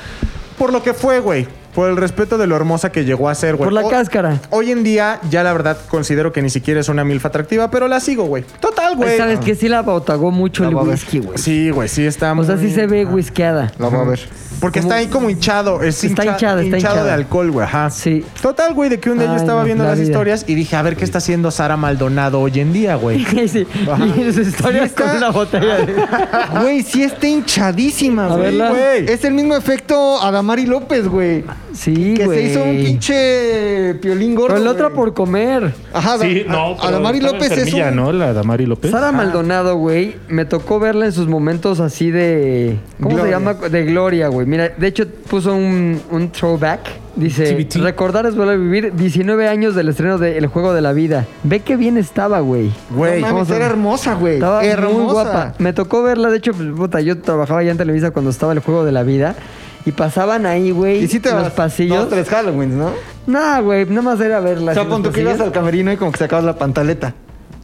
[SPEAKER 4] por lo que fue, güey. Por el respeto de lo hermosa que llegó a ser, güey.
[SPEAKER 5] Por la
[SPEAKER 4] O-
[SPEAKER 5] cáscara.
[SPEAKER 4] Hoy en día, ya la verdad, considero que ni siquiera es una milfa atractiva, pero la sigo, güey. Total, güey.
[SPEAKER 5] ¿Sabes qué? Sí la botagó mucho el
[SPEAKER 2] va a ver.
[SPEAKER 5] whisky, güey.
[SPEAKER 4] Sí, güey, sí está
[SPEAKER 5] O sea, sí
[SPEAKER 4] muy-
[SPEAKER 5] se ve whiskeada.
[SPEAKER 2] La voy a ver.
[SPEAKER 4] Porque está ahí como hinchado. Es
[SPEAKER 5] Está
[SPEAKER 4] hincha-
[SPEAKER 5] hinchada, está
[SPEAKER 4] hinchado de
[SPEAKER 5] hinchada.
[SPEAKER 4] alcohol, güey. Ajá.
[SPEAKER 5] Sí.
[SPEAKER 4] Total, güey, de que un día yo
[SPEAKER 5] Ay,
[SPEAKER 4] estaba
[SPEAKER 5] no,
[SPEAKER 4] viendo
[SPEAKER 5] la
[SPEAKER 4] las
[SPEAKER 5] vida.
[SPEAKER 4] historias y dije, a ver qué está haciendo Sara Maldonado hoy en día, güey.
[SPEAKER 5] Sí, Y su historia
[SPEAKER 2] está-
[SPEAKER 5] con una botella de...
[SPEAKER 2] Güey, sí está hinchadísima,
[SPEAKER 5] A
[SPEAKER 2] güey.
[SPEAKER 5] verla.
[SPEAKER 4] güey.
[SPEAKER 2] Es el mismo efecto Adamari López, güey.
[SPEAKER 5] Sí,
[SPEAKER 2] que
[SPEAKER 5] güey.
[SPEAKER 2] se hizo un pinche piolín gordo.
[SPEAKER 5] Pero la otra
[SPEAKER 2] güey.
[SPEAKER 5] por comer.
[SPEAKER 2] Ajá,
[SPEAKER 3] Sí,
[SPEAKER 2] Adam-
[SPEAKER 3] no, pero
[SPEAKER 2] Adamari
[SPEAKER 3] estaba
[SPEAKER 2] López es
[SPEAKER 3] enfermilla,
[SPEAKER 2] un...
[SPEAKER 3] ¿no? La Damari López.
[SPEAKER 5] Sara Maldonado, güey, me tocó verla en sus momentos así de. ¿Cómo se
[SPEAKER 2] Gloria.
[SPEAKER 5] llama? De gloria, güey. Mira, de hecho puso un, un throwback. Dice:
[SPEAKER 3] TBT.
[SPEAKER 5] Recordar es volver a vivir 19 años del estreno de El juego de la vida. Ve qué bien estaba, güey.
[SPEAKER 2] Güey,
[SPEAKER 4] Güey.
[SPEAKER 5] ¿cómo se
[SPEAKER 2] era
[SPEAKER 5] llama?
[SPEAKER 2] hermosa, güey.
[SPEAKER 5] Estaba
[SPEAKER 2] hermosa.
[SPEAKER 5] muy guapa. Me tocó verla, de hecho, pues, puta, yo trabajaba ya en Televisa cuando estaba el juego de la vida. Y pasaban ahí, güey,
[SPEAKER 2] Y sí te
[SPEAKER 5] en los
[SPEAKER 2] vas
[SPEAKER 5] pasillos.
[SPEAKER 2] Dos, tres Halloweens, ¿no?
[SPEAKER 5] Nah, güey, nada más era verla.
[SPEAKER 2] O sea,
[SPEAKER 5] así en los
[SPEAKER 2] pon tú que
[SPEAKER 5] pasillos.
[SPEAKER 2] ibas al camerino y como que sacabas la pantaleta.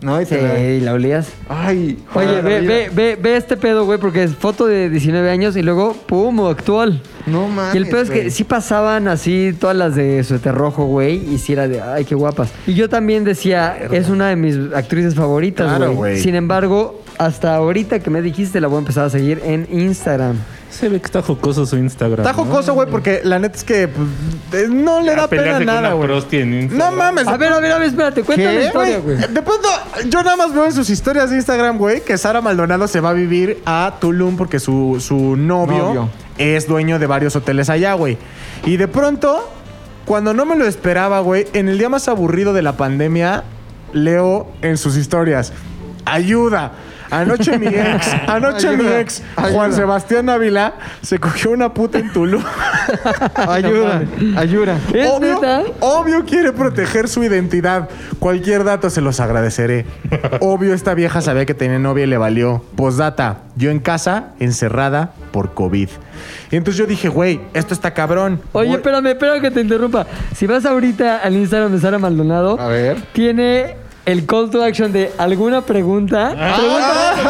[SPEAKER 2] ¿No? Y te la-
[SPEAKER 5] Sí, la olías.
[SPEAKER 2] Ay,
[SPEAKER 5] Oye,
[SPEAKER 2] joder, la
[SPEAKER 5] ve,
[SPEAKER 2] vida.
[SPEAKER 5] ve, ve, ve este pedo, güey, porque es foto de 19 años y luego, pum, actual.
[SPEAKER 2] No mames.
[SPEAKER 5] Y el pedo es que
[SPEAKER 2] Ah, güey.
[SPEAKER 5] sí pasaban así todas las de suéter rojo, güey, y sí era de, ay, qué guapas. Y yo también decía, es una de mis actrices favoritas,
[SPEAKER 4] Claro,
[SPEAKER 5] güey.
[SPEAKER 4] güey.
[SPEAKER 5] Sin embargo, hasta ahorita que me dijiste, la voy a empezar a seguir en Instagram.
[SPEAKER 3] Se ve que está jocoso su Instagram.
[SPEAKER 4] Está
[SPEAKER 3] ¿no?
[SPEAKER 4] jocoso, güey, porque la neta es que pues, eh, no le
[SPEAKER 3] A
[SPEAKER 4] da pena
[SPEAKER 3] pelearse con
[SPEAKER 4] nada,
[SPEAKER 3] una
[SPEAKER 4] güey.
[SPEAKER 3] prosti en
[SPEAKER 4] No
[SPEAKER 3] Instagram.
[SPEAKER 4] mames.
[SPEAKER 5] A ver, a ver, a ver, espérate, cuéntame la
[SPEAKER 4] ¿Qué,
[SPEAKER 5] historia, güey.
[SPEAKER 4] De pronto, yo nada más veo en sus historias de Instagram, güey, que Sara Maldonado se va a vivir a Tulum porque su, su novio,
[SPEAKER 2] Novio.
[SPEAKER 4] es dueño de varios hoteles allá, güey. Y de pronto, cuando no me lo esperaba, güey, en el día más aburrido de la pandemia, leo en sus historias, ayuda. Anoche mi ex, anoche
[SPEAKER 2] Ayuda,
[SPEAKER 4] mi ex,
[SPEAKER 2] ayuda.
[SPEAKER 4] Juan Sebastián Ávila, se cogió una puta en Tulum.
[SPEAKER 2] Ayuda, ayuda.
[SPEAKER 5] ¿Es
[SPEAKER 4] Obvio,
[SPEAKER 5] neta?
[SPEAKER 4] obvio quiere proteger su identidad. Cualquier dato se los agradeceré. Obvio esta vieja sabía que tenía novia y le valió. Postdata, yo en casa, encerrada por COVID. Y entonces yo dije, güey, esto está cabrón.
[SPEAKER 5] Oye,
[SPEAKER 4] Voy-
[SPEAKER 5] espérame, espérame que te interrumpa. Si vas ahorita al Instagram de Sara Maldonado,
[SPEAKER 2] A ver.
[SPEAKER 5] tiene el call to action de alguna pregunta. Pregúntale,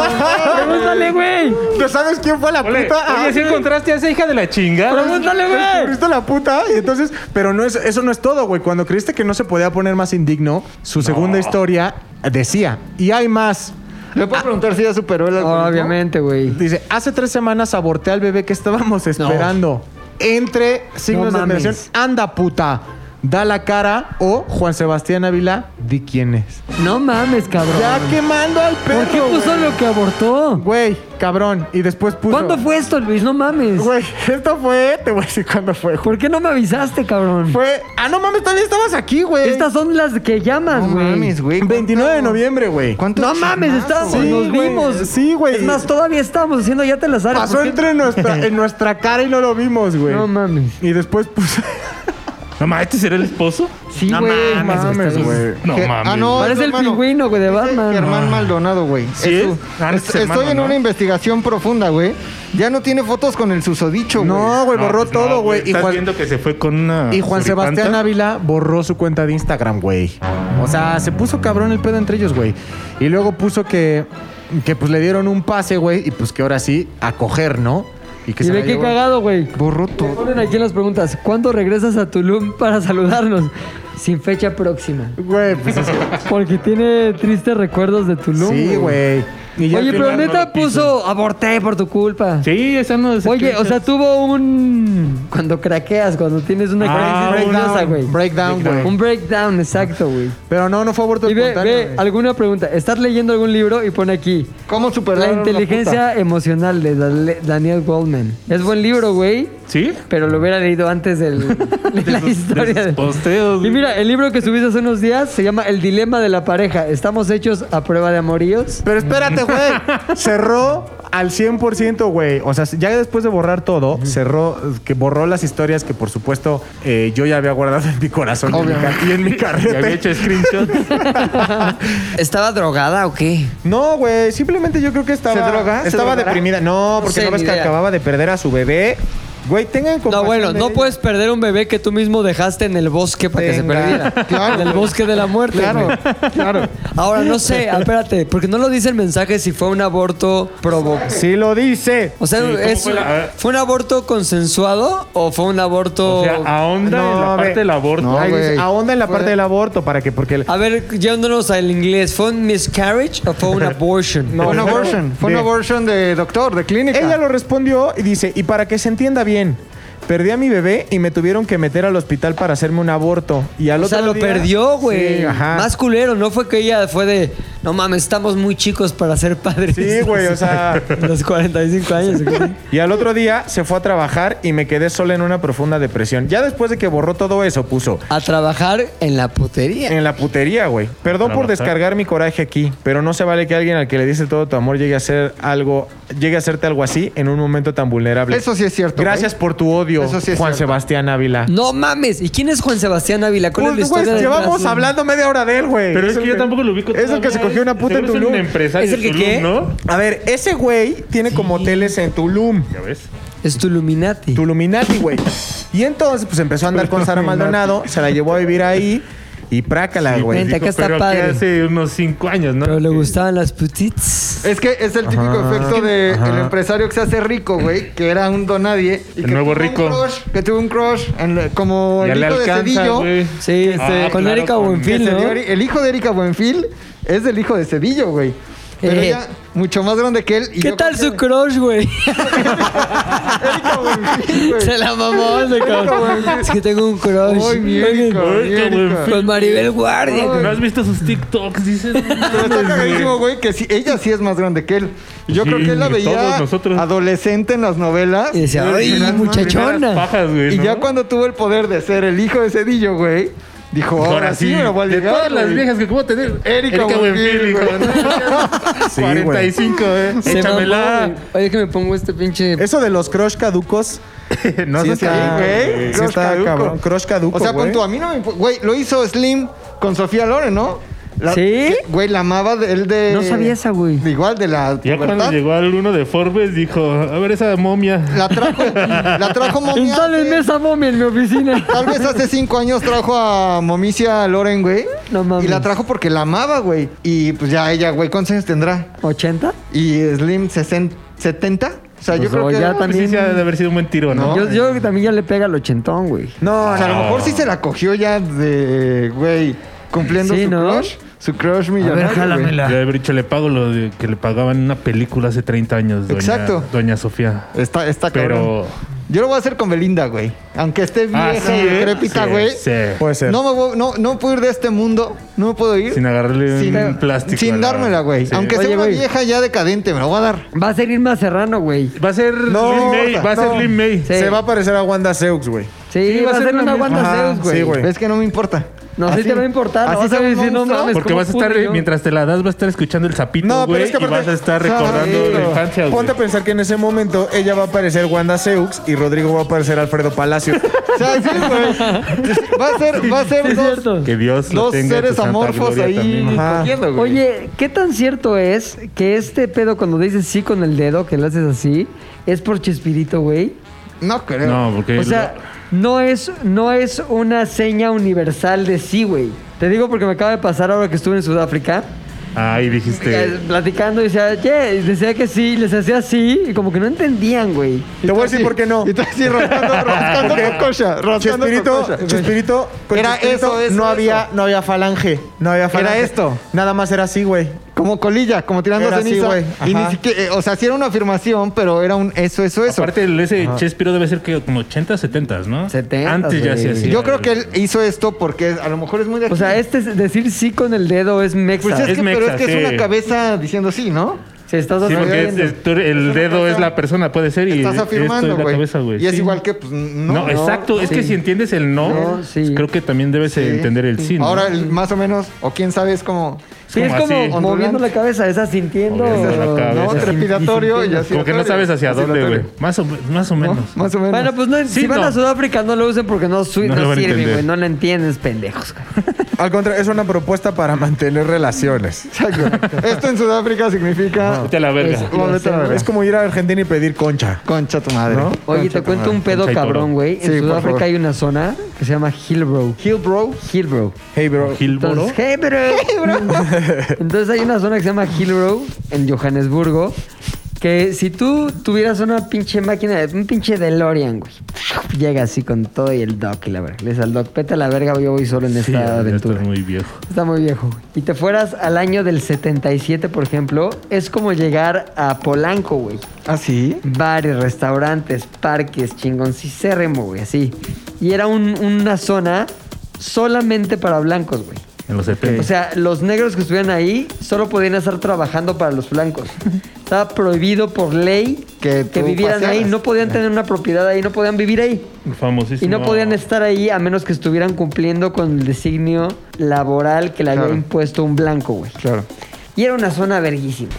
[SPEAKER 5] pregúntale, güey.
[SPEAKER 4] ¿No sabes quién fue la
[SPEAKER 3] Ole,
[SPEAKER 4] puta? Ah,
[SPEAKER 3] oye, ¿sí encontraste a esa hija de la chingada?
[SPEAKER 5] Pregúntale, güey.
[SPEAKER 4] Descubriste la puta y entonces, pero no es, eso no es todo, güey. Cuando creíste que no se podía poner más indigno, su segunda historia decía, y hay más.
[SPEAKER 2] ¿Le
[SPEAKER 5] Ah.
[SPEAKER 2] puedo preguntar si ya superó el algoritmo?
[SPEAKER 5] Obviamente, güey.
[SPEAKER 4] Dice, hace tres semanas aborté al bebé que estábamos esperando. Entre signos de
[SPEAKER 5] No mames.
[SPEAKER 4] admiración, anda puta, da la cara o Juan Sebastián Ávila, di quién es.
[SPEAKER 5] No mames, cabrón.
[SPEAKER 4] Ya quemando al perro.
[SPEAKER 5] ¿Por qué puso
[SPEAKER 4] güey.
[SPEAKER 5] lo que abortó?
[SPEAKER 4] Güey, cabrón. Y después puso...
[SPEAKER 5] ¿Cuándo fue esto, Luis? No mames.
[SPEAKER 4] Güey, esto fue... Te voy a decir cuándo fue. güey.
[SPEAKER 5] ¿Por qué no me avisaste, cabrón?
[SPEAKER 4] Fue... Ah, no mames, todavía estabas aquí, güey.
[SPEAKER 5] Estas son las que
[SPEAKER 2] No
[SPEAKER 5] llamas, güey.
[SPEAKER 2] mames, güey.
[SPEAKER 4] 29 de noviembre, güey.
[SPEAKER 2] ¿Cuánto
[SPEAKER 5] No mames,
[SPEAKER 2] chismazo?
[SPEAKER 5] estábamos,
[SPEAKER 4] Sí,
[SPEAKER 5] nos
[SPEAKER 4] güey,
[SPEAKER 5] vimos.
[SPEAKER 4] sí, güey.
[SPEAKER 5] Es más, todavía estábamos haciendo ya te las haré.
[SPEAKER 4] Pasó
[SPEAKER 5] ¿por qué?
[SPEAKER 4] entre nuestra, en nuestra cara y no lo vimos, güey.
[SPEAKER 5] No mames.
[SPEAKER 4] Y después puso...
[SPEAKER 3] No mames, ¿este será el esposo?
[SPEAKER 5] Sí,
[SPEAKER 4] No
[SPEAKER 5] güey.
[SPEAKER 4] mames,
[SPEAKER 5] mames,
[SPEAKER 4] güey,
[SPEAKER 5] está bien.
[SPEAKER 4] güey.
[SPEAKER 3] No
[SPEAKER 2] Je-
[SPEAKER 3] mames.
[SPEAKER 2] Ah, no,
[SPEAKER 5] Parece
[SPEAKER 2] es
[SPEAKER 5] el
[SPEAKER 2] hermano.
[SPEAKER 5] pingüino, güey, de
[SPEAKER 2] Ese
[SPEAKER 5] Batman.
[SPEAKER 2] Germán
[SPEAKER 5] Ah.
[SPEAKER 2] Maldonado, güey.
[SPEAKER 3] ¿Sí
[SPEAKER 2] Es su-
[SPEAKER 3] es? Ah, es
[SPEAKER 2] est-
[SPEAKER 3] hermano,
[SPEAKER 2] Estoy en
[SPEAKER 3] ¿no?
[SPEAKER 2] una investigación profunda, güey. Ya no tiene fotos con el susodicho, güey.
[SPEAKER 4] No, güey,
[SPEAKER 3] No,
[SPEAKER 4] borró
[SPEAKER 3] pues no,
[SPEAKER 4] todo, güey. Y
[SPEAKER 3] Estás
[SPEAKER 4] Juan-
[SPEAKER 3] viendo que se fue con una.
[SPEAKER 4] Y Juan
[SPEAKER 3] suripanta?
[SPEAKER 4] Sebastián Ávila borró su cuenta de Instagram, güey. O sea, se puso cabrón el pedo entre ellos, güey. Y luego puso que, que pues le dieron un pase, güey, y pues que ahora sí, a coger, ¿no? que
[SPEAKER 5] Y
[SPEAKER 4] se
[SPEAKER 5] ve
[SPEAKER 4] la
[SPEAKER 5] qué
[SPEAKER 4] llevó.
[SPEAKER 5] cagado, güey.
[SPEAKER 2] Borró
[SPEAKER 5] Me
[SPEAKER 2] todo.
[SPEAKER 5] Ponen aquí en las preguntas, ¿cuándo regresas a Tulum para saludarnos? Sin fecha próxima.
[SPEAKER 4] Güey, pues es que-
[SPEAKER 5] Porque tiene tristes recuerdos de Tulum.
[SPEAKER 4] Sí, güey. Y ya
[SPEAKER 5] Oye,
[SPEAKER 4] que-
[SPEAKER 5] pero
[SPEAKER 3] primer
[SPEAKER 5] neta
[SPEAKER 3] no lo
[SPEAKER 5] puso aborté por tu culpa.
[SPEAKER 3] Sí, esa no es.
[SPEAKER 5] Oye, o sea, tuvo un... Cuando craqueas, cuando tienes una
[SPEAKER 3] Ah,
[SPEAKER 5] crisis nerviosa, güey.
[SPEAKER 4] breakdown, breakdown, güey.
[SPEAKER 5] Un breakdown, exacto, güey.
[SPEAKER 4] Pero no, no fue aborto
[SPEAKER 5] Y ve,
[SPEAKER 4] espontáneo,
[SPEAKER 5] ve,
[SPEAKER 4] güey.
[SPEAKER 5] alguna pregunta. Estás leyendo algún libro y pone aquí.
[SPEAKER 2] ¿Cómo superar
[SPEAKER 5] La
[SPEAKER 2] a una
[SPEAKER 5] inteligencia emocional de Dale- Daniel Goldman. Es buen libro, güey.
[SPEAKER 3] ¿Sí?
[SPEAKER 5] Pero lo hubiera leído antes del, de la historia.
[SPEAKER 3] De sus posteos.
[SPEAKER 5] y mira, el libro que subiste hace unos días se llama El dilema de la pareja. ¿Estamos hechos a prueba de amoríos?
[SPEAKER 4] Pero espérate, güey. Cerró al 100%, güey. O sea, ya después de borrar todo, cerró, que borró las historias que, por supuesto, eh, yo ya había guardado en mi corazón y en mi ca- y en mi
[SPEAKER 3] Ya había
[SPEAKER 4] carrete.
[SPEAKER 3] hecho screenshots.
[SPEAKER 5] ¿Estaba drogada o qué?
[SPEAKER 4] No, güey. Simplemente yo creo que estaba.
[SPEAKER 2] ¿Se droga? ¿Se
[SPEAKER 4] Estaba
[SPEAKER 2] drogará?
[SPEAKER 4] deprimida. No, porque
[SPEAKER 5] sé,
[SPEAKER 4] no ves
[SPEAKER 5] ni
[SPEAKER 4] que
[SPEAKER 5] idea.
[SPEAKER 4] acababa de perder a su bebé. Güey, tengan
[SPEAKER 5] No,
[SPEAKER 4] compasión
[SPEAKER 5] bueno,
[SPEAKER 4] de
[SPEAKER 5] no
[SPEAKER 4] ella.
[SPEAKER 5] puedes perder un bebé que tú mismo dejaste en el bosque para que se
[SPEAKER 2] Venga.
[SPEAKER 5] perdiera.
[SPEAKER 2] Claro.
[SPEAKER 5] En el bosque de la muerte.
[SPEAKER 2] Claro,
[SPEAKER 5] güey.
[SPEAKER 2] claro.
[SPEAKER 5] Ahora, no sé, espérate, porque no lo dice el mensaje si fue un aborto provocado.
[SPEAKER 4] Sí lo dice.
[SPEAKER 5] O sea,
[SPEAKER 3] Sí, ¿cómo
[SPEAKER 5] es-
[SPEAKER 3] fue
[SPEAKER 5] fue,
[SPEAKER 3] la- a ver.
[SPEAKER 5] un aborto consensuado o fue un aborto...?
[SPEAKER 3] O sea, ahonda en
[SPEAKER 4] No,
[SPEAKER 3] la
[SPEAKER 4] ve.
[SPEAKER 3] parte del aborto.
[SPEAKER 2] No,
[SPEAKER 4] Ahí dice,
[SPEAKER 2] güey.
[SPEAKER 4] ahonda en la parte del aborto para que, porque el-
[SPEAKER 5] A ver, yéndonos al inglés, ¿fue un miscarriage o fue un abortion?
[SPEAKER 4] No,
[SPEAKER 2] fue una
[SPEAKER 4] pero-
[SPEAKER 2] abortion. Fue una
[SPEAKER 4] Bien.
[SPEAKER 2] abortion de doctor, de clínica.
[SPEAKER 4] Ella lo respondió y dice, y para que se entienda bien, perdí a mi bebé y me tuvieron que meter al hospital para hacerme un aborto. Y al
[SPEAKER 5] O
[SPEAKER 4] otro
[SPEAKER 5] sea, lo
[SPEAKER 4] día-
[SPEAKER 5] perdió, güey.
[SPEAKER 4] Sí, ajá.
[SPEAKER 5] Más culero, no fue que ella fue de, no mames, estamos muy chicos para ser padres.
[SPEAKER 4] Sí, güey, o sea...
[SPEAKER 5] Los 45 años. güey.
[SPEAKER 4] Y al otro día se fue a trabajar y me quedé sola en una profunda depresión. Ya después de que borró todo eso, puso...
[SPEAKER 5] A trabajar en la putería.
[SPEAKER 4] En la putería, güey. Perdón por
[SPEAKER 3] Trabajar.
[SPEAKER 4] descargar mi coraje aquí, pero no se vale que alguien al que le dices todo tu amor llegue a hacer algo, llegue a hacerte algo así en un momento tan vulnerable.
[SPEAKER 2] Eso sí es cierto,
[SPEAKER 4] Gracias
[SPEAKER 2] güey.
[SPEAKER 4] por tu odio,
[SPEAKER 2] Eso sí es
[SPEAKER 4] Juan
[SPEAKER 2] cierto.
[SPEAKER 4] Sebastián Ávila.
[SPEAKER 5] No mames. ¿Y quién es Juan Sebastián Ávila? ¿Cuál es la
[SPEAKER 4] Pues, güey,
[SPEAKER 5] historia de
[SPEAKER 4] llevamos hablando media hora de él, güey.
[SPEAKER 3] Pero es,
[SPEAKER 4] el
[SPEAKER 3] que yo tampoco lo ubico.
[SPEAKER 4] Es el que se cogió una puta en
[SPEAKER 3] tu
[SPEAKER 4] Tulum.
[SPEAKER 3] empresario
[SPEAKER 5] ¿Es el que
[SPEAKER 3] de Tulum,
[SPEAKER 5] qué?
[SPEAKER 3] ¿no?
[SPEAKER 4] A ver, ese güey tiene como hoteles en Tulum.
[SPEAKER 3] Ya ves.
[SPEAKER 5] Es tu Illuminati.
[SPEAKER 4] Tuluminati, güey. Y entonces, pues empezó a andar con Sara Maldonado, se la llevó a vivir ahí y prácala, güey.
[SPEAKER 5] Ah, Vente, acá está
[SPEAKER 3] pero
[SPEAKER 5] padre.
[SPEAKER 3] Aquí hace unos cinco años, ¿no?
[SPEAKER 5] Pero le gustaban las putits.
[SPEAKER 2] Es que es el típico
[SPEAKER 4] Ajá,
[SPEAKER 2] efecto de
[SPEAKER 4] ajá.
[SPEAKER 2] el empresario que se hace rico, güey, que era un donadie. Y
[SPEAKER 3] El
[SPEAKER 2] que
[SPEAKER 3] nuevo
[SPEAKER 2] tuvo un
[SPEAKER 3] rico.
[SPEAKER 2] crush, que tuvo un crush en la- como
[SPEAKER 3] Ya
[SPEAKER 2] el
[SPEAKER 3] le
[SPEAKER 2] hijo de
[SPEAKER 3] alcanza,
[SPEAKER 2] Cedillo.
[SPEAKER 3] güey.
[SPEAKER 5] Sí,
[SPEAKER 3] Ah,
[SPEAKER 5] este, con
[SPEAKER 3] claro,
[SPEAKER 5] Erika
[SPEAKER 3] con-
[SPEAKER 2] Que
[SPEAKER 5] Buenfil,
[SPEAKER 2] se dio
[SPEAKER 5] ¿no?
[SPEAKER 2] Eri- el hijo de Erika Buenfil es el hijo de Cedillo, güey. Pero
[SPEAKER 5] Eh.
[SPEAKER 2] ella, mucho más grande que él. y
[SPEAKER 5] ¿Qué
[SPEAKER 2] yo
[SPEAKER 5] tal
[SPEAKER 2] creo
[SPEAKER 5] su crush, güey?
[SPEAKER 2] que- Erika Buenfil, güey.
[SPEAKER 5] Se la mamó ese cabrón. Es que tengo un crush.
[SPEAKER 2] Ay, mi Erika,
[SPEAKER 3] Ay,
[SPEAKER 2] mi
[SPEAKER 3] qué
[SPEAKER 2] Erika.
[SPEAKER 3] Buenfil.
[SPEAKER 5] Con Maribel Guardia. güey.
[SPEAKER 3] ¿No has visto sus TikToks? Dices.
[SPEAKER 2] Pero está cagadísimo, güey, que sí, ella sí es más grande que él. Yo
[SPEAKER 3] Sí,
[SPEAKER 2] creo que él la veía
[SPEAKER 3] todos nosotros.
[SPEAKER 2] adolescente en las novelas.
[SPEAKER 5] Y decía, ay,
[SPEAKER 2] Las
[SPEAKER 5] muchachona.
[SPEAKER 3] Pajas, güey.
[SPEAKER 2] Y
[SPEAKER 3] ¿no?
[SPEAKER 2] ya cuando tuvo el poder de ser el hijo de Cedillo, güey, Dijo, ahora sí me lo voy a
[SPEAKER 3] De
[SPEAKER 2] ligar,
[SPEAKER 3] todas las
[SPEAKER 2] güey.
[SPEAKER 3] viejas que puedo tener,
[SPEAKER 2] Erika
[SPEAKER 3] Erika Buenfil,
[SPEAKER 2] Buenfil,
[SPEAKER 3] hijo.
[SPEAKER 2] güey.
[SPEAKER 3] ¿no?
[SPEAKER 4] Sí,
[SPEAKER 3] 45, eh.
[SPEAKER 5] Se mamó,
[SPEAKER 3] Échamela.
[SPEAKER 5] güey. Oye, que me pongo este pinche.
[SPEAKER 4] Eso de los crush caducos.
[SPEAKER 3] No
[SPEAKER 4] sí
[SPEAKER 3] sé
[SPEAKER 4] está,
[SPEAKER 2] güey.
[SPEAKER 4] sí
[SPEAKER 2] Crush
[SPEAKER 4] está
[SPEAKER 2] caduco.
[SPEAKER 4] cabrón. Crush caduco,
[SPEAKER 2] O sea,
[SPEAKER 4] güey.
[SPEAKER 2] pon tú, a mí no me impo- Güey, lo hizo Slim con Sofía Loren, ¿no? La-
[SPEAKER 5] ¿Sí?
[SPEAKER 2] que- Güey, la amaba de- él de.
[SPEAKER 5] No sabía esa, güey.
[SPEAKER 2] de Igual de la.
[SPEAKER 3] Ya cuando
[SPEAKER 2] pubertad.
[SPEAKER 3] llegó al uno de Forbes dijo, a ver esa momia.
[SPEAKER 2] La trajo. la trajo momia.
[SPEAKER 5] Instálenme
[SPEAKER 2] hace-
[SPEAKER 5] esa momia en mi oficina.
[SPEAKER 2] Tal vez hace cinco años trajo a Momicia Loren, güey.
[SPEAKER 5] No mames.
[SPEAKER 2] Y la trajo porque la amaba, güey. Y pues ya ella, güey, ¿cuántos años tendrá?
[SPEAKER 5] ¿80?
[SPEAKER 2] Y Slim, sesen- ¿70? O sea, yo
[SPEAKER 5] Pues,
[SPEAKER 2] creo
[SPEAKER 5] o
[SPEAKER 2] que.
[SPEAKER 5] ya
[SPEAKER 2] no,
[SPEAKER 5] tam-
[SPEAKER 3] Pues Sí, sí, ha de haber sido un buen tiro, ¿no?
[SPEAKER 5] Yo, yo también ya le pega al ochentón, güey.
[SPEAKER 4] No,
[SPEAKER 2] O sea, a lo
[SPEAKER 4] no.
[SPEAKER 2] mejor sí se la cogió ya de, güey, cumpliendo
[SPEAKER 5] Sí,
[SPEAKER 2] su
[SPEAKER 5] ¿no?
[SPEAKER 2] crush. Su crush millonario. güey.
[SPEAKER 3] Ya de haber dicho, le pago lo de- que le pagaban en una película hace 30 años, doña,
[SPEAKER 2] Exacto.
[SPEAKER 3] doña Sofía.
[SPEAKER 2] Está, está cabrón.
[SPEAKER 3] Pero...
[SPEAKER 2] Yo lo voy a hacer con Belinda, güey. Aunque esté vieja,
[SPEAKER 3] Ah, sí, ¿eh?
[SPEAKER 2] decrépita,
[SPEAKER 3] Sí,
[SPEAKER 2] güey. Pues,
[SPEAKER 3] sí.
[SPEAKER 4] Puede ser.
[SPEAKER 2] No me voy- no, no puedo ir de este mundo. No me puedo ir.
[SPEAKER 3] Sin agarrarle un plástico. a
[SPEAKER 2] Sin
[SPEAKER 3] la-
[SPEAKER 2] dármela, güey.
[SPEAKER 3] Sí.
[SPEAKER 2] Aunque
[SPEAKER 5] Oye,
[SPEAKER 2] sea una
[SPEAKER 5] güey.
[SPEAKER 2] vieja ya decadente, me la voy a dar.
[SPEAKER 5] Va a ser Irma Serrano, güey.
[SPEAKER 3] Va a ser
[SPEAKER 4] No,
[SPEAKER 3] Lin May, va a
[SPEAKER 4] no.
[SPEAKER 3] ser Lin May.
[SPEAKER 5] Sí.
[SPEAKER 4] Se va a parecer a Wanda Seux, güey.
[SPEAKER 5] Sí, va a ser
[SPEAKER 3] la
[SPEAKER 5] una
[SPEAKER 3] misma.
[SPEAKER 5] Wanda
[SPEAKER 4] Ajá,
[SPEAKER 5] Zeus, güey.
[SPEAKER 4] sí, güey.
[SPEAKER 2] Es que no me importa.
[SPEAKER 5] No, sí
[SPEAKER 2] Así-
[SPEAKER 5] te va a importar.
[SPEAKER 2] así
[SPEAKER 5] no vas a
[SPEAKER 2] sea un
[SPEAKER 5] decir, no
[SPEAKER 2] monstruo.
[SPEAKER 5] mames.
[SPEAKER 3] Porque
[SPEAKER 5] ¿cómo
[SPEAKER 3] vas a estar,
[SPEAKER 5] pude yo?
[SPEAKER 3] mientras te la das, vas a estar escuchando el sapito,
[SPEAKER 4] No, pero
[SPEAKER 3] güey,
[SPEAKER 4] es que
[SPEAKER 3] y
[SPEAKER 4] aparte-
[SPEAKER 3] vas a estar
[SPEAKER 2] Exacto.
[SPEAKER 3] recordando la
[SPEAKER 2] Pero-
[SPEAKER 3] infancia, güey.
[SPEAKER 4] Ponte a pensar que en ese momento ella va a aparecer Wanda Seux y Rodrigo va a aparecer Alfredo Palacio.
[SPEAKER 2] O sea, sí, güey. Va a ser, va a ser
[SPEAKER 5] Sí, es
[SPEAKER 2] dos,
[SPEAKER 5] cierto.
[SPEAKER 3] Que Dios lo
[SPEAKER 2] dos
[SPEAKER 3] tenga en su
[SPEAKER 2] seres
[SPEAKER 3] santa
[SPEAKER 2] amorfos
[SPEAKER 3] gloria
[SPEAKER 2] ahí
[SPEAKER 3] también.
[SPEAKER 4] Ajá.
[SPEAKER 2] cogiendo, güey.
[SPEAKER 5] Oye, ¿qué tan cierto es que este pedo cuando dices sí con el dedo, que lo haces así, es por Chespirito, güey?
[SPEAKER 2] No creo.
[SPEAKER 3] No, porque...
[SPEAKER 5] O sea, no es, no es una seña universal de sí, güey. Te digo porque me acaba de pasar ahora que estuve en Sudáfrica.
[SPEAKER 3] Ay, dijiste...
[SPEAKER 5] eh, Platicando y decía, "Ye", y decía que sí, y les hacía así, y como que no entendían, güey.
[SPEAKER 4] Te voy a decir por qué no.
[SPEAKER 2] Y tú así rascando, rascando cococha, rascando
[SPEAKER 4] Chespirito,
[SPEAKER 2] cococha.
[SPEAKER 4] Chespirito, con
[SPEAKER 2] Era
[SPEAKER 4] Chespirito
[SPEAKER 2] eso, eso,
[SPEAKER 4] no
[SPEAKER 2] eso.
[SPEAKER 4] había, no había falange, no había falange.
[SPEAKER 2] esto.
[SPEAKER 4] Nada más era así, güey.
[SPEAKER 2] Como colilla, como tirando
[SPEAKER 4] Era así,
[SPEAKER 2] ceniza.
[SPEAKER 4] güey.
[SPEAKER 2] y
[SPEAKER 4] Ajá.
[SPEAKER 2] ni siquiera, eh, o sea, sí era una afirmación, pero era un eso, eso, eso.
[SPEAKER 3] Aparte, el- ese Chespiro debe ser que como 80, 70, ¿no?
[SPEAKER 5] 70s,
[SPEAKER 3] Antes ya
[SPEAKER 5] güey.
[SPEAKER 3] se hacía.
[SPEAKER 2] Yo creo que él hizo esto porque a lo mejor es muy de
[SPEAKER 5] O sea,
[SPEAKER 2] aquí.
[SPEAKER 5] este es- decir sí con el dedo es mexa.
[SPEAKER 2] Pues es,
[SPEAKER 3] Es
[SPEAKER 2] que, pero
[SPEAKER 3] mexa,
[SPEAKER 2] es que
[SPEAKER 3] sí.
[SPEAKER 2] es una cabeza diciendo sí, ¿no?
[SPEAKER 5] Si estás
[SPEAKER 3] Sí, porque es-
[SPEAKER 5] haciendo-
[SPEAKER 3] es- tú- el dedo es la persona, puede ser, y
[SPEAKER 2] Estás
[SPEAKER 3] esto
[SPEAKER 2] afirmando,
[SPEAKER 3] es la
[SPEAKER 2] güey.
[SPEAKER 3] cabeza, güey.
[SPEAKER 2] Y es
[SPEAKER 3] Sí.
[SPEAKER 2] igual que, pues, no.
[SPEAKER 3] No, exacto. es que
[SPEAKER 5] sí.
[SPEAKER 3] si entiendes el no, pues
[SPEAKER 5] No, sí.
[SPEAKER 3] creo que también debes
[SPEAKER 2] Sí.
[SPEAKER 3] entender el sí, ¿no?
[SPEAKER 2] Ahora, el- más o menos, o quién sabe, es como...
[SPEAKER 5] Sí, es
[SPEAKER 3] como
[SPEAKER 5] como
[SPEAKER 3] así.
[SPEAKER 5] moviendo la cabeza, esa sintiendo.
[SPEAKER 3] Moviendo la
[SPEAKER 5] ¿no?
[SPEAKER 3] cabeza.
[SPEAKER 2] No,
[SPEAKER 3] sí.
[SPEAKER 2] trepidatorio y así.
[SPEAKER 3] como que no sabes hacia dónde, güey. Más o, más o menos.
[SPEAKER 2] Más o menos.
[SPEAKER 5] Bueno, pues no, si
[SPEAKER 3] Sí,
[SPEAKER 5] van
[SPEAKER 3] no.
[SPEAKER 5] a Sudáfrica no lo usen porque no, su-
[SPEAKER 3] No
[SPEAKER 5] no
[SPEAKER 3] lo van a
[SPEAKER 5] sirve,
[SPEAKER 3] entender.
[SPEAKER 5] güey. No lo entiendes, pendejos.
[SPEAKER 4] Al contrario, es una propuesta para mantener relaciones.
[SPEAKER 2] Exacto. Esto en Sudáfrica significa...
[SPEAKER 3] Vete a la verga.
[SPEAKER 5] Es-
[SPEAKER 2] Vamos a meter a la verga.
[SPEAKER 4] Es como ir a Argentina y pedir concha.
[SPEAKER 2] Concha tu madre.
[SPEAKER 4] ¿No?
[SPEAKER 5] Oye, te cuento un pedo
[SPEAKER 3] Concha y toro.
[SPEAKER 5] cabrón, güey. En
[SPEAKER 2] Sí, por
[SPEAKER 5] Sudáfrica
[SPEAKER 2] favor.
[SPEAKER 5] hay una zona que se llama Hillbrow.
[SPEAKER 2] Hill Bro.
[SPEAKER 5] Hillbrow.
[SPEAKER 4] Hey, bro.
[SPEAKER 3] Gilboro.
[SPEAKER 5] Entonces, hey, bro. Entonces hay una zona que se llama Hillbrow en Johannesburgo. Que si tú tuvieras una pinche máquina, un pinche DeLorean, güey. Llega así con todo y el doc, y la verga. Le dices al doc, vete a la verga, yo voy solo en
[SPEAKER 3] Sí,
[SPEAKER 5] esta
[SPEAKER 3] ya
[SPEAKER 5] aventura.
[SPEAKER 3] estás muy viejo.
[SPEAKER 5] Está muy viejo. güey. Y te fueras al año del 77, por ejemplo, es como llegar a Polanco, güey.
[SPEAKER 2] ¿Ah, sí?
[SPEAKER 5] Bares, restaurantes, parques, chingoncicérrimo, güey, así. Y era un- una zona solamente para blancos, güey.
[SPEAKER 3] En los 70.
[SPEAKER 5] O sea, los negros que estuvieran ahí solo podían estar trabajando para los blancos. Estaba prohibido por ley
[SPEAKER 2] Que
[SPEAKER 5] que,
[SPEAKER 2] tú
[SPEAKER 5] vivieran
[SPEAKER 2] pasearas.
[SPEAKER 5] ahí. No podían tener una propiedad ahí, no podían vivir ahí. Y
[SPEAKER 3] famosísimo.
[SPEAKER 5] no podían estar ahí a menos que estuvieran cumpliendo con el designio laboral que le había
[SPEAKER 2] Claro.
[SPEAKER 5] impuesto un blanco, güey.
[SPEAKER 2] Claro.
[SPEAKER 5] Y era una zona verguísima.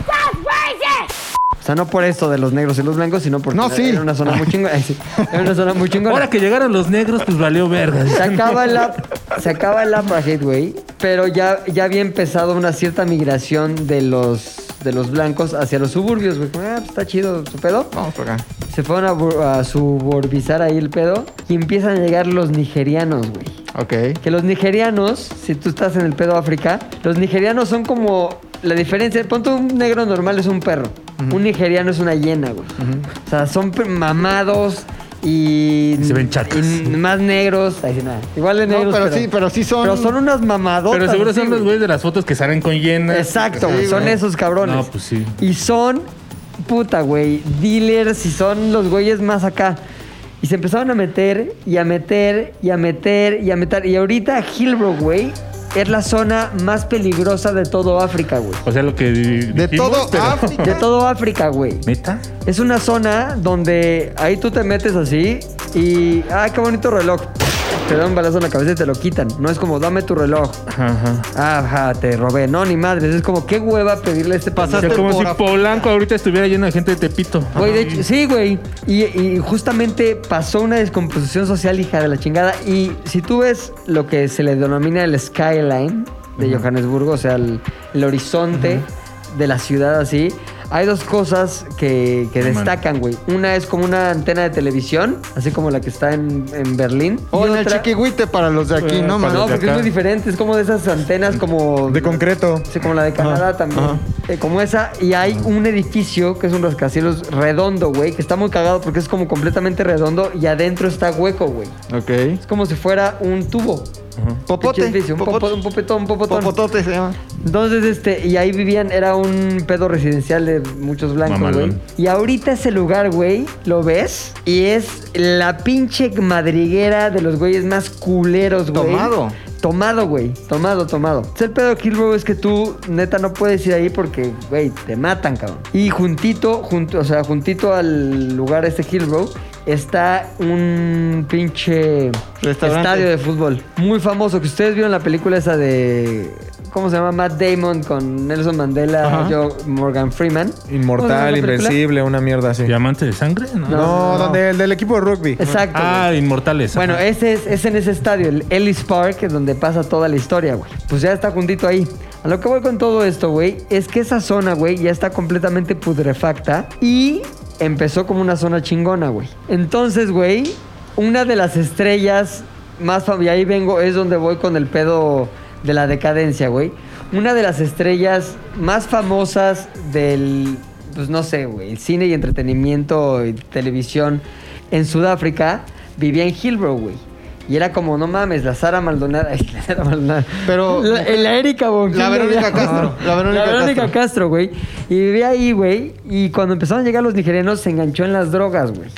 [SPEAKER 5] O sea, no por esto de los negros y los blancos, sino porque
[SPEAKER 2] No,
[SPEAKER 5] era-
[SPEAKER 2] sí.
[SPEAKER 5] era una zona muy chingona. Ay, sí. Era una zona muy chingona.
[SPEAKER 3] Ahora que llegaron los negros, pues valió verga.
[SPEAKER 5] Se acaba el ap- se acaba el apartheid, güey, pero ya, ya había empezado una cierta migración de los, de los blancos hacia los suburbios, güey. Ah, pues está chido su pedo.
[SPEAKER 2] Vamos por acá.
[SPEAKER 5] Se fueron a, bur- a suburbizar ahí el pedo y empiezan a llegar los nigerianos, güey.
[SPEAKER 2] Ok.
[SPEAKER 5] Que los nigerianos, si tú estás en el pedo África, los nigerianos son como la diferencia. Ponte un negro normal es un perro. Un nigeriano es una hiena, güey. O sea, son pe- mamados y.
[SPEAKER 3] Y se ven chacas.
[SPEAKER 5] y más negros. Ay, sí, nada. Igual de
[SPEAKER 2] No,
[SPEAKER 5] negros.
[SPEAKER 2] pero sí, pero sí son-
[SPEAKER 5] Pero son unas mamadotas.
[SPEAKER 3] Pero seguro
[SPEAKER 5] así,
[SPEAKER 3] son los
[SPEAKER 5] güey.
[SPEAKER 3] güeyes de las fotos que salen con llenas.
[SPEAKER 5] Exacto,
[SPEAKER 2] Sí,
[SPEAKER 5] güey, son
[SPEAKER 2] güey.
[SPEAKER 5] esos cabrones.
[SPEAKER 3] No, pues sí.
[SPEAKER 5] Y son, puta, güey, dealers y son los güeyes más acá. Y se empezaron a meter y a meter y a meter y a meter. Y ahorita Hillbrook, güey, es la zona más peligrosa de todo África, güey.
[SPEAKER 3] O sea, lo que.
[SPEAKER 2] De todo África.
[SPEAKER 5] De todo África, güey.
[SPEAKER 3] ¿Neta?
[SPEAKER 5] Es una zona donde ahí tú te metes así y... ¡Ah, qué bonito reloj! Te dan un balazo en la cabeza y te lo quitan. No es como, dame tu reloj.
[SPEAKER 3] Ajá, ajá.
[SPEAKER 5] Ajá, te robé. No, ni madres. Es como, qué hueva pedirle a este
[SPEAKER 3] O
[SPEAKER 5] pasaje.
[SPEAKER 3] sea, como si
[SPEAKER 2] por-
[SPEAKER 3] Polanco ahorita estuviera lleno de gente de Tepito.
[SPEAKER 5] Güey, de
[SPEAKER 3] Ay.
[SPEAKER 5] hecho, sí, güey. Y, y justamente pasó una descomposición social, hija de la chingada. Y si tú ves lo que se le denomina el skyline de Johannesburgo, o sea, el, el horizonte de la ciudad así, hay dos cosas que, que
[SPEAKER 3] Ay, man.
[SPEAKER 5] destacan, güey. Una es como una antena de televisión, así como la que está en, en Berlín.
[SPEAKER 2] O
[SPEAKER 5] Y
[SPEAKER 2] en el
[SPEAKER 5] otra-
[SPEAKER 2] chiquihuite para los de aquí,
[SPEAKER 3] Eh,
[SPEAKER 2] no
[SPEAKER 3] para
[SPEAKER 2] mames.
[SPEAKER 5] No,
[SPEAKER 3] de
[SPEAKER 5] porque
[SPEAKER 3] acá.
[SPEAKER 5] es muy diferente. Es como de esas antenas como...
[SPEAKER 4] De concreto.
[SPEAKER 5] Sí, como la de Canadá
[SPEAKER 4] Ajá,
[SPEAKER 5] también.
[SPEAKER 4] ajá.
[SPEAKER 5] Eh, como esa. Y hay un edificio que es un rascacielos redondo, güey, que está muy cagado porque es como completamente redondo y adentro está hueco, güey.
[SPEAKER 2] Ok.
[SPEAKER 5] Es como si fuera un tubo.
[SPEAKER 2] Popote.
[SPEAKER 5] Pinche edificio, Un, popo-
[SPEAKER 2] popote,
[SPEAKER 5] un popetón, un popotón.
[SPEAKER 2] Popotote se llama.
[SPEAKER 5] Entonces, este, y ahí vivían, era un pedo residencial de muchos blancos,
[SPEAKER 3] Mamalón.
[SPEAKER 5] güey. Y ahorita ese lugar, güey, lo ves y es la pinche madriguera de los güeyes más culeros, güey.
[SPEAKER 2] Tomado.
[SPEAKER 5] Tomado, güey. Tomado, tomado. Entonces, el pedo de Kilbro es que tú, neta, no puedes ir ahí porque, güey, te matan, cabrón. Y juntito, junto, o sea, juntito al lugar este Kilbro, está un pinche
[SPEAKER 2] Restaurante.
[SPEAKER 5] estadio de fútbol. Muy famoso, que ustedes vieron la película esa de... ¿Cómo se llama? Matt Damon con Nelson Mandela,
[SPEAKER 2] Ajá.
[SPEAKER 5] yo, Morgan Freeman. ¿Cómo se llama
[SPEAKER 4] Inmortal,
[SPEAKER 5] la película?
[SPEAKER 4] invencible, una mierda así.
[SPEAKER 3] ¿Diamante de sangre? No.
[SPEAKER 5] No.
[SPEAKER 4] No, donde el del equipo de rugby.
[SPEAKER 5] Exacto. güey.
[SPEAKER 3] Ah, Inmortales.
[SPEAKER 5] Bueno,
[SPEAKER 3] Ajá.
[SPEAKER 5] ese es, es en ese estadio, el Ellis Park, es donde pasa toda la historia, güey. Pues ya está juntito ahí. A lo que voy con todo esto, güey, es que esa zona, güey, ya está completamente putrefacta y empezó como una zona chingona, güey. Entonces, güey, una de las estrellas más fam- y ahí vengo, es donde voy con el pedo de la decadencia, güey. Una de las estrellas más famosas del, pues no sé, güey, cine y entretenimiento y televisión en Sudáfrica vivía en Hillbrow, güey. Y era como, no mames, la Sara Maldonada. ay, La Sara Maldonada.
[SPEAKER 2] Pero-
[SPEAKER 5] La, eh, la Erika Bonfil.
[SPEAKER 2] La Verónica
[SPEAKER 5] güey.
[SPEAKER 2] Castro, la Verónica Castro.
[SPEAKER 5] Castro, güey. Y vivía ahí, güey. Y cuando empezaron a llegar los nigerianos, se enganchó en las drogas, güey.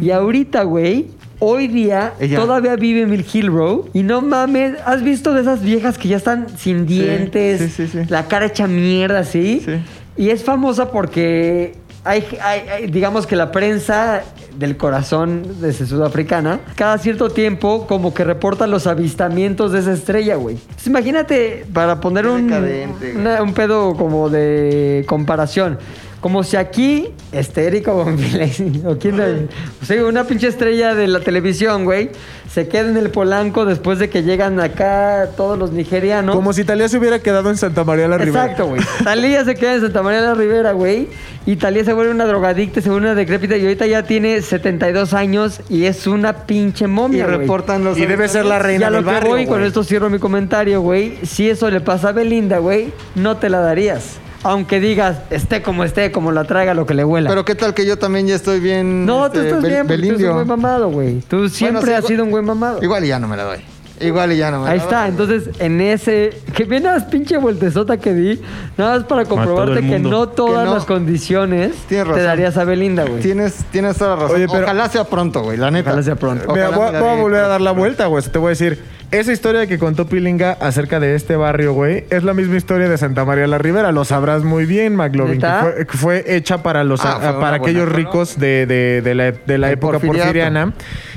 [SPEAKER 5] Y ahorita, güey, hoy día
[SPEAKER 2] Ella.
[SPEAKER 5] todavía vive en Mill Hill Road. Y no mames, ¿has visto de esas viejas que ya están sin dientes?
[SPEAKER 2] sí, sí, sí.
[SPEAKER 5] La cara hecha mierda, ¿sí?
[SPEAKER 2] Sí.
[SPEAKER 5] Y es famosa porque hay, hay- hay- digamos que la prensa del corazón de sudafricana, cada cierto tiempo como que reporta los avistamientos de esa estrella, güey. Entonces, imagínate, para poner
[SPEAKER 2] Qué
[SPEAKER 5] un,
[SPEAKER 2] decadente, güey.
[SPEAKER 5] una- un pedo como de comparación. Como si aquí, este Érico Bonfilé, o quién sabe, o sea, una pinche estrella de la televisión, güey, se queda en el Polanco después de que llegan acá todos los nigerianos.
[SPEAKER 4] Como si Talía se hubiera quedado en Santa María la Ribera.
[SPEAKER 5] Exacto, güey. Talía se queda en Santa María de la Rivera, güey. Y Talía se vuelve una drogadicta, se vuelve una decrépita. Y ahorita ya tiene 72 años y es una pinche
[SPEAKER 2] Y
[SPEAKER 5] momia, güey.
[SPEAKER 2] reportan los.
[SPEAKER 4] Y debe ser la
[SPEAKER 5] Y
[SPEAKER 4] reina
[SPEAKER 5] a lo
[SPEAKER 4] del
[SPEAKER 5] que
[SPEAKER 4] barrio.
[SPEAKER 5] voy, con
[SPEAKER 4] güey.
[SPEAKER 5] esto cierro mi comentario, güey. Si eso le pasa a Belinda, güey, no te la darías. Aunque digas, esté como esté, como la traiga, lo que le huela.
[SPEAKER 2] Pero qué tal que yo también ya estoy bien.
[SPEAKER 5] no, tú
[SPEAKER 2] este,
[SPEAKER 5] estás
[SPEAKER 2] bel-
[SPEAKER 5] bien, porque tú eres un
[SPEAKER 2] belindio.
[SPEAKER 5] buen mamado, güey. Tú siempre
[SPEAKER 2] sí,
[SPEAKER 5] has
[SPEAKER 2] igual-
[SPEAKER 5] sido un buen mamado.
[SPEAKER 2] Igual y ya no me la doy. Igual y ya no me la
[SPEAKER 5] Ahí
[SPEAKER 2] doy.
[SPEAKER 5] está, entonces en ese. Que bien las pinche vueltezota que di, nada más para comprobarte
[SPEAKER 3] el
[SPEAKER 5] que
[SPEAKER 3] mundo.
[SPEAKER 5] no todas
[SPEAKER 2] Que no.
[SPEAKER 5] las condiciones
[SPEAKER 2] Tienes
[SPEAKER 5] te
[SPEAKER 2] razón.
[SPEAKER 5] darías a Belinda, güey.
[SPEAKER 2] Tienes, tienes toda la razón.
[SPEAKER 4] Oye, pero-
[SPEAKER 2] Ojalá sea pronto, güey, la neta.
[SPEAKER 5] Ojalá sea pronto.
[SPEAKER 4] Mira,
[SPEAKER 2] Ojalá
[SPEAKER 4] voy,
[SPEAKER 2] me la
[SPEAKER 4] a- voy a
[SPEAKER 2] den.
[SPEAKER 4] volver a dar la vuelta, güey. Te voy a decir, esa historia que contó Pilinga acerca de este barrio, güey, es la misma historia de Santa María la Ribera. Lo sabrás muy bien, McLovin. que
[SPEAKER 5] ¿Neta?
[SPEAKER 4] fue, que fue hecha para los
[SPEAKER 2] Ah, fue
[SPEAKER 4] a-
[SPEAKER 2] una
[SPEAKER 4] para aquellos
[SPEAKER 2] buena,
[SPEAKER 4] ricos de, de- de la, de la
[SPEAKER 2] Del
[SPEAKER 4] época
[SPEAKER 2] porfiriato.
[SPEAKER 4] porfiriana.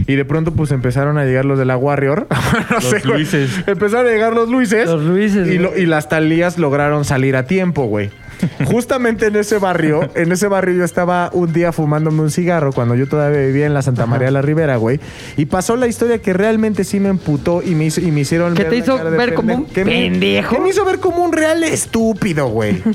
[SPEAKER 4] Y de pronto, pues empezaron a llegar los de la Warrior. No
[SPEAKER 3] Los
[SPEAKER 4] sé, güey.
[SPEAKER 3] Luises.
[SPEAKER 4] Empezaron a llegar los Luises.
[SPEAKER 5] Los Luises,
[SPEAKER 4] Y,
[SPEAKER 5] güey.
[SPEAKER 4] lo- y las Talías lograron salir a tiempo, güey. Justamente en ese barrio, en ese barrio yo estaba un día fumándome un cigarro cuando yo todavía vivía en la Santa María la Ribera, güey. Y pasó la historia que realmente sí me emputó y me, hizo- y me hicieron
[SPEAKER 5] ¿Que
[SPEAKER 4] ver
[SPEAKER 5] te
[SPEAKER 4] la
[SPEAKER 5] hizo
[SPEAKER 4] cara de
[SPEAKER 5] ver como un
[SPEAKER 4] que me-
[SPEAKER 5] pendejo?
[SPEAKER 4] que me hizo ver como un real estúpido, güey.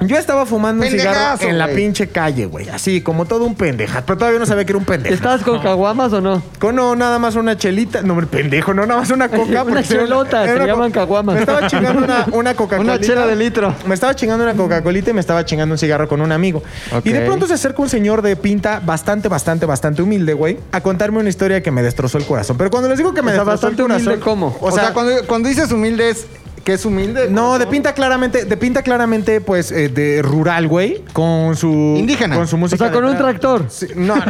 [SPEAKER 4] Yo estaba fumando un cigarro
[SPEAKER 2] Pendejazo,
[SPEAKER 4] en la
[SPEAKER 2] güey.
[SPEAKER 4] pinche calle, güey. Así, como todo un pendeja. Pero todavía no sabía que era un pendeja.
[SPEAKER 5] ¿Estás con caguamas o no?
[SPEAKER 4] Con no, nada más una chelita. No, hombre, pendejo, no, nada más una coca.
[SPEAKER 5] Una
[SPEAKER 4] porque se-
[SPEAKER 5] chelota,
[SPEAKER 4] era
[SPEAKER 5] se
[SPEAKER 4] una
[SPEAKER 5] llaman
[SPEAKER 4] co-
[SPEAKER 5] caguamas.
[SPEAKER 4] Me estaba chingando una, una coca
[SPEAKER 2] Una chela de litro.
[SPEAKER 4] Me estaba chingando una Coca-Colita y me estaba chingando un cigarro con un amigo.
[SPEAKER 2] Ok.
[SPEAKER 4] Y de pronto se acerca un señor de pinta bastante, bastante, bastante humilde, güey, a contarme una historia que me destrozó el corazón. Pero cuando les digo que me
[SPEAKER 5] O sea,
[SPEAKER 4] destrozó el
[SPEAKER 5] bastante humilde,
[SPEAKER 4] corazón.
[SPEAKER 5] ¿cómo?
[SPEAKER 4] O sea,
[SPEAKER 2] cuando, cuando dices humilde es que es humilde.
[SPEAKER 4] No, de pinta claramente, de pinta claramente, pues, eh, de rural, güey. Con su.
[SPEAKER 2] Indígena.
[SPEAKER 4] Con su
[SPEAKER 1] O
[SPEAKER 4] música.
[SPEAKER 1] sea, con
[SPEAKER 4] de-
[SPEAKER 1] un tractor.
[SPEAKER 4] Sí, no, no.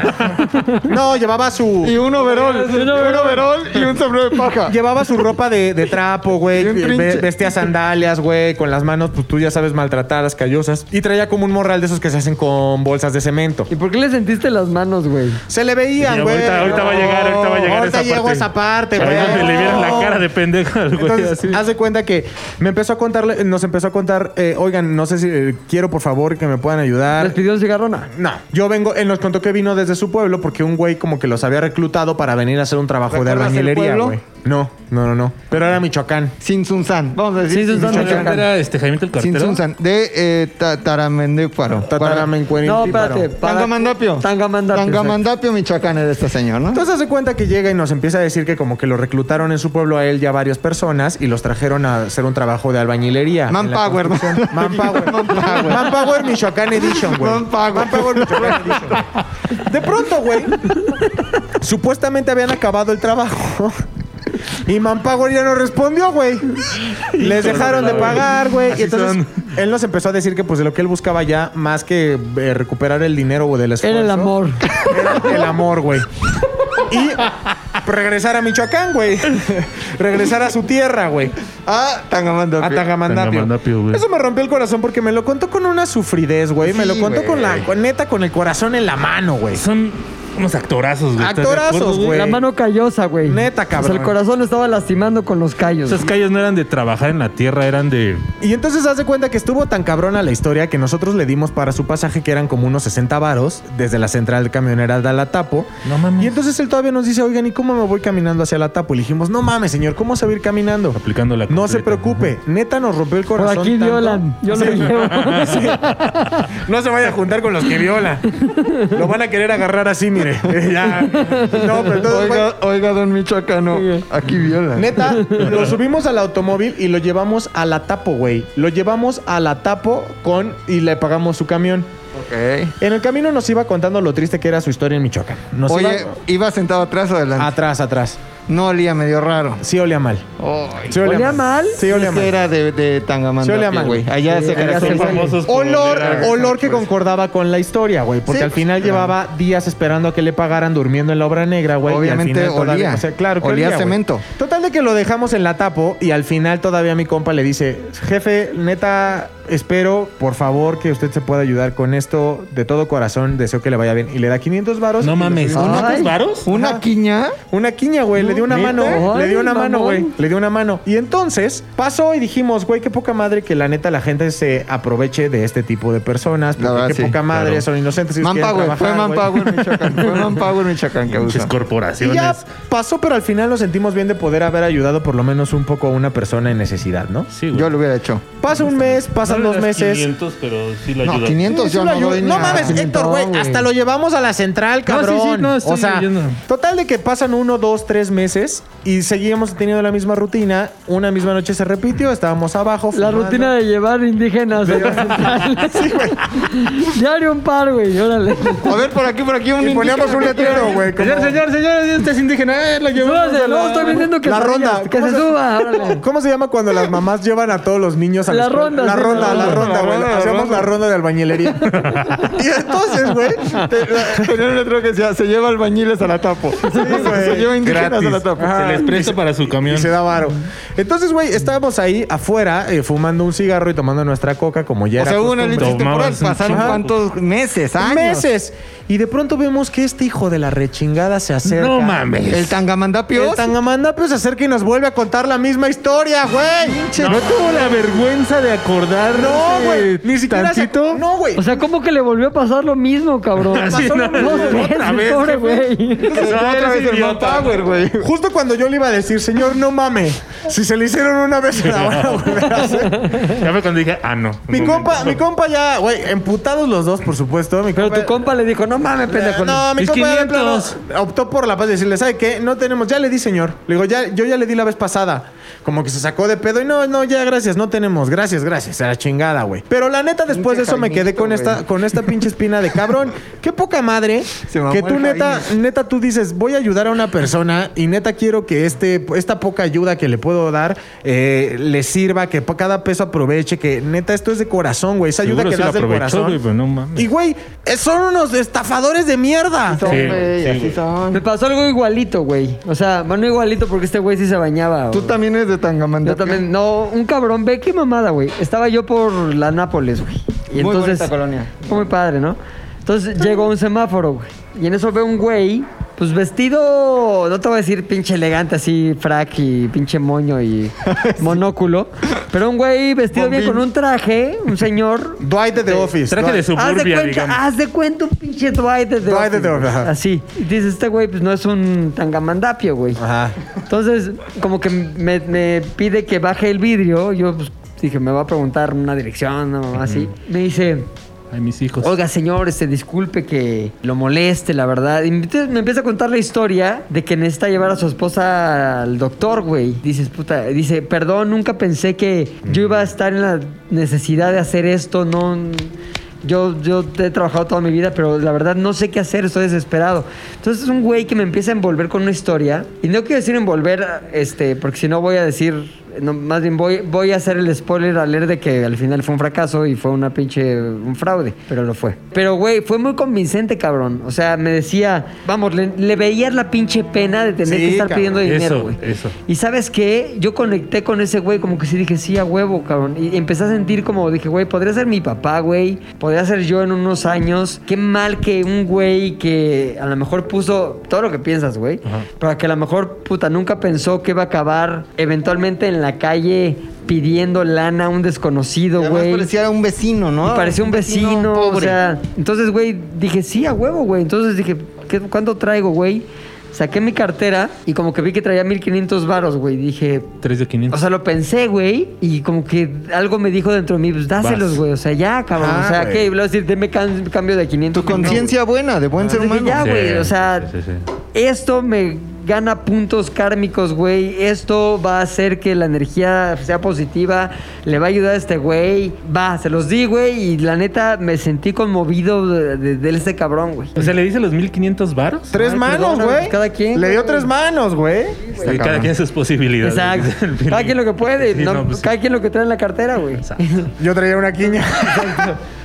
[SPEAKER 4] No, llevaba
[SPEAKER 2] Y
[SPEAKER 4] su.
[SPEAKER 2] un overol. Y un overol y un sombrero de paja.
[SPEAKER 4] Llevaba su ropa de, de trapo, güey.
[SPEAKER 2] Y un
[SPEAKER 4] Ve-
[SPEAKER 2] trinche.
[SPEAKER 4] Vestía sandalias, güey. Con las manos, pues tú ya sabes, maltratadas, callosas. Y traía como un morral de esos que se hacen con bolsas de cemento.
[SPEAKER 1] ¿Y por qué le sentiste las manos, güey?
[SPEAKER 4] Se le
[SPEAKER 3] Y
[SPEAKER 4] veían, güey.
[SPEAKER 3] ahorita, ahorita va a llegar, ahorita va a llegar
[SPEAKER 4] Ahorita
[SPEAKER 3] esa
[SPEAKER 4] llego
[SPEAKER 3] parte.
[SPEAKER 4] a esa parte,
[SPEAKER 3] Ahí
[SPEAKER 4] güey.
[SPEAKER 3] donde le vieron la
[SPEAKER 4] No.
[SPEAKER 3] cara de pendeja al güey.
[SPEAKER 4] eh, Entonces,
[SPEAKER 3] así.
[SPEAKER 4] haz de cuenta que me empezó a contar, nos empezó a contar, eh, oigan, no sé si eh, quiero por favor que me puedan
[SPEAKER 1] ¿Les
[SPEAKER 4] ayudar.
[SPEAKER 1] pidió un cigarrona?
[SPEAKER 4] No, yo vengo, él nos contó que vino desde su pueblo porque un güey como que los había reclutado para venir a hacer un trabajo de
[SPEAKER 2] ¿Recuerdas el
[SPEAKER 4] albañilería,
[SPEAKER 2] pueblo?
[SPEAKER 4] güey. No, no, no, no. Pero era Michoacán.
[SPEAKER 2] Sin Sunsan. Vamos a decir.
[SPEAKER 1] Sin Sunsan,
[SPEAKER 3] ¿Quién era este Jaimito el
[SPEAKER 2] Sin
[SPEAKER 3] cartero?
[SPEAKER 2] Sunsan. De eh, ta- Taramendéparo.
[SPEAKER 4] Tataramengüerin,
[SPEAKER 1] No,
[SPEAKER 4] píparo.
[SPEAKER 1] espérate. para-
[SPEAKER 2] Tangamandapio.
[SPEAKER 1] Tangamandapio.
[SPEAKER 2] Tangamandapio, Michoacán, era esta señora, ¿no?
[SPEAKER 4] Entonces hace cuenta que llega y nos empieza a decir que como que lo reclutaron en su pueblo a él ya varias personas y los trajeron a hacer un trabajo de albañilería.
[SPEAKER 2] Manpower, ¿no?
[SPEAKER 4] Manpower.
[SPEAKER 2] Manpower.
[SPEAKER 4] Manpower. Manpower Michoacán Edition, güey.
[SPEAKER 2] Manpower.
[SPEAKER 4] Michoacán Edition. güey. De pronto, güey, supuestamente habían acabado el trabajo. Y Manpower ya no respondió, güey. Les dejaron de pagar, güey.
[SPEAKER 3] Así
[SPEAKER 4] Y entonces
[SPEAKER 3] son.
[SPEAKER 4] él nos empezó a decir que pues de lo que él buscaba ya, más que eh, recuperar el dinero o del esfuerzo.
[SPEAKER 1] Era el amor.
[SPEAKER 4] Era el amor, güey. Y regresar a Michoacán, güey. regresar a su tierra, güey.
[SPEAKER 2] Ah, Tangamandapio.
[SPEAKER 4] A
[SPEAKER 3] Tangamandapio,
[SPEAKER 4] Tangamandapio.
[SPEAKER 3] güey.
[SPEAKER 4] Eso me rompió el corazón porque me lo contó con una sufridez, güey. me
[SPEAKER 2] Sí,
[SPEAKER 4] lo contó con la
[SPEAKER 2] güey.
[SPEAKER 4] con- neta con el corazón en la mano, güey.
[SPEAKER 3] Son unos actorazos, güey. ¿estás de
[SPEAKER 4] Actorazos,
[SPEAKER 3] acuerdo,
[SPEAKER 4] güey.
[SPEAKER 1] La mano callosa, güey.
[SPEAKER 4] Neta,
[SPEAKER 1] O sea,
[SPEAKER 4] cabrón.
[SPEAKER 1] el corazón lo estaba lastimando con los callos.
[SPEAKER 3] Esas calles no eran de trabajar en la tierra, eran de.
[SPEAKER 4] Y entonces hace cuenta que estuvo tan cabrona la historia que nosotros le dimos para su pasaje que eran como unos 60 varos desde la central camionera de Alatapo.
[SPEAKER 3] No mames.
[SPEAKER 4] Y entonces él todavía nos dice, oigan, ¿y cómo me voy caminando hacia Alatapo? Y le dijimos, no mames, señor, ¿cómo se va a ir caminando?
[SPEAKER 3] Aplicando la
[SPEAKER 4] No
[SPEAKER 3] completa.
[SPEAKER 4] se preocupe, neta nos rompió el
[SPEAKER 1] Por
[SPEAKER 4] corazón.
[SPEAKER 1] aquí
[SPEAKER 4] tanto.
[SPEAKER 1] violan. Yo lo llevo.
[SPEAKER 4] No se vaya a juntar con los que viola. Lo van a querer agarrar así, mire. Ya. No, pero entonces, güey,
[SPEAKER 2] Oiga, oiga, don Michoacano, aquí viola.
[SPEAKER 4] Neta, lo subimos al automóvil y lo llevamos a la tapo, güey. Lo llevamos a la tapo con y le pagamos su camión.
[SPEAKER 2] Ok.
[SPEAKER 4] En el camino nos iba contando lo triste que era su historia en Michoacán. Nos
[SPEAKER 2] Oye,
[SPEAKER 4] iba-
[SPEAKER 2] ¿iba sentado atrás o adelante?
[SPEAKER 4] atrás, atrás.
[SPEAKER 2] No olía medio raro.
[SPEAKER 4] Sí olía mal. Sí
[SPEAKER 1] ¿Olía mal?
[SPEAKER 4] Sí olía
[SPEAKER 2] Es que
[SPEAKER 4] mal.
[SPEAKER 2] era de, de
[SPEAKER 4] Sí olía
[SPEAKER 2] Tangamandapio,
[SPEAKER 4] mal.
[SPEAKER 2] güey. Allá
[SPEAKER 1] Sí,
[SPEAKER 2] se
[SPEAKER 1] allá se
[SPEAKER 2] caracteriza-
[SPEAKER 3] Son
[SPEAKER 1] Exacto.
[SPEAKER 3] famosos por
[SPEAKER 4] Olor,
[SPEAKER 3] oler a-
[SPEAKER 4] olor que concordaba con la historia, güey. Porque
[SPEAKER 2] Sí,
[SPEAKER 4] al final
[SPEAKER 2] claro.
[SPEAKER 4] llevaba días esperando a que le pagaran durmiendo en la obra negra, güey. y al
[SPEAKER 2] Obviamente
[SPEAKER 4] final todavía-
[SPEAKER 2] olía.
[SPEAKER 4] o sea, claro que
[SPEAKER 2] Olía
[SPEAKER 4] güey.
[SPEAKER 2] cemento.
[SPEAKER 4] Total de que lo dejamos en la tapo y al final todavía mi compa le dice, jefe, neta, espero, por favor, que usted se pueda ayudar con esto. De todo corazón, deseo que le vaya bien. Y le da 500 varos.
[SPEAKER 3] No
[SPEAKER 4] y
[SPEAKER 3] mames. Ah,
[SPEAKER 4] le-
[SPEAKER 1] Ay.
[SPEAKER 3] ¿Unos varos?
[SPEAKER 2] ¿Una quiña?
[SPEAKER 4] Una quiña, güey. le dio una
[SPEAKER 3] ¿neta?
[SPEAKER 4] mano. Le dio
[SPEAKER 1] Ay,
[SPEAKER 4] una mano,
[SPEAKER 1] mamón.
[SPEAKER 4] güey. Le dio una mano. Y entonces pasó y dijimos, güey, qué poca madre que la neta la gente se aproveche de este tipo de personas.
[SPEAKER 2] La
[SPEAKER 4] Porque
[SPEAKER 2] verdad,
[SPEAKER 4] qué
[SPEAKER 2] sí,
[SPEAKER 4] poca madre,
[SPEAKER 3] claro.
[SPEAKER 4] son inocentes. y
[SPEAKER 2] Manpower,
[SPEAKER 4] quieren
[SPEAKER 2] fue
[SPEAKER 4] trabajar, güey.
[SPEAKER 2] Manpower Michoacán. Fue Manpower Michoacán,
[SPEAKER 3] Pinches
[SPEAKER 2] causa.
[SPEAKER 4] Y
[SPEAKER 3] corporaciones.
[SPEAKER 4] ya pasó, pero al final nos sentimos bien de poder haber ayudado por lo menos un poco a una persona en necesidad, ¿no?
[SPEAKER 3] Sí, güey.
[SPEAKER 2] Yo lo hubiera hecho.
[SPEAKER 4] Pasa un mes, pasan
[SPEAKER 3] No le
[SPEAKER 4] dos
[SPEAKER 3] das
[SPEAKER 4] meses.
[SPEAKER 3] 500, pero sí lo
[SPEAKER 2] No,
[SPEAKER 3] ayuda.
[SPEAKER 2] 500
[SPEAKER 4] Sí,
[SPEAKER 2] yo
[SPEAKER 4] sí lo
[SPEAKER 2] no
[SPEAKER 4] ayudo.
[SPEAKER 2] doy ni
[SPEAKER 4] No
[SPEAKER 2] a-
[SPEAKER 4] mames, Héctor, güey. Hasta lo llevamos a la central,
[SPEAKER 3] No, sí, sí,
[SPEAKER 4] cabrón.
[SPEAKER 3] no, estoy
[SPEAKER 4] o sea,
[SPEAKER 3] oyendo.
[SPEAKER 4] total de que pasan uno, dos, tres meses y seguíamos teniendo la misma rutina. Una misma noche se repitió, estábamos abajo.
[SPEAKER 1] La rutina de llevar indígenas. a la central. Diario un par, güey. Órale.
[SPEAKER 2] A ver, por aquí, por aquí, un
[SPEAKER 4] Y poníamos un letrero, güey. como-
[SPEAKER 3] Señor, señor, señor, este es indígena. Eh, lo llevó.
[SPEAKER 1] Súbase, no, estoy vendiendo que
[SPEAKER 4] La ronda.
[SPEAKER 1] Que se
[SPEAKER 4] ¿Cómo se-
[SPEAKER 1] suba. Órale.
[SPEAKER 4] ¿Cómo se llama cuando las mamás llevan a todos los niños a
[SPEAKER 1] La
[SPEAKER 4] la escuela?
[SPEAKER 1] ronda,
[SPEAKER 4] La
[SPEAKER 1] sí,
[SPEAKER 4] ronda,
[SPEAKER 1] la
[SPEAKER 4] la
[SPEAKER 1] ronda,
[SPEAKER 4] ronda, güey. Hacíamos la ronda de albañilería. y entonces, güey, te-
[SPEAKER 2] Tenía un letrero que decía, se lleva albañiles a la tapo. se lleva indígenas a la tapo.
[SPEAKER 3] Se les presta para su camión.
[SPEAKER 4] Ah, Y se da varo. Entonces, güey, estábamos ahí afuera eh, fumando un cigarro y tomando nuestra coca como ya
[SPEAKER 2] O
[SPEAKER 4] era
[SPEAKER 2] sea, hubo una
[SPEAKER 4] costumbre.
[SPEAKER 2] lucha temporal.
[SPEAKER 3] Tomabas un
[SPEAKER 2] Pasaron
[SPEAKER 3] chingo.
[SPEAKER 2] cuántos meses, años.
[SPEAKER 4] meses. Y de pronto vemos que este hijo de la rechingada se acerca.
[SPEAKER 3] No mames.
[SPEAKER 2] El tangamandapio.
[SPEAKER 4] El tangamandapio se acerca y nos vuelve a contar la misma historia, güey.
[SPEAKER 3] No, tuvo la vergüenza de acordar.
[SPEAKER 4] No, güey. Ni siquiera se-
[SPEAKER 3] tantito.
[SPEAKER 4] No, güey.
[SPEAKER 1] O sea, ¿cómo que le volvió a pasar lo mismo, cabrón?
[SPEAKER 3] Así,
[SPEAKER 1] Pasó
[SPEAKER 3] no,
[SPEAKER 1] lo mismo dos
[SPEAKER 3] otra
[SPEAKER 1] veces,
[SPEAKER 3] vez,
[SPEAKER 1] pobre
[SPEAKER 3] jefe.
[SPEAKER 1] güey.
[SPEAKER 3] No,
[SPEAKER 2] otra
[SPEAKER 3] eres
[SPEAKER 2] vez el
[SPEAKER 3] idiota.
[SPEAKER 2] Manpower, güey.
[SPEAKER 4] Justo cuando yo le iba a decir, señor, no mame. Si se le hicieron una vez, se la van a volver a hacer.
[SPEAKER 3] Ya fue cuando dije, ah, no.
[SPEAKER 4] Mi
[SPEAKER 3] Un
[SPEAKER 4] compa,
[SPEAKER 3] momento.
[SPEAKER 4] mi compa ya, güey, emputados los dos, por supuesto. Mi
[SPEAKER 1] Pero
[SPEAKER 4] compa-
[SPEAKER 1] tu compa le dijo, no mames, pendejo.
[SPEAKER 4] Eh, No, mi
[SPEAKER 3] Mis
[SPEAKER 4] compa de
[SPEAKER 3] 500.
[SPEAKER 4] plano optó por la paz de decirle, ¿sabe qué? No tenemos, ya le di, señor. Le digo, ya, yo ya le di la vez pasada. como que se sacó de pedo y no, no, ya, gracias, no tenemos, gracias, gracias, a la chingada, güey. Pero la neta, después de eso me quedé con
[SPEAKER 2] Jaimito,
[SPEAKER 4] esta,
[SPEAKER 2] güey.
[SPEAKER 4] con esta pinche espina de cabrón. Qué poca madre
[SPEAKER 2] Se mamó
[SPEAKER 4] que
[SPEAKER 2] el
[SPEAKER 4] tú neta,
[SPEAKER 2] Jaime.
[SPEAKER 4] neta, tú dices, voy a ayudar a una persona y neta quiero que este, esta poca ayuda que le puedo dar eh, le sirva, que pa- cada peso aproveche, que neta, esto es de corazón, güey. Esa ayuda
[SPEAKER 3] Seguro
[SPEAKER 4] que
[SPEAKER 3] sí la
[SPEAKER 4] das del
[SPEAKER 3] aprovechó,
[SPEAKER 4] corazón.
[SPEAKER 3] güey, pero no mames.
[SPEAKER 4] Y güey, eh, son unos estafadores de mierda.
[SPEAKER 2] Son,
[SPEAKER 3] Sí,
[SPEAKER 2] güey,
[SPEAKER 3] sí,
[SPEAKER 2] así
[SPEAKER 3] güey.
[SPEAKER 2] son.
[SPEAKER 5] Me pasó algo igualito, güey. O sea, bueno, igualito porque este güey sí se bañaba.
[SPEAKER 2] Tú
[SPEAKER 5] güey.
[SPEAKER 2] también eres de Tangamandapio.
[SPEAKER 5] Yo también. No, un cabrón, ve qué mamada, güey. Estaba yo por la Nápoles, güey. Y
[SPEAKER 2] Muy
[SPEAKER 5] entonces.
[SPEAKER 2] bonita colonia.
[SPEAKER 5] Fue muy padre, ¿no? Entonces llegó un semáforo, güey. Y en eso ve un güey, pues vestido, no te voy a decir pinche elegante, así frac y pinche moño y monóculo. Pero un güey vestido bien
[SPEAKER 2] Bombín.
[SPEAKER 5] con un traje, un señor.
[SPEAKER 4] Dwight de The Office.
[SPEAKER 3] Traje de
[SPEAKER 4] Dwight.
[SPEAKER 5] Haz de
[SPEAKER 3] suburbia,
[SPEAKER 5] cuenta,
[SPEAKER 3] digamos.
[SPEAKER 5] haz de cuenta un pinche Dwight de The
[SPEAKER 4] Dwight de The
[SPEAKER 5] Office,
[SPEAKER 4] Office,
[SPEAKER 5] güey.
[SPEAKER 4] ajá.
[SPEAKER 5] Así. Y dices, este güey, pues no es un tangamandapio, güey.
[SPEAKER 4] Ajá.
[SPEAKER 5] Entonces, como que me, me pide que baje el vidrio. Yo pues, dije, me va a preguntar una dirección o así. Me dice,
[SPEAKER 3] Ay, mis hijos.
[SPEAKER 5] oiga, señor, este, disculpe que lo moleste, la verdad. Y me me empieza a contar la historia de que necesita llevar a su esposa al doctor, güey. Dices, puta, dice, perdón, nunca pensé que yo iba a estar en la necesidad de hacer esto, no... Yo, yo he trabajado toda mi vida, pero la verdad no sé qué hacer, estoy desesperado. Entonces es un güey que me empieza a envolver con una historia. Y no quiero decir envolver, este, porque si no voy a decir, no, más bien voy, voy a hacer el spoiler al leer de que al final fue un fracaso y fue una pinche, un fraude, pero lo fue. Pero güey, fue muy convincente, cabrón. O sea, me decía, vamos, le, le veías la pinche pena de tener
[SPEAKER 4] Sí,
[SPEAKER 5] que estar
[SPEAKER 4] cabrón.
[SPEAKER 5] pidiendo dinero,
[SPEAKER 3] Eso,
[SPEAKER 5] güey.
[SPEAKER 3] eso.
[SPEAKER 5] Y sabes qué, yo conecté con ese güey, como que sí dije, sí, a huevo, cabrón. Y empecé a sentir como, dije, güey, podría ser mi papá, güey. Podría ser yo en unos años. Qué mal que un güey que a lo mejor puso todo lo que piensas, güey.
[SPEAKER 3] Ajá.
[SPEAKER 5] Pero que a lo mejor, puta, nunca pensó que iba a acabar eventualmente en la calle pidiendo lana a un desconocido,
[SPEAKER 2] Además,
[SPEAKER 5] güey.
[SPEAKER 2] parecía Ah, un vecino, ¿no?
[SPEAKER 5] Y parecía un vecino, o
[SPEAKER 2] pobre.
[SPEAKER 5] sea, entonces, güey, dije, sí, a huevo, güey. Entonces dije, ¿qué, ¿cuánto traigo, güey? Saqué mi cartera y como que vi que traía 1500 varos, güey. Dije,
[SPEAKER 3] 3 de 500.
[SPEAKER 5] o sea, lo pensé, güey, y como que algo me dijo dentro de mí, pues dáselos,
[SPEAKER 3] Vas.
[SPEAKER 5] güey. O sea, ya, cabrón.
[SPEAKER 4] Ah,
[SPEAKER 5] o sea,
[SPEAKER 4] güey.
[SPEAKER 5] ¿qué? Y luego decir, deme can- cambio de 500.
[SPEAKER 2] tu
[SPEAKER 5] No,
[SPEAKER 2] conciencia buena, de buen ser
[SPEAKER 5] Dije,
[SPEAKER 2] humano.
[SPEAKER 5] ya,
[SPEAKER 3] Sí,
[SPEAKER 5] güey, o sea,
[SPEAKER 3] sí, sí, sí.
[SPEAKER 5] esto me gana puntos kármicos, güey. Esto va a hacer que la energía sea positiva. Le va a ayudar a este güey. Va, se los di, güey. Y la neta, me sentí conmovido de, de- de este cabrón, güey.
[SPEAKER 3] O sea, le dice los 1500 varos.
[SPEAKER 4] Tres
[SPEAKER 5] Ay,
[SPEAKER 4] manos,
[SPEAKER 5] perdóname,
[SPEAKER 4] güey.
[SPEAKER 5] cada quien,
[SPEAKER 4] Le dio
[SPEAKER 5] ah, güey.
[SPEAKER 4] tres manos, güey.
[SPEAKER 3] Sí, cada quien sus posibilidades.
[SPEAKER 5] Exacto.
[SPEAKER 3] El Billy.
[SPEAKER 5] Cada quien lo que puede.
[SPEAKER 3] Sí,
[SPEAKER 5] no,
[SPEAKER 3] no, pues sí.
[SPEAKER 5] cada quien lo que trae en la cartera, güey.
[SPEAKER 3] Exacto.
[SPEAKER 4] Yo traía una quiña.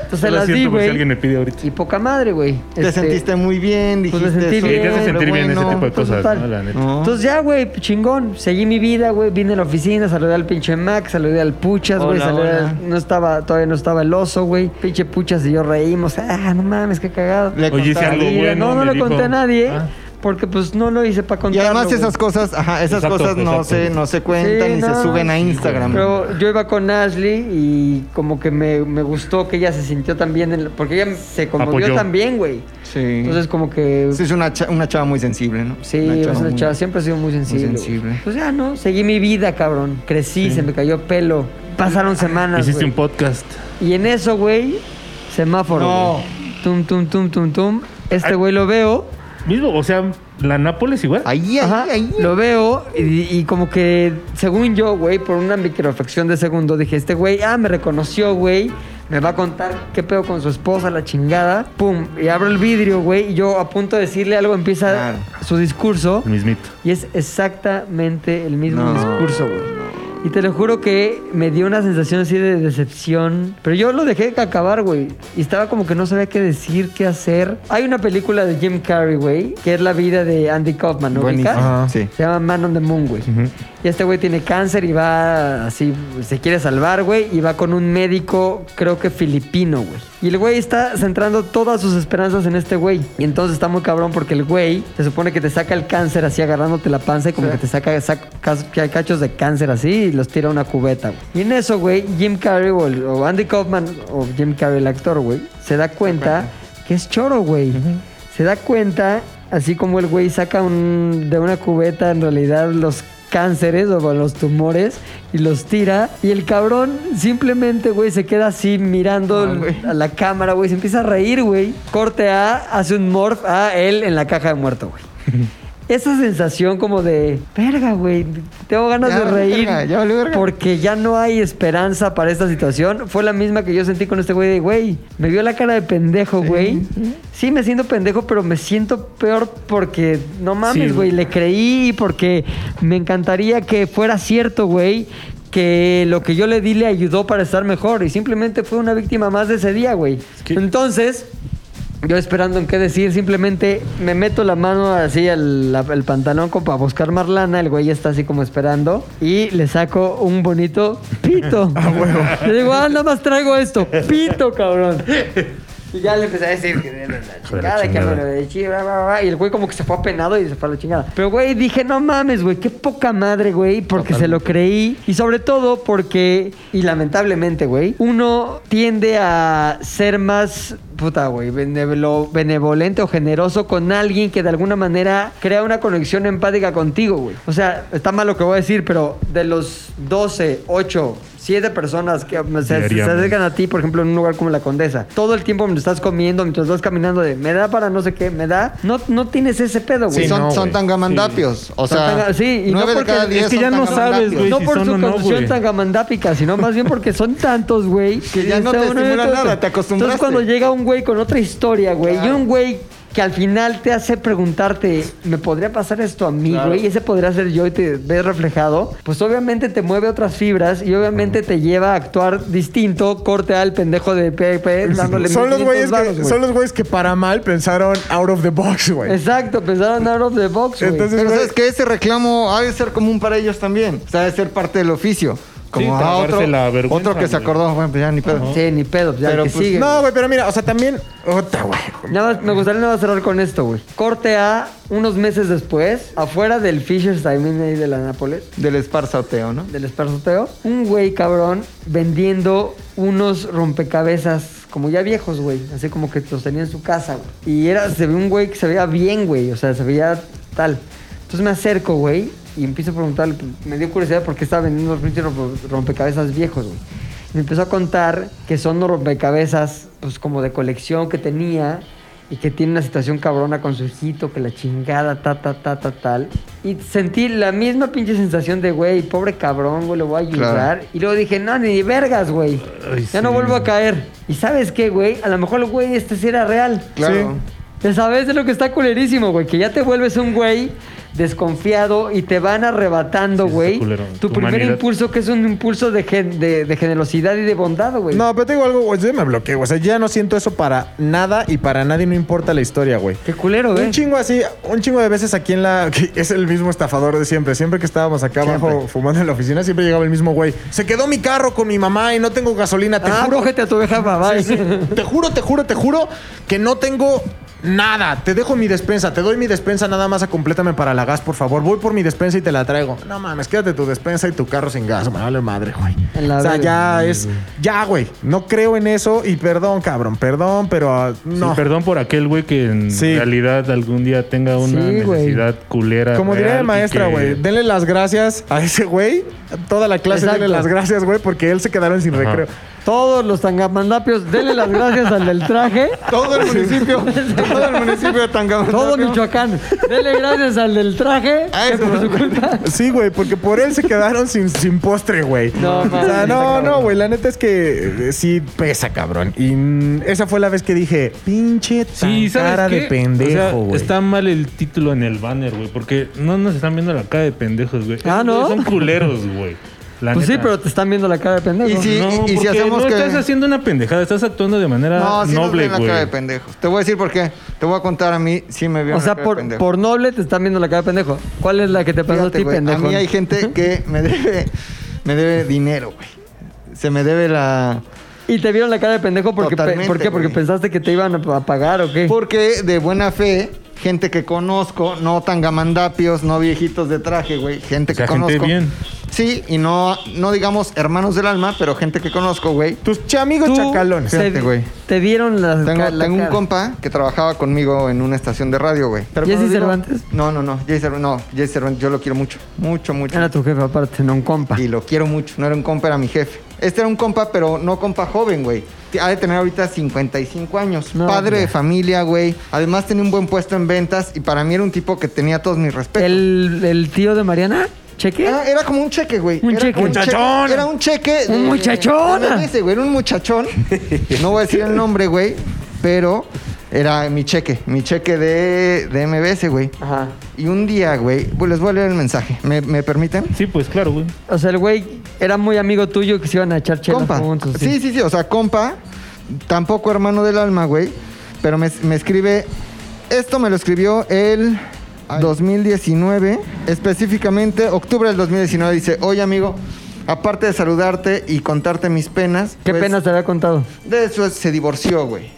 [SPEAKER 5] Entonces se
[SPEAKER 3] Lo
[SPEAKER 5] las di,
[SPEAKER 3] siento por si
[SPEAKER 5] güey.
[SPEAKER 3] alguien me pide ahorita.
[SPEAKER 5] Y poca madre, güey. Este,
[SPEAKER 2] Te sentiste muy bien,
[SPEAKER 5] pues
[SPEAKER 2] dijiste.
[SPEAKER 5] me sentí
[SPEAKER 2] "Soy
[SPEAKER 3] Sí, te hace
[SPEAKER 5] bien,
[SPEAKER 3] sentir
[SPEAKER 2] hombre
[SPEAKER 3] bien ese
[SPEAKER 2] bueno".
[SPEAKER 3] tipo de
[SPEAKER 5] pues,
[SPEAKER 3] cosas,
[SPEAKER 5] total.
[SPEAKER 3] ¿no? La neta.
[SPEAKER 2] No.
[SPEAKER 5] Entonces ya, güey, chingón. Seguí mi vida, güey. Vine a la oficina, saludé al pinche Max, saludé al Puchas, güey.
[SPEAKER 2] Hola,
[SPEAKER 5] saludé al-
[SPEAKER 2] hola.
[SPEAKER 5] No estaba, todavía no estaba el oso, güey. Pinche Puchas y yo reímos. Ah, no mames, qué cagado.
[SPEAKER 2] Le
[SPEAKER 3] Oye, hice
[SPEAKER 2] contaba.
[SPEAKER 3] algo
[SPEAKER 5] Y,
[SPEAKER 3] bueno.
[SPEAKER 5] no, no
[SPEAKER 3] me
[SPEAKER 5] le
[SPEAKER 3] dijo.
[SPEAKER 5] conté a nadie.
[SPEAKER 3] Ah.
[SPEAKER 5] Porque pues no lo hice para
[SPEAKER 2] Y
[SPEAKER 5] contarlo.
[SPEAKER 2] además
[SPEAKER 5] güey.
[SPEAKER 2] esas cosas, ajá, esas
[SPEAKER 3] Exacto,
[SPEAKER 2] cosas no
[SPEAKER 3] exacto.
[SPEAKER 2] se, no se cuentan
[SPEAKER 5] Sí,
[SPEAKER 2] ni
[SPEAKER 5] no,
[SPEAKER 2] se suben a
[SPEAKER 5] sí,
[SPEAKER 2] Instagram.
[SPEAKER 5] Pero yo iba con Ashley y como que me, me gustó que ella se sintió también, porque ella se conmovió
[SPEAKER 3] Apoyó.
[SPEAKER 5] también, güey.
[SPEAKER 2] sí.
[SPEAKER 5] Entonces como que...
[SPEAKER 2] Sí, es una, cha- una chava muy sensible, ¿no?
[SPEAKER 5] Sí, es una
[SPEAKER 2] muy-
[SPEAKER 5] chava, siempre ha sido muy sensible. güey.
[SPEAKER 2] sensible.
[SPEAKER 5] Pues ya, ¿no? Seguí mi vida, cabrón. Crecí, se me cayó pelo. Pasaron semanas.
[SPEAKER 3] Hiciste
[SPEAKER 5] Ah, güey.
[SPEAKER 3] un podcast.
[SPEAKER 5] Y en eso, güey, semáforo.
[SPEAKER 2] No.
[SPEAKER 5] güey. Tum, tum, tum, tum, tum. Este güey lo veo.
[SPEAKER 3] Mismo, o sea, la Nápoles igual.
[SPEAKER 2] Ahí, ahí,
[SPEAKER 5] Ajá,
[SPEAKER 2] ahí.
[SPEAKER 5] Lo veo y, y como que, según yo, güey, por una microfracción de segundo, dije, este güey, ah, me reconoció, güey. Me va a contar qué pedo con su esposa, la chingada. Pum, y abro el vidrio, güey. Y yo a punto de decirle algo, empieza
[SPEAKER 2] Claro.
[SPEAKER 5] su discurso.
[SPEAKER 3] El mismito.
[SPEAKER 5] Y es exactamente el mismo
[SPEAKER 2] No.
[SPEAKER 5] discurso, güey. Y te lo juro que me dio una sensación así de decepción. Pero yo lo dejé que acabar, güey. Y estaba como que no sabía qué decir, qué hacer. Hay una película de Jim Carrey, güey, que es la vida de Andy Kaufman, ¿no?
[SPEAKER 2] Buenísimo.
[SPEAKER 5] ¿Ubicas?
[SPEAKER 2] Ajá. Sí.
[SPEAKER 5] Se llama Man on the Moon, güey. Y este güey tiene cáncer y va así, se quiere salvar, güey, y va con un médico, creo que filipino, güey. Y el güey está centrando todas sus esperanzas en este güey. Y entonces está muy cabrón porque el güey se supone que te saca el cáncer así agarrándote la panza y como que te saca, saca cas- ca- cachos de cáncer así y los tira a una cubeta, güey. Y en eso, güey, Jim Carrey o, el- o Andy Kaufman o Jim Carrey, el actor, güey, se da cuenta que es choro, güey se da cuenta, así como el güey saca un- de una cubeta en realidad los cánceres o los tumores y los tira y el cabrón simplemente güey se queda así mirando
[SPEAKER 2] Ah,
[SPEAKER 5] a la cámara güey se empieza a reír güey corte a hace un morph a él en la caja de muerto güey esa sensación como de, verga, güey, tengo ganas
[SPEAKER 2] Ya
[SPEAKER 5] de
[SPEAKER 2] valió
[SPEAKER 5] reír
[SPEAKER 2] verga, ya valió verga".
[SPEAKER 5] porque ya no hay esperanza para esta situación. Fue la misma que yo sentí con este güey de, güey, me vio la cara de pendejo, güey. Sí, me siento pendejo, pero me siento peor porque, no mames,
[SPEAKER 3] Sí,
[SPEAKER 5] güey,
[SPEAKER 3] güey.
[SPEAKER 5] le creí porque me encantaría que fuera cierto, güey. Que lo que yo le di le ayudó para estar mejor y simplemente fue una víctima más de ese día, güey.
[SPEAKER 3] que-
[SPEAKER 5] Entonces, yo esperando en qué decir, simplemente me meto la mano así al, al pantalón como para buscar más lana, el güey ya está así como esperando y le saco un bonito pito. Ah, huevo. Le digo, ah, nada más traigo esto, pito, cabrón. Y ya le empecé a decir que de la chingada, que
[SPEAKER 3] chingada.
[SPEAKER 5] me lo de chi, bla, bla, bla. Y el güey como que se fue apenado y se fue a la chingada. Pero güey, dije, no mames, güey, qué poca madre, güey, porque se lo creí. Y sobre todo porque, y lamentablemente, güey, uno tiende a ser más, puta, güey, benevolo- benevolente o generoso con alguien que de alguna manera crea una conexión empática contigo, güey. O sea, está mal lo que voy a decir, pero de los 12, 8, 7 personas que o sea, se, se
[SPEAKER 3] Diariamente.
[SPEAKER 5] acercan a ti, por ejemplo, en un lugar como la Condesa. Todo el tiempo mientras estás comiendo, mientras vas caminando de me da para no sé qué, me da. No, no tienes ese pedo, güey.
[SPEAKER 2] Sí,
[SPEAKER 4] Sí,
[SPEAKER 2] son,
[SPEAKER 4] no,
[SPEAKER 2] son
[SPEAKER 4] güey.
[SPEAKER 2] tangamandapios. O
[SPEAKER 5] Son
[SPEAKER 2] sea,
[SPEAKER 5] tanga- sí, y no
[SPEAKER 2] nueve de
[SPEAKER 5] porque-
[SPEAKER 2] cada
[SPEAKER 5] es
[SPEAKER 2] diez
[SPEAKER 3] que ya
[SPEAKER 2] son
[SPEAKER 3] no sabes,
[SPEAKER 2] tangamandapios.
[SPEAKER 3] güey.
[SPEAKER 5] no
[SPEAKER 3] si
[SPEAKER 5] por
[SPEAKER 3] son o
[SPEAKER 5] su
[SPEAKER 3] no,
[SPEAKER 5] condición
[SPEAKER 3] güey.
[SPEAKER 5] tan gamandápica, sino más bien porque son tantos, güey.
[SPEAKER 2] Que ya no te
[SPEAKER 5] dices, "Ah,
[SPEAKER 2] estimula
[SPEAKER 5] entonces-".
[SPEAKER 2] nada, te acostumbraste.
[SPEAKER 5] Entonces cuando llega un güey con otra historia, güey, y
[SPEAKER 2] Claro.
[SPEAKER 5] un güey que al final te hace preguntarte, ¿me podría pasar esto a mí, güey? Ese podría ser yo y te ves reflejado. Pues obviamente te mueve otras fibras y obviamente te lleva a actuar distinto, corte al pendejo de Pepe, dándole
[SPEAKER 4] Son los
[SPEAKER 5] 1500
[SPEAKER 4] güeyes
[SPEAKER 5] varos,
[SPEAKER 4] que, son los güeyes que para mal pensaron out of the box, güey.
[SPEAKER 5] Exacto, pensaron out of the box, güey.
[SPEAKER 4] Entonces,
[SPEAKER 2] Pero
[SPEAKER 4] güey,
[SPEAKER 2] sabes que ese reclamo ha de ser común para ellos también. O sea, ha de ser parte del oficio. Como ah, otro,
[SPEAKER 3] tragarse la vergüenza,
[SPEAKER 2] otro que se
[SPEAKER 3] güey.
[SPEAKER 2] acordó, bueno, pues ya ni pedo.
[SPEAKER 5] Sí, ni pedo, ya
[SPEAKER 2] Pero,
[SPEAKER 5] el que
[SPEAKER 2] pues,
[SPEAKER 5] sigue.
[SPEAKER 4] No, güey, pero mira, o sea, también. Ota, güey.
[SPEAKER 5] Nada más, me gustaría nada más cerrar con esto, güey. Corte A, unos meses después, afuera del Fisher's también ahí de la Nápoles,
[SPEAKER 2] Del esparzoteo, ¿no?
[SPEAKER 5] del esparzoteo, un güey cabrón vendiendo unos rompecabezas como ya viejos, güey. Así como que los tenía en su casa, güey. Y era, se ve un güey que se veía bien, güey. O sea, se veía tal. Entonces me acerco, güey, y empiezo a preguntarle. Me dio curiosidad por qué estaba vendiendo los pinches rompe- rompecabezas viejos, güey. Y me empezó a contar que son unos rompecabezas, pues como de colección que tenía y que tiene una situación cabrona con su hijito, que la chingada, ta, ta, ta, ta, tal. Y sentí la misma pinche sensación de, güey, pobre cabrón, güey, le voy a ayudar.
[SPEAKER 2] Claro.
[SPEAKER 5] Y luego dije, no, ni vergas, güey.
[SPEAKER 3] Ay,
[SPEAKER 5] Ya no
[SPEAKER 3] sí.
[SPEAKER 5] vuelvo a caer. Y sabes qué, güey, a lo mejor, güey, este sí era real.
[SPEAKER 2] Claro.
[SPEAKER 5] Ya sabes de lo que está culerísimo, güey, que ya te vuelves un güey desconfiado y te van arrebatando,
[SPEAKER 3] Sí, está
[SPEAKER 5] güey,
[SPEAKER 3] culero.
[SPEAKER 5] tu,
[SPEAKER 3] Tu
[SPEAKER 5] primer
[SPEAKER 3] humanidad.
[SPEAKER 5] impulso que es un impulso de, gen- de, de generosidad y de bondad, güey.
[SPEAKER 4] No, pero te digo algo, güey. Yo me bloqueé, güey. O sea, ya no siento eso para nada y para nadie, no importa la historia, güey.
[SPEAKER 5] Qué culero, ¿eh? güey.
[SPEAKER 4] Un chingo así, un chingo de veces aquí en la. que es el mismo estafador de siempre. Siempre que estábamos acá abajo fumando en la oficina, siempre llegaba el mismo güey. Se quedó mi carro con mi mamá y no tengo gasolina. Te
[SPEAKER 5] Ah,
[SPEAKER 4] juro
[SPEAKER 5] cógete a tu oveja, papá.
[SPEAKER 4] Sí, sí. Te juro, te juro, te juro que no tengo nada. Te dejo mi despensa, te doy mi despensa nada más a complétame para la gas, por favor. Voy por mi despensa y te la traigo. No mames, quédate tu despensa y tu carro sin gas, me vale madre, güey.
[SPEAKER 5] A la
[SPEAKER 4] O sea,
[SPEAKER 5] verga.
[SPEAKER 4] ya es. Ya, güey. No creo en eso y perdón, cabrón, perdón, pero ah, no.
[SPEAKER 3] Sí, perdón por aquel güey que en
[SPEAKER 4] Sí.
[SPEAKER 3] realidad algún día tenga una
[SPEAKER 5] Sí, güey.
[SPEAKER 3] necesidad culera.
[SPEAKER 4] Como diría
[SPEAKER 3] real
[SPEAKER 4] la
[SPEAKER 3] y
[SPEAKER 4] maestra,
[SPEAKER 3] que-
[SPEAKER 4] güey, denle las gracias a ese güey. Toda la clase
[SPEAKER 5] Exacto.
[SPEAKER 4] denle las gracias, güey, porque él se quedaron sin
[SPEAKER 3] Ajá.
[SPEAKER 4] recreo.
[SPEAKER 5] Todos los tangamandapios, denle las gracias al del traje.
[SPEAKER 2] Todo el municipio, todo el municipio de Tangamandapio.
[SPEAKER 5] Todo Michoacán, denle gracias al del traje.
[SPEAKER 2] Ah,
[SPEAKER 5] que
[SPEAKER 2] eso,
[SPEAKER 5] por su
[SPEAKER 2] ¿no?
[SPEAKER 5] culpa.
[SPEAKER 4] Sí, güey, porque por él se quedaron sin, sin postre, güey.
[SPEAKER 5] No,
[SPEAKER 4] O sea,
[SPEAKER 5] mames,
[SPEAKER 4] no,
[SPEAKER 5] cabrón.
[SPEAKER 4] no, güey. La neta es que eh, sí pesa, cabrón. Y mm, esa fue la vez que dije, pinche tan
[SPEAKER 3] Sí, ¿sabes
[SPEAKER 4] cara
[SPEAKER 3] qué?
[SPEAKER 4] de
[SPEAKER 3] O sea,
[SPEAKER 4] pendejo, güey.
[SPEAKER 3] está mal el título en el banner, güey, porque no nos están viendo la cara de pendejos, güey.
[SPEAKER 5] Ah,
[SPEAKER 3] Esos
[SPEAKER 5] ¿no?
[SPEAKER 3] güeyes Son culeros, güey. La
[SPEAKER 5] Pues sí,
[SPEAKER 3] neta.
[SPEAKER 5] pero te están viendo la cara de pendejo.
[SPEAKER 2] Y sí,
[SPEAKER 3] no,
[SPEAKER 2] y si
[SPEAKER 3] porque
[SPEAKER 2] hacemos
[SPEAKER 3] no
[SPEAKER 2] que-
[SPEAKER 3] estás haciendo una pendejada, estás actuando de manera
[SPEAKER 2] No, sí nos
[SPEAKER 3] noble,
[SPEAKER 2] ven la cara de
[SPEAKER 3] güey.
[SPEAKER 2] pendejos. Te voy a decir por qué. Te voy a contar a mí sí me vio
[SPEAKER 5] o sea, por, por noble te están viendo la cara de pendejo. ¿Cuál es la que te pasó a ti,
[SPEAKER 2] a
[SPEAKER 5] pendejo?
[SPEAKER 2] mí hay gente que me debe, me debe dinero, güey. Se me debe la...
[SPEAKER 5] Y te vieron la cara de pendejo porque pe-
[SPEAKER 2] Totalmente,
[SPEAKER 5] ¿por qué? Porque
[SPEAKER 2] güey.
[SPEAKER 5] pensaste que te iban a a pagar o qué.
[SPEAKER 2] Porque de buena fe, gente que conozco, no tangamandapios, no viejitos de traje, güey. Gente
[SPEAKER 3] O sea,
[SPEAKER 2] que
[SPEAKER 3] gente
[SPEAKER 2] conozco.
[SPEAKER 3] bien.
[SPEAKER 2] Sí, y no, no digamos hermanos del alma, pero gente que conozco, güey.
[SPEAKER 4] Tus ch- amigos
[SPEAKER 5] Tú
[SPEAKER 4] chacalones.
[SPEAKER 5] se-
[SPEAKER 2] Fíjate, güey.
[SPEAKER 5] Te dieron la,
[SPEAKER 2] Tengo,
[SPEAKER 5] ca- la
[SPEAKER 2] tengo un
[SPEAKER 5] cara.
[SPEAKER 2] compa que trabajaba conmigo en una estación de radio, güey. Pero
[SPEAKER 5] ¿Jesse
[SPEAKER 2] no digo-
[SPEAKER 5] Cervantes?
[SPEAKER 2] No, no, no. Jesse Cervantes, no. Jesse Cervantes, yo lo quiero mucho. Mucho, mucho.
[SPEAKER 5] Era tu jefe aparte, Ah, no un compa.
[SPEAKER 2] Y lo quiero mucho. No era un compa, era mi jefe. Este era un compa, pero no compa joven, güey. Ha de tener ahorita 55 años.
[SPEAKER 5] No,
[SPEAKER 2] Padre
[SPEAKER 5] hombre.
[SPEAKER 2] de familia, güey. Además tenía un buen puesto en ventas y para mí era un tipo que tenía todos mis respetos.
[SPEAKER 5] ¿El, el tío de Mariana? ¿Cheque?
[SPEAKER 2] Era, era como un cheque, güey.
[SPEAKER 5] Un
[SPEAKER 2] Era
[SPEAKER 5] cheque.
[SPEAKER 2] como un
[SPEAKER 4] Muchachón.
[SPEAKER 2] Era un cheque.
[SPEAKER 5] Un
[SPEAKER 2] de-
[SPEAKER 5] muchachón.
[SPEAKER 2] de ese, güey, Era un muchachón. No voy a decir el nombre, güey. Pero era mi cheque. Mi cheque de, de MBS, güey.
[SPEAKER 5] Ajá.
[SPEAKER 2] Y un día, güey, pues, les voy a leer el mensaje. ¿Me, me permiten?
[SPEAKER 3] Sí, pues claro, güey.
[SPEAKER 5] O sea, el güey era muy amigo tuyo que se iban a echar chelas
[SPEAKER 2] compa.
[SPEAKER 5] juntos.
[SPEAKER 2] sí. sí, sí, O sea, compa. Tampoco hermano del alma, güey. Pero me, me escribe. Esto me lo escribió el 2019. Específicamente, octubre del 2019. Dice: Oye, amigo. Aparte de saludarte y contarte mis penas.
[SPEAKER 5] ¿Qué
[SPEAKER 2] pues,
[SPEAKER 5] penas te había contado?
[SPEAKER 2] De eso es- se divorció, güey.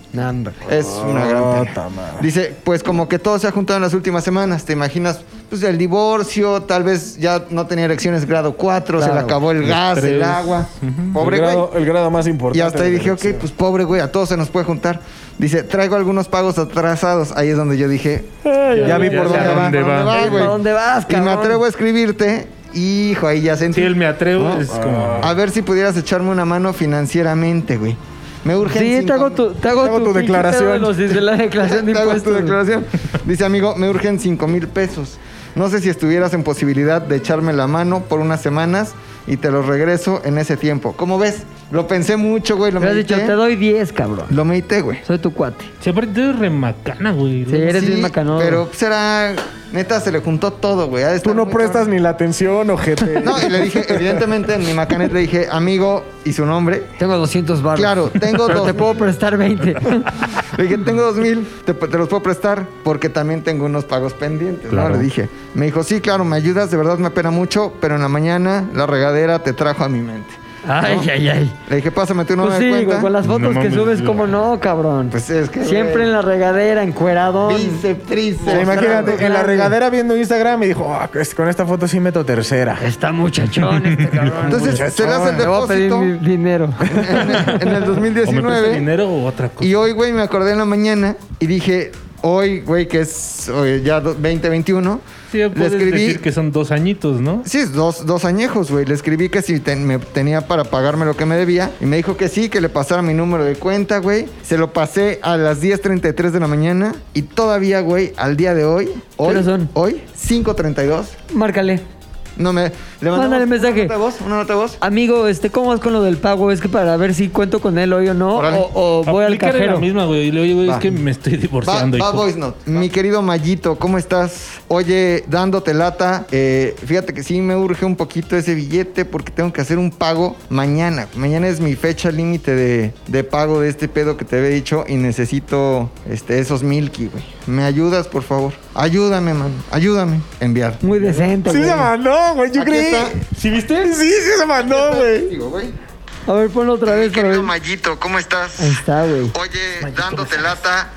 [SPEAKER 2] Es una gran pena. Dice, pues como que todo se ha juntado en las últimas semanas. ¿Te imaginas? Pues el divorcio, tal vez ya no tenía elecciones grado 4, se le
[SPEAKER 5] Claro.
[SPEAKER 2] acabó el gas, el
[SPEAKER 3] estrés.
[SPEAKER 2] agua. Pobre
[SPEAKER 4] el,
[SPEAKER 2] güey.
[SPEAKER 4] grado, el grado más importante.
[SPEAKER 2] Y hasta ahí
[SPEAKER 4] de la
[SPEAKER 2] dije, ok,
[SPEAKER 4] elección.
[SPEAKER 2] pues pobre güey, a todos se nos puede juntar. Dice, traigo algunos pagos atrasados. Ahí es donde yo dije,
[SPEAKER 4] ya vi
[SPEAKER 3] sé
[SPEAKER 4] por
[SPEAKER 3] a
[SPEAKER 4] dónde va.
[SPEAKER 2] ¿por dónde vas,
[SPEAKER 5] ¿Por
[SPEAKER 2] güey?
[SPEAKER 5] dónde vas,
[SPEAKER 2] Y me
[SPEAKER 5] cabrón?
[SPEAKER 2] atrevo a escribirte. Hijo, ahí ya sentí.
[SPEAKER 3] Sí, el me atrevo es como...
[SPEAKER 2] A ver si pudieras echarme una mano financieramente, güey. Me urge
[SPEAKER 5] Sí, te hago tu, te hago
[SPEAKER 4] Te hago tu
[SPEAKER 5] pinche
[SPEAKER 4] declaración.
[SPEAKER 5] pedo de los- de la declaración de
[SPEAKER 2] Te hago tu
[SPEAKER 5] impuestos.
[SPEAKER 2] declaración. Dice, amigo, me urgen 5 mil pesos. No sé si estuvieras en posibilidad de echarme la mano por unas semanas y te los regreso en ese tiempo. ¿Cómo ves? Lo pensé mucho, güey. Lo
[SPEAKER 5] Me has dicho,
[SPEAKER 2] medité.
[SPEAKER 5] te doy 10, cabrón.
[SPEAKER 2] Lo medité, güey.
[SPEAKER 5] Soy tu cuate.
[SPEAKER 3] Sí, aparte tú eres remacana, güey.
[SPEAKER 5] Sí, eres bien macanón.
[SPEAKER 2] Pero será... Neta, se le juntó todo, güey. Ha de
[SPEAKER 4] Tú
[SPEAKER 2] estar
[SPEAKER 4] no
[SPEAKER 2] muy
[SPEAKER 4] prestas
[SPEAKER 2] cabrón.
[SPEAKER 4] ni la atención, ojete.
[SPEAKER 2] No, y le dije, evidentemente, en mi macanet le dije, amigo, y su nombre.
[SPEAKER 5] Tengo 200 baros.
[SPEAKER 2] Claro, tengo
[SPEAKER 5] Pero
[SPEAKER 2] dos.
[SPEAKER 5] te puedo prestar 20.
[SPEAKER 2] Le dije, tengo dos mil, te, te los puedo prestar porque también tengo unos pagos pendientes.
[SPEAKER 3] Claro.
[SPEAKER 2] ¿no? Le dije, me dijo, sí, claro, me ayudas, de verdad me apena mucho, pero en la mañana la regadera te trajo a mi mente.
[SPEAKER 5] ay, ay, ay.
[SPEAKER 2] Le dije, pásame tu
[SPEAKER 5] Pues
[SPEAKER 2] número de
[SPEAKER 5] sí,
[SPEAKER 2] cuenta.
[SPEAKER 5] güey, con las
[SPEAKER 3] No
[SPEAKER 5] fotos que
[SPEAKER 3] mames,
[SPEAKER 5] subes,
[SPEAKER 3] güey.
[SPEAKER 5] ¿cómo no, cabrón?
[SPEAKER 2] Pues es que...
[SPEAKER 5] Siempre
[SPEAKER 2] güey,
[SPEAKER 5] en la regadera, encueradón.
[SPEAKER 2] Bíceps, tríceps.
[SPEAKER 4] O sea, imagínate, en la
[SPEAKER 5] grande.
[SPEAKER 4] regadera viendo Instagram y dijo, "Ah, es- con esta foto sí meto tercera.
[SPEAKER 5] Está muchachón este cabrón.
[SPEAKER 2] Entonces, se le hace el
[SPEAKER 5] Te voy a pedir
[SPEAKER 2] depósito
[SPEAKER 5] mi dinero.
[SPEAKER 2] en, en el
[SPEAKER 3] O me prestas
[SPEAKER 2] 2019.
[SPEAKER 3] dinero o otra cosa.
[SPEAKER 2] Y hoy, güey, me acordé en la mañana y dije, hoy, güey, que es hoy, ya do- 2021,
[SPEAKER 3] Sí, puedes decir que son dos añitos, ¿no?
[SPEAKER 2] Sí, es dos, dos añejos, güey. Le escribí que si ten- me tenía para pagarme lo que me debía. Y me dijo que sí, que le pasara mi número de cuenta, güey. Se lo pasé a las 10.33 de la mañana. Y todavía, güey, al día de hoy. hoy
[SPEAKER 5] horas son?
[SPEAKER 2] Hoy, 5.32.
[SPEAKER 5] Márcale.
[SPEAKER 2] No me... Le mandamos
[SPEAKER 5] Mándale mensaje.
[SPEAKER 2] ¿Una nota de voz? ¿Una nota de voz?
[SPEAKER 5] Amigo, este, ¿cómo vas con lo del pago? Es que para ver si cuento con él hoy o no.
[SPEAKER 2] Órale.
[SPEAKER 5] O, o voy al
[SPEAKER 3] Aplícale la
[SPEAKER 5] cajero.
[SPEAKER 3] misma, güey. Y le oye, güey, es
[SPEAKER 2] Va.
[SPEAKER 3] que me estoy
[SPEAKER 2] Va,
[SPEAKER 3] divorciando.
[SPEAKER 2] va
[SPEAKER 3] hijo.
[SPEAKER 2] voice note. Mi querido Mayito, ¿cómo estás? Oye, dándote lata, eh, fíjate que sí me urge un poquito ese billete porque tengo que hacer un pago mañana. Mañana es mi fecha límite de, de pago de este pedo que te había dicho y necesito este, esos milky, güey. ¿Me ayudas, por favor? Ayúdame, man. Ayúdame. Enviar.
[SPEAKER 5] Muy decente,
[SPEAKER 4] Sí
[SPEAKER 5] güey.
[SPEAKER 4] se mandó, güey. Yo
[SPEAKER 2] Aquí
[SPEAKER 4] creí.
[SPEAKER 2] está.
[SPEAKER 4] ¿Sí viste? Sí, sí se mandó, güey.
[SPEAKER 2] Digo, güey.
[SPEAKER 5] A ver, ponlo otra vez para ver.
[SPEAKER 2] Querido Mayito, ¿cómo estás?
[SPEAKER 5] Ahí está, güey.
[SPEAKER 2] Oye, dándote lata.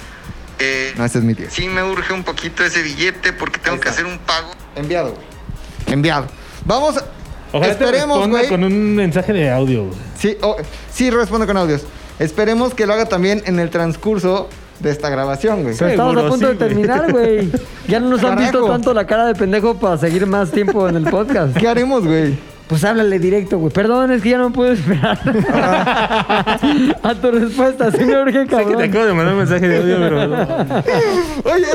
[SPEAKER 2] eh, no, ese es mi tío. Sí, me urge un poquito ese billete porque tengo que hacer un pago. Enviado, güey. Enviado. Vamos. a-
[SPEAKER 3] Ojalá te
[SPEAKER 2] esperemos,
[SPEAKER 3] este responda
[SPEAKER 2] güey.
[SPEAKER 3] con un mensaje de audio, güey.
[SPEAKER 2] Sí, oh, sí, respondo con audios. Esperemos que lo haga también en el transcurso de esta grabación, güey.
[SPEAKER 5] Pero estamos a
[SPEAKER 4] Seguro,
[SPEAKER 5] punto
[SPEAKER 4] sí,
[SPEAKER 5] de terminar, güey. Ya no nos han visto
[SPEAKER 2] Carajo.
[SPEAKER 5] tanto la cara de pendejo para seguir más tiempo en el podcast.
[SPEAKER 2] ¿Qué haremos, güey?
[SPEAKER 5] Pues háblale directo, güey. Perdón, es que ya no puedo esperar. a tu respuesta, sí me
[SPEAKER 3] Sé
[SPEAKER 5] urge,
[SPEAKER 3] que te
[SPEAKER 5] cabrón.
[SPEAKER 3] acabo de mandar un mensaje de audio, pero...
[SPEAKER 2] Oye,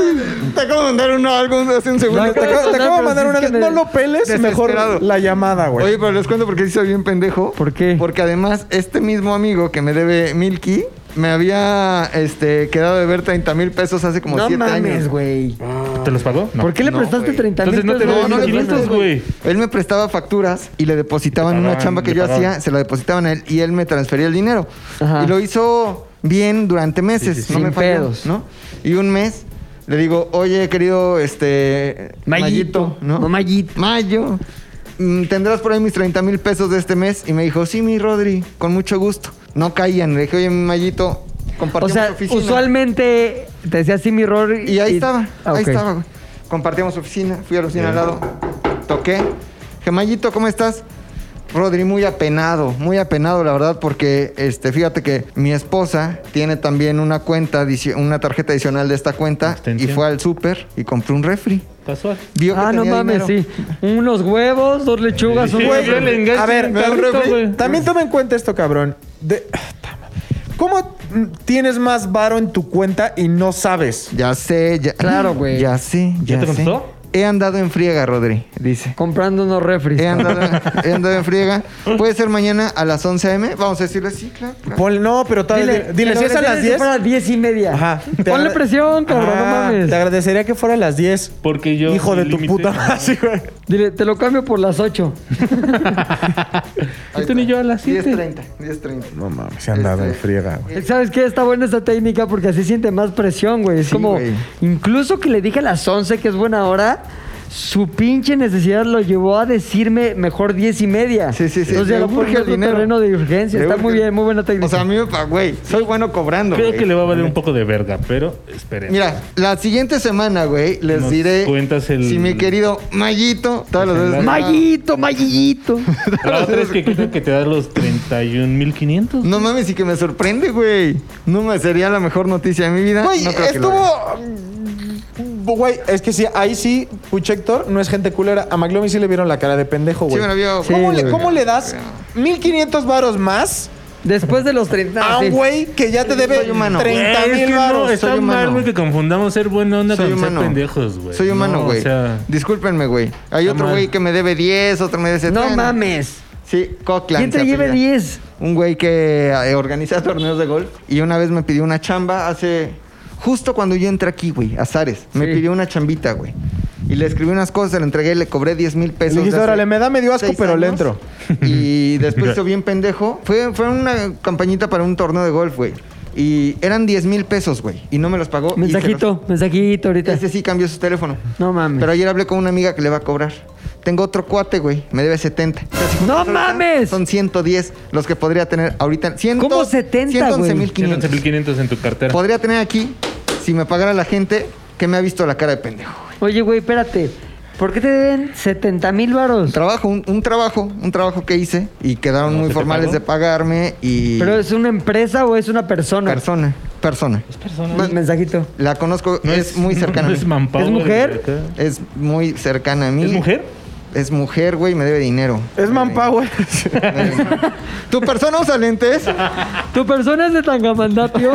[SPEAKER 2] te acabo de mandar uno algo hace un segundo.
[SPEAKER 5] No,
[SPEAKER 4] Te acabo, te acabo de
[SPEAKER 5] pero
[SPEAKER 4] mandar
[SPEAKER 5] sí es
[SPEAKER 4] una.
[SPEAKER 5] que me-
[SPEAKER 4] No lo peles, mejor
[SPEAKER 2] Desesperado.
[SPEAKER 4] la llamada,
[SPEAKER 2] Oye,
[SPEAKER 4] güey.
[SPEAKER 2] pero les cuento porque sí soy bien pendejo.
[SPEAKER 5] ¿Por qué?
[SPEAKER 2] Porque además, este mismo amigo que me debe Milky me había este, quedado de ver 30 mil pesos hace como
[SPEAKER 5] No
[SPEAKER 2] 7
[SPEAKER 5] mames,
[SPEAKER 2] años.
[SPEAKER 5] güey.
[SPEAKER 3] ¿Te los pagó? No.
[SPEAKER 5] ¿Por qué le
[SPEAKER 2] No,
[SPEAKER 5] prestaste
[SPEAKER 2] güey.
[SPEAKER 5] 30 mil
[SPEAKER 3] Entonces no te
[SPEAKER 5] pesos?
[SPEAKER 3] doy
[SPEAKER 2] No, no le
[SPEAKER 3] 500,
[SPEAKER 2] prestas,
[SPEAKER 3] güey.
[SPEAKER 2] Él me prestaba facturas y le depositaban
[SPEAKER 3] Le
[SPEAKER 2] en una
[SPEAKER 3] pagaban,
[SPEAKER 2] chamba que
[SPEAKER 3] le
[SPEAKER 2] yo
[SPEAKER 3] pagaban.
[SPEAKER 2] hacía, se lo depositaban a él y él me transfería el dinero.
[SPEAKER 5] Ajá.
[SPEAKER 2] Y lo hizo bien durante meses,
[SPEAKER 5] sí, sí.
[SPEAKER 2] no
[SPEAKER 5] Sin
[SPEAKER 2] me falló,
[SPEAKER 5] pedos.
[SPEAKER 2] ¿no? Y un mes le digo, "Oye, querido este
[SPEAKER 5] Mayito,
[SPEAKER 2] ¿no?
[SPEAKER 5] no, Mayito.
[SPEAKER 2] Mayo. mm, ¿Tendrás por ahí mis 30 mil pesos de este mes? Y me dijo, sí, mi Rodri, con mucho gusto. No caían. Le dije, oye, mi Mayito,
[SPEAKER 5] O
[SPEAKER 2] compartimos
[SPEAKER 5] sea,
[SPEAKER 2] oficina.
[SPEAKER 5] usualmente te decía así mi error.
[SPEAKER 2] Y ahí estaba,
[SPEAKER 5] Ah,
[SPEAKER 2] ahí
[SPEAKER 5] ok.
[SPEAKER 2] estaba, güey. Compartíamos oficina, fui a la oficina al lado, toqué. Dije, Camayito, ¿cómo estás? Rodri, muy apenado, muy apenado, la verdad, porque este, fíjate que mi esposa tiene también una cuenta, adici- una tarjeta adicional de esta cuenta
[SPEAKER 3] Extensión.
[SPEAKER 2] y fue al súper y compró un refri.
[SPEAKER 3] Casual.
[SPEAKER 2] Vio que
[SPEAKER 5] Ah, no
[SPEAKER 2] tenía
[SPEAKER 5] mames,
[SPEAKER 2] dinero.
[SPEAKER 5] sí. Unos huevos, dos lechugas, un
[SPEAKER 3] Sí,
[SPEAKER 5] huevo.
[SPEAKER 3] güey. le engancha
[SPEAKER 4] a ver,
[SPEAKER 3] un carrito,
[SPEAKER 4] refri-
[SPEAKER 3] güey.
[SPEAKER 4] también toma en cuenta esto, cabrón. De- ¿Cómo tienes más varo en tu cuenta y no sabes?
[SPEAKER 2] Ya sé, ya.
[SPEAKER 5] Claro, güey.
[SPEAKER 2] Ya sé, ya,
[SPEAKER 3] ¿Ya te
[SPEAKER 2] sé.
[SPEAKER 3] contestó?
[SPEAKER 2] He andado en friega, Rodri, dice.
[SPEAKER 5] Comprando unos refris.
[SPEAKER 2] He andado, he andado en friega. ¿Puede ser mañana a las 11 a.m.? Vamos a decirle sí, claro. claro.
[SPEAKER 4] Ponle, no, pero tal dile, dile, si es a las 10.
[SPEAKER 5] Para diez y media.
[SPEAKER 4] Ajá. Te
[SPEAKER 5] Ponle
[SPEAKER 4] agrade-
[SPEAKER 5] presión, cabrón, no
[SPEAKER 4] Ah,
[SPEAKER 5] mames.
[SPEAKER 4] Te agradecería que fuera a las 10.
[SPEAKER 3] Porque Pues, yo.
[SPEAKER 4] Hijo de tu
[SPEAKER 3] limité-
[SPEAKER 4] puta madre, sí, güey.
[SPEAKER 5] Dile, te lo cambio por las 8.
[SPEAKER 3] Y tú ni yo a las 7.
[SPEAKER 2] 10.30, 10.30.
[SPEAKER 4] No mames, se han dado en
[SPEAKER 2] Este-
[SPEAKER 4] friega, güey.
[SPEAKER 5] Eh, ¿Sabes qué? Está buena esta técnica porque así siente más presión, güey. Es
[SPEAKER 2] Sí,
[SPEAKER 5] como,
[SPEAKER 2] güey.
[SPEAKER 5] incluso que le dije a las 11 que es buena hora, su pinche necesidad lo llevó a decirme mejor 10 y media.
[SPEAKER 2] Sí, sí, sí.
[SPEAKER 5] Entonces ya
[SPEAKER 2] Le
[SPEAKER 5] lo pone
[SPEAKER 2] urge
[SPEAKER 5] en
[SPEAKER 2] el
[SPEAKER 5] otro
[SPEAKER 2] dinero.
[SPEAKER 5] terreno de urgencia.
[SPEAKER 2] Le
[SPEAKER 5] Está
[SPEAKER 2] urge
[SPEAKER 5] muy
[SPEAKER 2] el-
[SPEAKER 5] bien, muy buena técnica.
[SPEAKER 2] O sea, a mí me pa- güey, soy bueno cobrando.
[SPEAKER 3] Creo
[SPEAKER 2] güey.
[SPEAKER 3] que le va a valer un poco de verga, pero esperemos.
[SPEAKER 2] Mira, la siguiente semana, güey, les
[SPEAKER 3] Nos
[SPEAKER 2] diré
[SPEAKER 3] cuentas el-
[SPEAKER 2] si mi querido Mayito, todas las veces-
[SPEAKER 5] Mallito, mallillito.
[SPEAKER 3] La otra es que ¿qué tal que te da los 31.500.
[SPEAKER 2] No mames, y que me sorprende, güey. No me sería la mejor noticia de mi vida.
[SPEAKER 4] Güey,
[SPEAKER 2] No creo que lo haga.
[SPEAKER 4] estuvo. mm, Güey, es que sí, ahí sí, Puchector no es gente culera. A McLovin sí le vieron la cara de pendejo,
[SPEAKER 2] Sí,
[SPEAKER 4] güey.
[SPEAKER 2] me lo vio.
[SPEAKER 4] ¿Cómo,
[SPEAKER 5] Sí,
[SPEAKER 4] le,
[SPEAKER 5] güey.
[SPEAKER 4] ¿Cómo le das 1500 varos más
[SPEAKER 5] Después de los 30.
[SPEAKER 2] Ah,
[SPEAKER 4] a
[SPEAKER 5] Ah, sí.
[SPEAKER 4] un güey que ya te debe
[SPEAKER 2] Soy humano.
[SPEAKER 4] 30
[SPEAKER 3] Güey, es que
[SPEAKER 4] mil
[SPEAKER 3] no,
[SPEAKER 4] varos?
[SPEAKER 3] está
[SPEAKER 2] soy humano.
[SPEAKER 3] mal, güey, que confundamos ser buena onda
[SPEAKER 2] Soy
[SPEAKER 3] con
[SPEAKER 2] humano.
[SPEAKER 3] ser pendejos, güey.
[SPEAKER 2] Soy humano,
[SPEAKER 3] No,
[SPEAKER 2] güey.
[SPEAKER 3] o sea,
[SPEAKER 2] Discúlpenme, güey. Hay
[SPEAKER 3] está
[SPEAKER 2] otro
[SPEAKER 3] mal.
[SPEAKER 2] güey que me debe 10, otro me debe 70.
[SPEAKER 5] No mames.
[SPEAKER 2] Sí, Cockland.
[SPEAKER 5] ¿Quién te
[SPEAKER 2] se
[SPEAKER 5] lleve
[SPEAKER 2] apellida.
[SPEAKER 5] 10?
[SPEAKER 2] Un güey que eh, organiza torneos de golf y una vez me pidió una chamba hace... Justo cuando yo entré aquí, güey, Azares. Me
[SPEAKER 5] Sí.
[SPEAKER 2] pidió una chambita, güey. Y le escribí unas cosas, se la entregué y le cobré 10 mil pesos.
[SPEAKER 4] Le dijiste,
[SPEAKER 2] de hace
[SPEAKER 4] "Órale, me da medio asco,
[SPEAKER 2] seis
[SPEAKER 4] pero le
[SPEAKER 2] años".
[SPEAKER 4] entro.
[SPEAKER 2] Y después hizo bien pendejo. Fue, fue una campañita para un torneo de golf, güey. Y eran 10 mil pesos, güey. Y no me los pagó. y se los-
[SPEAKER 5] Mensajito, mensajito ahorita.
[SPEAKER 2] Ese este sí cambió su teléfono.
[SPEAKER 5] No mames.
[SPEAKER 2] Pero ayer hablé con una amiga que le va a cobrar. Tengo otro cuate, güey. Me debe 70.
[SPEAKER 5] ¡No mames!
[SPEAKER 2] Son 110 los que podría tener ahorita. 100,
[SPEAKER 5] ¿Cómo 70, güey?
[SPEAKER 2] 111.500.
[SPEAKER 3] 11.500 en tu cartera.
[SPEAKER 2] Podría tener aquí, si me pagara la gente, que me ha visto la cara de pendejo.
[SPEAKER 5] Oye, güey, espérate. ¿Por qué te deben 70 mil varos?
[SPEAKER 2] Un trabajo, un, un trabajo, un trabajo que hice y quedaron
[SPEAKER 3] ¿No
[SPEAKER 2] muy
[SPEAKER 3] se te
[SPEAKER 2] formales
[SPEAKER 3] pagó?
[SPEAKER 2] de pagarme y...
[SPEAKER 5] ¿Pero es una empresa o es una persona?
[SPEAKER 2] persona, persona.
[SPEAKER 5] Ma- Mensajito.
[SPEAKER 2] La conozco,
[SPEAKER 3] No
[SPEAKER 2] es, muy cercana
[SPEAKER 3] no
[SPEAKER 2] a mí.
[SPEAKER 3] es manpower,
[SPEAKER 5] ¿Es mujer?
[SPEAKER 3] güey, acá.
[SPEAKER 2] Es muy cercana a mí.
[SPEAKER 3] ¿Es mujer?
[SPEAKER 2] Es mujer, güey, me debe dinero.
[SPEAKER 4] Es manpower.
[SPEAKER 2] ¿Tu persona usa lentes?
[SPEAKER 5] ¿Tu persona es de Tangamandapio?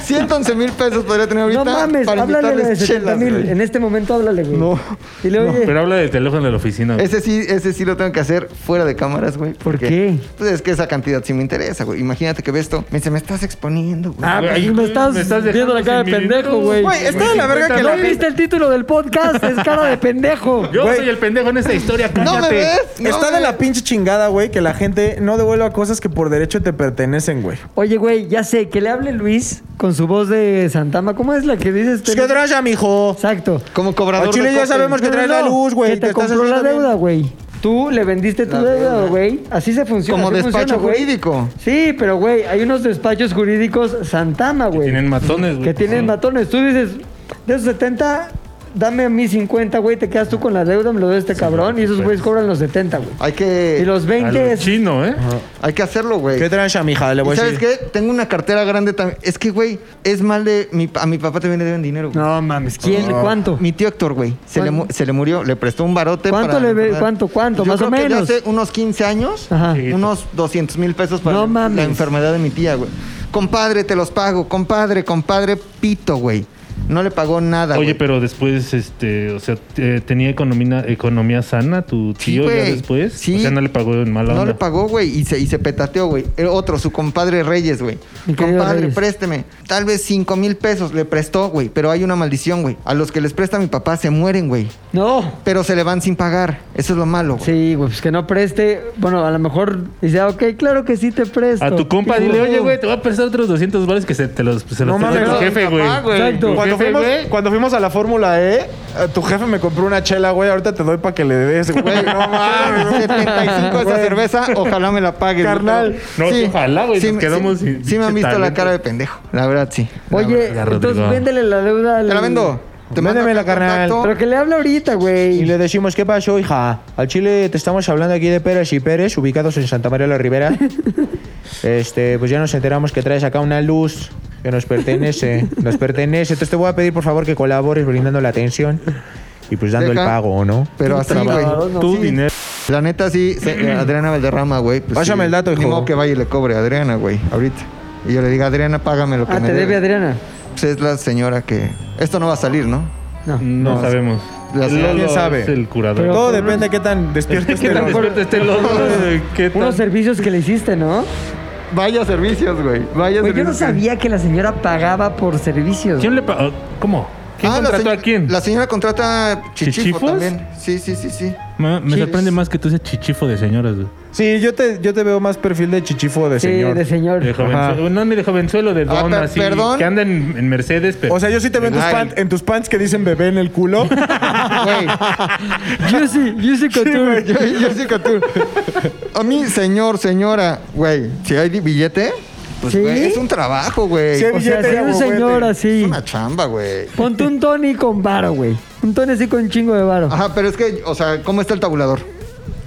[SPEAKER 2] 111 mil pesos podría tener ahorita
[SPEAKER 5] no mames,
[SPEAKER 2] para
[SPEAKER 5] háblale de
[SPEAKER 2] invitarles
[SPEAKER 5] 70
[SPEAKER 2] chelas,
[SPEAKER 5] mil.
[SPEAKER 2] güey.
[SPEAKER 5] En este momento háblale, güey.
[SPEAKER 2] No.
[SPEAKER 5] Y le oye,
[SPEAKER 3] Pero habla del teléfono de la oficina. güey.
[SPEAKER 2] Ese sí, ese sí lo tengo que hacer fuera de cámaras, güey.
[SPEAKER 5] ¿Por
[SPEAKER 2] porque,
[SPEAKER 5] qué?
[SPEAKER 2] Pues es que esa cantidad sí me interesa, güey. Imagínate que ves esto. Me dice, me estás exponiendo, güey.
[SPEAKER 5] ah, pues
[SPEAKER 3] Ay,
[SPEAKER 5] me
[SPEAKER 3] güey,
[SPEAKER 5] estás,
[SPEAKER 3] me estás
[SPEAKER 5] viendo la
[SPEAKER 3] dejando
[SPEAKER 5] cara de
[SPEAKER 3] sin
[SPEAKER 5] pendejo,
[SPEAKER 3] minutos.
[SPEAKER 5] güey.
[SPEAKER 4] Güey, está de la verga que
[SPEAKER 5] ¿No
[SPEAKER 4] la
[SPEAKER 5] viste
[SPEAKER 4] gente.
[SPEAKER 5] el título del podcast? Es cara de pendejo.
[SPEAKER 3] Yo
[SPEAKER 4] Güey.
[SPEAKER 3] soy el pendejo en esta historia,
[SPEAKER 2] ¿No me
[SPEAKER 3] cállate.
[SPEAKER 2] ves? No
[SPEAKER 4] Está
[SPEAKER 2] me
[SPEAKER 4] de la
[SPEAKER 2] ves.
[SPEAKER 4] pinche chingada, güey, que la gente no devuelva cosas que por derecho te pertenecen, güey.
[SPEAKER 5] Oye, güey, ya sé, que le hable Luis con su voz de Santama. ¿Cómo es la que dices?
[SPEAKER 4] Es que trae, mijo.
[SPEAKER 5] Exacto.
[SPEAKER 2] Como
[SPEAKER 4] Al
[SPEAKER 2] cobrador
[SPEAKER 4] chile
[SPEAKER 2] de
[SPEAKER 4] ya
[SPEAKER 2] cóctel.
[SPEAKER 4] sabemos que
[SPEAKER 5] No,
[SPEAKER 4] trae
[SPEAKER 5] no,
[SPEAKER 4] la
[SPEAKER 5] no,
[SPEAKER 4] luz, güey.
[SPEAKER 5] Que te
[SPEAKER 4] estás
[SPEAKER 5] compró la
[SPEAKER 4] haciendo
[SPEAKER 5] deuda,
[SPEAKER 4] bien.
[SPEAKER 5] güey. Tú le vendiste tu
[SPEAKER 2] La
[SPEAKER 5] deuda,
[SPEAKER 2] deuda.
[SPEAKER 5] güey. Así se funciona.
[SPEAKER 2] Como
[SPEAKER 5] así
[SPEAKER 2] despacho
[SPEAKER 5] funciona, güey.
[SPEAKER 2] jurídico.
[SPEAKER 5] Sí, pero, güey, hay unos despachos jurídicos Santama, güey.
[SPEAKER 3] Tienen matones, güey.
[SPEAKER 5] Que tienen
[SPEAKER 3] Sí.
[SPEAKER 5] matones. Tú dices, de esos 70, dame a mí 50, güey. Te quedas tú con la deuda, me lo doy a este cabrón.
[SPEAKER 3] no,
[SPEAKER 5] y esos
[SPEAKER 3] pues.
[SPEAKER 5] güeyes cobran los 70, güey.
[SPEAKER 2] Hay
[SPEAKER 5] Y
[SPEAKER 2] que,
[SPEAKER 5] los
[SPEAKER 3] A
[SPEAKER 5] 20
[SPEAKER 3] lo
[SPEAKER 5] es...
[SPEAKER 3] chino, ¿eh?
[SPEAKER 2] hay que hacerlo, güey.
[SPEAKER 4] ¿Qué trancha, mija? Le
[SPEAKER 2] ¿Y
[SPEAKER 4] voy a
[SPEAKER 2] sabes
[SPEAKER 4] decir.
[SPEAKER 2] qué? Tengo una cartera grande también. Es que, güey, es mal de... mi pa- a mi papá también le deben dinero, güey.
[SPEAKER 5] No mames, ¿quién?
[SPEAKER 3] Ah.
[SPEAKER 5] ¿Cuánto?
[SPEAKER 2] Mi tío Héctor, güey, se le,
[SPEAKER 5] ¿Cuán-
[SPEAKER 2] mu- se le murió, le prestó un barote.
[SPEAKER 5] ¿Cuánto
[SPEAKER 2] para
[SPEAKER 5] le ve-
[SPEAKER 2] enfermedad.
[SPEAKER 5] cuánto, cuánto?
[SPEAKER 2] Yo
[SPEAKER 5] Más o
[SPEAKER 2] creo que de
[SPEAKER 5] menos.
[SPEAKER 2] hace unos 15 años,
[SPEAKER 5] Ajá.
[SPEAKER 2] unos 200 mil pesos para
[SPEAKER 5] No
[SPEAKER 2] la- la
[SPEAKER 5] mames.
[SPEAKER 2] enfermedad de mi tía, güey. Compadre, te los pago, compadre, compadre, pito, güey. No le pagó nada.
[SPEAKER 3] Oye,
[SPEAKER 2] güey.
[SPEAKER 3] pero después, este, o sea, eh, ¿tenía economía, economía sana tu
[SPEAKER 2] Sí,
[SPEAKER 3] tío ya
[SPEAKER 2] güey.
[SPEAKER 3] después?
[SPEAKER 2] Sí.
[SPEAKER 3] O sea, no le pagó en mala
[SPEAKER 2] No
[SPEAKER 3] onda.
[SPEAKER 2] le pagó, güey, y se, y se petateó, güey. El otro, su compadre Reyes, güey.
[SPEAKER 5] Mi querido
[SPEAKER 2] Compadre,
[SPEAKER 5] Reyes.
[SPEAKER 2] présteme. Tal vez 5 mil pesos le prestó, güey. Pero hay una maldición, güey. A los que les presta mi papá se mueren, güey.
[SPEAKER 5] No.
[SPEAKER 2] Pero se le van sin pagar. Eso es lo malo, güey.
[SPEAKER 5] Sí, güey, pues que no preste. Bueno, a lo mejor dice, ah, ok, claro que sí te presto.
[SPEAKER 3] A tu compa
[SPEAKER 5] Y-
[SPEAKER 3] dile, oye, güey, te voy a prestar otros 200 bares que se te los, se los
[SPEAKER 4] No
[SPEAKER 3] presta
[SPEAKER 4] mames,
[SPEAKER 3] tu
[SPEAKER 4] no,
[SPEAKER 3] jefe,
[SPEAKER 2] mi papá,
[SPEAKER 3] güey.
[SPEAKER 2] güey.
[SPEAKER 5] Exacto.
[SPEAKER 3] Tu
[SPEAKER 4] Cuando
[SPEAKER 3] jefe,
[SPEAKER 4] fuimos,
[SPEAKER 3] güey.
[SPEAKER 4] cuando fuimos a la Fórmula E, eh, tu jefe me compró una chela, güey. Ahorita te doy para que le des, güey.
[SPEAKER 2] Güey, no mames. 75 esa
[SPEAKER 4] Ah, Güey.
[SPEAKER 2] cerveza, ojalá me la pagues. güey.
[SPEAKER 4] Carnal.
[SPEAKER 3] No, ojalá, güey,
[SPEAKER 2] Sí,
[SPEAKER 3] nos
[SPEAKER 2] me-
[SPEAKER 3] quedamos
[SPEAKER 2] sí,
[SPEAKER 3] sin
[SPEAKER 2] Sí, me han
[SPEAKER 3] pinche
[SPEAKER 2] visto la
[SPEAKER 3] talento.
[SPEAKER 2] cara de pendejo. La verdad, sí. La
[SPEAKER 5] Oye,
[SPEAKER 2] verdad.
[SPEAKER 3] verga,
[SPEAKER 5] entonces
[SPEAKER 3] Rodrigo.
[SPEAKER 5] véndele la deuda al...
[SPEAKER 2] Te la vendo. Te mando
[SPEAKER 4] Véndemela,
[SPEAKER 2] acá el
[SPEAKER 4] carnal.
[SPEAKER 2] contacto.
[SPEAKER 5] Pero que le habla ahorita,
[SPEAKER 4] Y
[SPEAKER 5] güey.
[SPEAKER 4] le decimos, ¿qué pasó, hija? Al Chile te estamos hablando aquí de Pérez y Pérez, ubicados en Santa María la Ribera. Este, pues ya nos enteramos que traes acá una luz que nos pertenece. Nos pertenece. Entonces te voy a pedir, por favor, que colabores brindando la atención y pues dando
[SPEAKER 2] Deja.
[SPEAKER 4] el pago, ¿o no?
[SPEAKER 2] Pero así, güey.
[SPEAKER 3] Tu dinero.
[SPEAKER 2] La neta, sí, se- eh, Adriana Valderrama, güey. pues,
[SPEAKER 4] Pásame
[SPEAKER 2] sí.
[SPEAKER 4] el dato,
[SPEAKER 2] Ni
[SPEAKER 4] hijo.
[SPEAKER 2] modo que vaya y le cobre a Adriana, güey, ahorita. Y yo le diga, Adriana, págame lo que
[SPEAKER 5] Ah,
[SPEAKER 2] me
[SPEAKER 5] te debe Adriana.
[SPEAKER 2] Pues es la señora que... Esto no va a salir, ¿no?
[SPEAKER 3] No, sabemos.
[SPEAKER 2] La
[SPEAKER 3] El
[SPEAKER 2] señora-
[SPEAKER 3] Lolo
[SPEAKER 4] ¿Quién sabe?
[SPEAKER 3] Es el curador.
[SPEAKER 5] Pero-
[SPEAKER 4] Todo depende de qué tan despierto
[SPEAKER 3] ¿Qué
[SPEAKER 4] esté.
[SPEAKER 3] tan despierto este Lolo? ¿Qué tan-
[SPEAKER 5] Unos servicios que le hiciste, ¿no?
[SPEAKER 2] Vaya servicios, güey. Vaya
[SPEAKER 5] Güey, yo no
[SPEAKER 2] servicios.
[SPEAKER 5] sabía que la señora pagaba por servicios.
[SPEAKER 3] ¿Quién le pagó? ¿Cómo? ¿Quién
[SPEAKER 2] Ah, la
[SPEAKER 3] contrató a
[SPEAKER 2] señora-
[SPEAKER 3] quién?
[SPEAKER 2] La señora contrata a Chichifo
[SPEAKER 3] ¿Chichifos?
[SPEAKER 2] también. Sí, sí, sí, sí.
[SPEAKER 3] Me, me sorprende más que tú seas chichifo de señoras, güey.
[SPEAKER 4] Sí, yo te, yo te veo más perfil de chichifo de
[SPEAKER 5] Sí,
[SPEAKER 4] señor.
[SPEAKER 5] de señor.
[SPEAKER 3] De jovenzuelo. No, ni de jovenzuelo, de
[SPEAKER 2] Ah,
[SPEAKER 3] don,
[SPEAKER 2] per-
[SPEAKER 3] así.
[SPEAKER 2] perdón.
[SPEAKER 3] Que anda en, en Mercedes, pero...
[SPEAKER 4] O sea, yo sí te veo en tus,
[SPEAKER 2] Ay.
[SPEAKER 4] pants, en tus pants que dicen bebé en el culo.
[SPEAKER 2] Güey,
[SPEAKER 5] Juicy, Juicy Couture.
[SPEAKER 2] yo, yo sí que tú. A mí, señor, señora, güey, si hay di- billete, pues
[SPEAKER 5] ¿Sí?
[SPEAKER 2] güey, es un trabajo, güey.
[SPEAKER 4] Sí, hay
[SPEAKER 5] o sea,
[SPEAKER 4] billete
[SPEAKER 5] si
[SPEAKER 4] de
[SPEAKER 5] hay un
[SPEAKER 4] abogüete.
[SPEAKER 5] señor
[SPEAKER 2] Es
[SPEAKER 5] así.
[SPEAKER 2] una chamba, güey.
[SPEAKER 5] Ponte un Tony con varo, güey. Un Tony así con chingo de varo.
[SPEAKER 2] Ajá, pero es que, o sea, ¿cómo está el tabulador?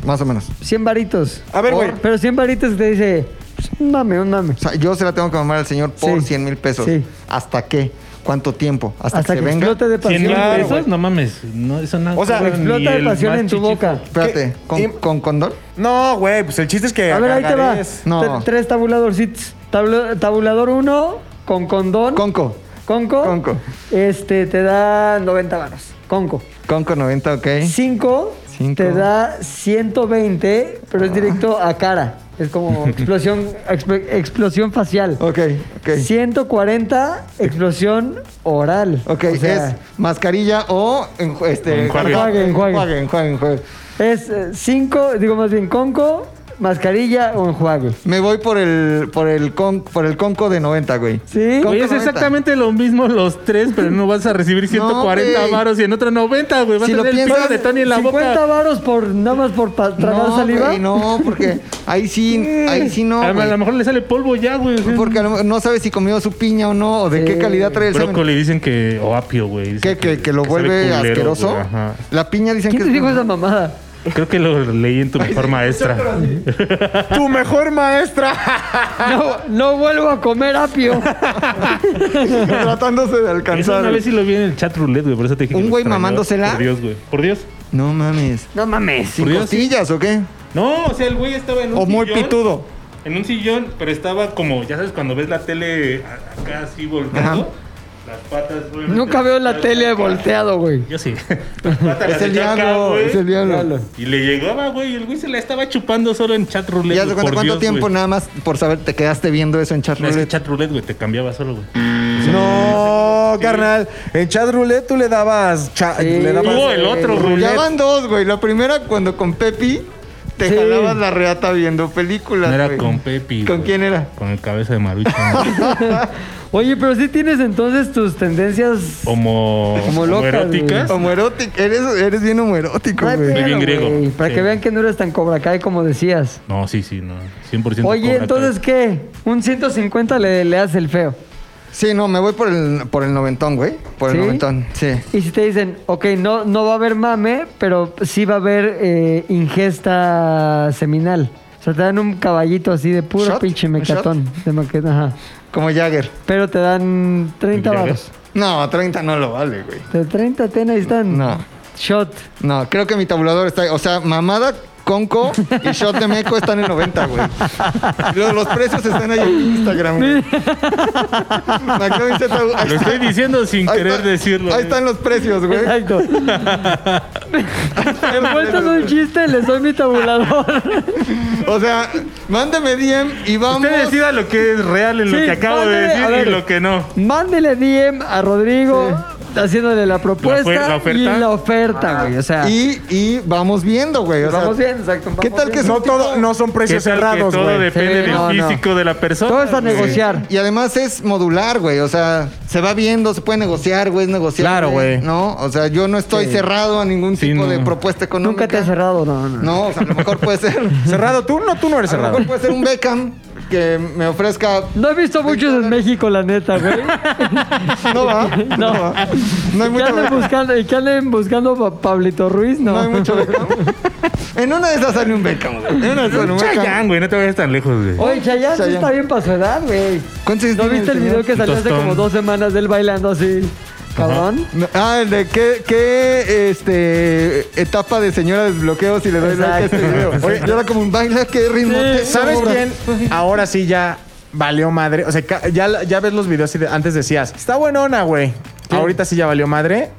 [SPEAKER 2] Más o menos.
[SPEAKER 5] 100 varitos.
[SPEAKER 4] A ver, güey.
[SPEAKER 5] Pero 100 varitos te dice, pues, un dame, un dame.
[SPEAKER 2] O sea, yo se la tengo que mamar al señor por
[SPEAKER 5] Sí.
[SPEAKER 2] 100 mil pesos.
[SPEAKER 5] Sí.
[SPEAKER 2] ¿Hasta qué? ¿Cuánto tiempo? Hasta,
[SPEAKER 5] Hasta
[SPEAKER 2] que,
[SPEAKER 5] que
[SPEAKER 2] se venga.
[SPEAKER 5] explote de
[SPEAKER 3] 100
[SPEAKER 5] pasión.
[SPEAKER 3] mil
[SPEAKER 5] güey.
[SPEAKER 3] pesos, no mames. No, eso no
[SPEAKER 4] O sea,
[SPEAKER 3] cobra ni
[SPEAKER 5] Explota de
[SPEAKER 3] el
[SPEAKER 5] pasión
[SPEAKER 3] más
[SPEAKER 5] en tu
[SPEAKER 3] chichifo.
[SPEAKER 5] boca.
[SPEAKER 2] Espérate,
[SPEAKER 4] ¿Qué?
[SPEAKER 2] ¿con,
[SPEAKER 5] Em-
[SPEAKER 4] Y-
[SPEAKER 2] con condón?
[SPEAKER 4] No, güey, pues el chiste es que.
[SPEAKER 5] A ver, ahí te va.
[SPEAKER 4] agarres.
[SPEAKER 2] No.
[SPEAKER 5] Tre- Tres tabuladorcitos. Tabla- tabulador 1 con condón.
[SPEAKER 2] Conco.
[SPEAKER 5] Conco.
[SPEAKER 2] Conco.
[SPEAKER 5] Este, te da 90 varos. Conco.
[SPEAKER 2] Conco 90, ok.
[SPEAKER 5] 5
[SPEAKER 2] Cinco. Ah.
[SPEAKER 5] te da 120, pero es directo a cara. Es como explosión, exp- explosión facial.
[SPEAKER 2] Ok, ok.
[SPEAKER 5] 140, explosión oral.
[SPEAKER 2] Ok,
[SPEAKER 5] O sea,
[SPEAKER 2] es mascarilla o enju- este,
[SPEAKER 3] Enjuague.
[SPEAKER 2] jabón.
[SPEAKER 5] Enjuague,
[SPEAKER 2] enjuague, enjuague, enjuague.
[SPEAKER 5] Es 5, digo más bien conco, mascarilla o enjuague.
[SPEAKER 2] Me voy por el por el con, por el conco de 90, güey.
[SPEAKER 5] ¿Sí?
[SPEAKER 2] Con-
[SPEAKER 3] Oye, es
[SPEAKER 2] 90.
[SPEAKER 3] exactamente lo mismo los tres, pero no vas a recibir 140
[SPEAKER 2] güey.
[SPEAKER 3] varos y en otro 90, güey. Vas
[SPEAKER 2] Si
[SPEAKER 3] a
[SPEAKER 2] lo
[SPEAKER 3] tener el
[SPEAKER 2] piensas,
[SPEAKER 3] pico de Tony en la
[SPEAKER 5] 50
[SPEAKER 3] boca.
[SPEAKER 5] varos por nada más por pa- tragar
[SPEAKER 2] no,
[SPEAKER 5] saliva.
[SPEAKER 2] güey, no, porque ahí sí, ahí sí no.
[SPEAKER 3] Ah, a, lo
[SPEAKER 2] güey.
[SPEAKER 3] mejor le sale polvo ya, güey. o sea,
[SPEAKER 2] Porque a lo mejor no sabes si comió su piña o no, o de qué
[SPEAKER 5] Sí.
[SPEAKER 2] calidad trae el semen.
[SPEAKER 3] Brócoli dicen que... O apio, güey.
[SPEAKER 2] ¿Qué?
[SPEAKER 3] dicen
[SPEAKER 2] Que, que lo
[SPEAKER 3] sabe
[SPEAKER 2] vuelve
[SPEAKER 3] culero, güey,
[SPEAKER 2] asqueroso.
[SPEAKER 3] ajá.
[SPEAKER 2] La piña dicen
[SPEAKER 5] ¿Quién
[SPEAKER 2] que
[SPEAKER 5] te
[SPEAKER 2] es-
[SPEAKER 5] dijo esa mamada?
[SPEAKER 3] Creo que lo leí en tu mejor maestra.
[SPEAKER 4] Tu mejor maestra.
[SPEAKER 5] No, no vuelvo a comer apio.
[SPEAKER 2] tratándose de
[SPEAKER 3] Eso
[SPEAKER 2] alcanzar.
[SPEAKER 3] una vez sí lo vi en el chat roulette, güey. Por eso te dije que
[SPEAKER 2] ¿Un
[SPEAKER 3] lo
[SPEAKER 2] güey
[SPEAKER 3] extrañaba.
[SPEAKER 2] mamándosela?
[SPEAKER 3] Por Dios, güey. Por Dios.
[SPEAKER 2] No mames.
[SPEAKER 5] No mames.
[SPEAKER 2] ¿Sin
[SPEAKER 3] Por Dios,
[SPEAKER 2] costillas o qué?
[SPEAKER 3] No, o sea, el güey estaba en un
[SPEAKER 2] O muy
[SPEAKER 3] sillón,
[SPEAKER 2] pitudo.
[SPEAKER 3] En un sillón, pero estaba como, ya sabes, cuando ves la tele a- acá así volteando, las patas. obviamente,
[SPEAKER 5] Nunca veo la
[SPEAKER 3] acá,
[SPEAKER 5] tele
[SPEAKER 3] acá.
[SPEAKER 5] volteado, güey.
[SPEAKER 3] Yo sí. Las patas
[SPEAKER 2] Es
[SPEAKER 3] las
[SPEAKER 2] el
[SPEAKER 3] echó acá,
[SPEAKER 2] diablo,
[SPEAKER 3] güey,
[SPEAKER 2] es el diablo.
[SPEAKER 3] Y le llegaba, güey, y el güey se la estaba chupando solo en chat roulette.
[SPEAKER 2] Ya se
[SPEAKER 3] güey,
[SPEAKER 2] cuenta
[SPEAKER 3] por
[SPEAKER 2] cuánto
[SPEAKER 3] Dios,
[SPEAKER 2] tiempo
[SPEAKER 3] güey.
[SPEAKER 2] nada más por saber te quedaste viendo eso en chat
[SPEAKER 3] No, es que
[SPEAKER 2] roulette.
[SPEAKER 3] chat roulette, güey, te cambiaba solo, güey.
[SPEAKER 4] No, carnal. En chat roulette tú le dabas. cha-
[SPEAKER 5] Sí.
[SPEAKER 4] Le dabas
[SPEAKER 3] Tuvo el otro, güey.
[SPEAKER 2] Ya
[SPEAKER 4] roulette.
[SPEAKER 2] van dos, güey. La primera cuando con Pepi te
[SPEAKER 5] Sí.
[SPEAKER 2] jalabas la reata viendo películas.
[SPEAKER 3] No era
[SPEAKER 2] güey.
[SPEAKER 3] con Pepi.
[SPEAKER 2] ¿Con
[SPEAKER 3] güey.
[SPEAKER 2] quién era?
[SPEAKER 3] Con el cabeza de Marucha. güey.
[SPEAKER 5] Oye, pero sí tienes entonces tus tendencias.
[SPEAKER 3] Oh, Homo,
[SPEAKER 5] Como locas,
[SPEAKER 3] homoeróticas.
[SPEAKER 2] Homoerótico. Eres, eres bien homoerótico,
[SPEAKER 5] Ay,
[SPEAKER 2] güey.
[SPEAKER 5] pero,
[SPEAKER 3] bien griego.
[SPEAKER 5] güey, Para
[SPEAKER 3] Sí.
[SPEAKER 5] que vean que no eres tan cobra Kai como decías.
[SPEAKER 3] No, sí, sí, no. 100%
[SPEAKER 5] Oye,
[SPEAKER 3] Cobra Kai.
[SPEAKER 5] entonces, ¿qué? Un 150 le, le das el feo.
[SPEAKER 2] Sí, no, me voy por el, por el noventón, güey. Por el
[SPEAKER 5] ¿Sí?
[SPEAKER 2] noventón, sí.
[SPEAKER 5] Y si te dicen, ok, no, no va a haber mame, pero sí va a haber eh, ingesta seminal. O sea, te dan un caballito así de puro
[SPEAKER 2] ¿Shot?
[SPEAKER 5] pinche
[SPEAKER 2] ¿Un shot?
[SPEAKER 5] mecatón. De maqueta, ajá.
[SPEAKER 2] Como Jagger.
[SPEAKER 5] Pero te dan 30
[SPEAKER 3] ¿Ya
[SPEAKER 5] baros.
[SPEAKER 2] No, 30 no lo vale, güey.
[SPEAKER 5] De 30 tenas están.
[SPEAKER 2] No.
[SPEAKER 5] Shot.
[SPEAKER 2] No, creo que mi tabulador está. O sea, mamada, conco y shot de meco están en 90, güey. Los, los precios están ahí en Instagram, güey. Me acabo de insertar- ahí
[SPEAKER 3] Lo
[SPEAKER 2] está-
[SPEAKER 3] estoy diciendo sin
[SPEAKER 2] ahí
[SPEAKER 3] querer
[SPEAKER 2] está-
[SPEAKER 3] decirlo. eh.
[SPEAKER 2] Ahí
[SPEAKER 3] güey.
[SPEAKER 2] están los precios, güey.
[SPEAKER 5] Exacto. Envuelto en un chiste, les doy mi tabulador.
[SPEAKER 2] O sea, mándeme DM y vamos.
[SPEAKER 3] Usted decida lo que es real en lo
[SPEAKER 5] Sí,
[SPEAKER 3] que acabo
[SPEAKER 5] mándele,
[SPEAKER 3] de
[SPEAKER 5] a
[SPEAKER 3] decir
[SPEAKER 5] ver.
[SPEAKER 3] y lo que no.
[SPEAKER 5] Mándele DM a Rodrigo haciéndole la propuesta
[SPEAKER 3] La ofer- la oferta.
[SPEAKER 5] y la oferta, güey. O sea,
[SPEAKER 2] Y, y vamos viendo, güey. O sea,
[SPEAKER 5] vamos bien, exacto. vamos
[SPEAKER 2] ¿Qué tal que
[SPEAKER 5] bien.
[SPEAKER 2] son
[SPEAKER 4] No, todo, no son
[SPEAKER 3] ¿Qué
[SPEAKER 4] precios
[SPEAKER 3] tal que
[SPEAKER 4] cerrados,
[SPEAKER 3] todo
[SPEAKER 4] güey.
[SPEAKER 3] depende
[SPEAKER 5] Sí,
[SPEAKER 3] del
[SPEAKER 5] no, no.
[SPEAKER 3] físico de la persona.
[SPEAKER 5] Todo es a
[SPEAKER 3] güey.
[SPEAKER 5] negociar.
[SPEAKER 2] Y además es modular, güey. O sea, se va viendo, se puede negociar, güey, es negociar.
[SPEAKER 4] Claro, güey.
[SPEAKER 2] ¿No? O sea, yo no estoy cerrado a ningún
[SPEAKER 3] Sí,
[SPEAKER 2] tipo
[SPEAKER 3] no.
[SPEAKER 2] de propuesta económica.
[SPEAKER 5] Nunca te has cerrado, no, no.
[SPEAKER 2] No, o sea, a lo mejor puede ser.
[SPEAKER 4] ¿Cerrado tú? No, tú no eres
[SPEAKER 3] Ah,
[SPEAKER 2] A lo
[SPEAKER 4] cerrado.
[SPEAKER 2] mejor puede ser un Beckham. que me ofrezca.
[SPEAKER 5] No he visto muchos en México, la neta, güey.
[SPEAKER 2] No va. No,
[SPEAKER 5] No.
[SPEAKER 2] va. No hay
[SPEAKER 5] ¿Qué
[SPEAKER 2] mucho
[SPEAKER 5] anden
[SPEAKER 2] background.
[SPEAKER 5] buscando, y que anden buscando a Pablito Ruiz? No.
[SPEAKER 2] No hay mucho background. En una de esas sale un Beckham, güey. En una de esas sale un Beckham.
[SPEAKER 3] Chayán, güey, no te vayas tan lejos, güey.
[SPEAKER 5] Oye, Chayanne sí
[SPEAKER 2] Chayanne.
[SPEAKER 5] está bien para su edad, güey.
[SPEAKER 2] ¿Cuántos años
[SPEAKER 5] ¿No
[SPEAKER 2] tiene
[SPEAKER 5] viste el
[SPEAKER 2] señor?
[SPEAKER 5] video que salió hace
[SPEAKER 3] Tostón.
[SPEAKER 5] como dos semanas de él bailando así? Cabrón.
[SPEAKER 2] No, ah, el de qué, qué este, etapa de señora desbloqueo si le doy like a este
[SPEAKER 5] Exacto.
[SPEAKER 2] video. Oye, yo era como un baila, qué ritmo.
[SPEAKER 5] Sí.
[SPEAKER 2] te-
[SPEAKER 4] ¿Sabes
[SPEAKER 2] sobra.
[SPEAKER 4] quién? Ahora sí ya valió madre. O sea, ca- ya, ya ves los videos y de- antes decías, está buenona, güey. Ahorita sí ya valió madre.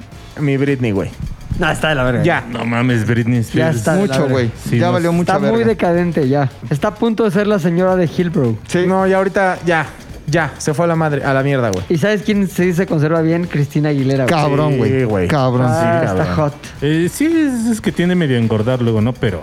[SPEAKER 4] Mi Britney, güey.
[SPEAKER 5] No, está de la verga.
[SPEAKER 4] Ya.
[SPEAKER 3] No mames, Britney
[SPEAKER 5] Ya
[SPEAKER 3] Spears.
[SPEAKER 5] está.
[SPEAKER 2] Mucho, güey.
[SPEAKER 3] Sí,
[SPEAKER 2] ya
[SPEAKER 3] no.
[SPEAKER 2] valió mucho.
[SPEAKER 5] Está muy decadente ya. Está a punto de ser la señora de Hillbrow.
[SPEAKER 2] Sí.
[SPEAKER 4] No, ya ahorita, ya. Ya. Se fue a la madre, a la mierda, güey.
[SPEAKER 5] ¿Y sabes quién sí se conserva bien? Cristina Aguilera. güey.
[SPEAKER 2] Cabrón,
[SPEAKER 4] Sí,
[SPEAKER 2] güey.
[SPEAKER 4] güey.
[SPEAKER 2] Cabrón.
[SPEAKER 5] Ah,
[SPEAKER 4] Sí,
[SPEAKER 5] está
[SPEAKER 4] cabrón.
[SPEAKER 5] hot.
[SPEAKER 3] Eh, sí, es, es que tiene medio a engordar luego, ¿no? Pero.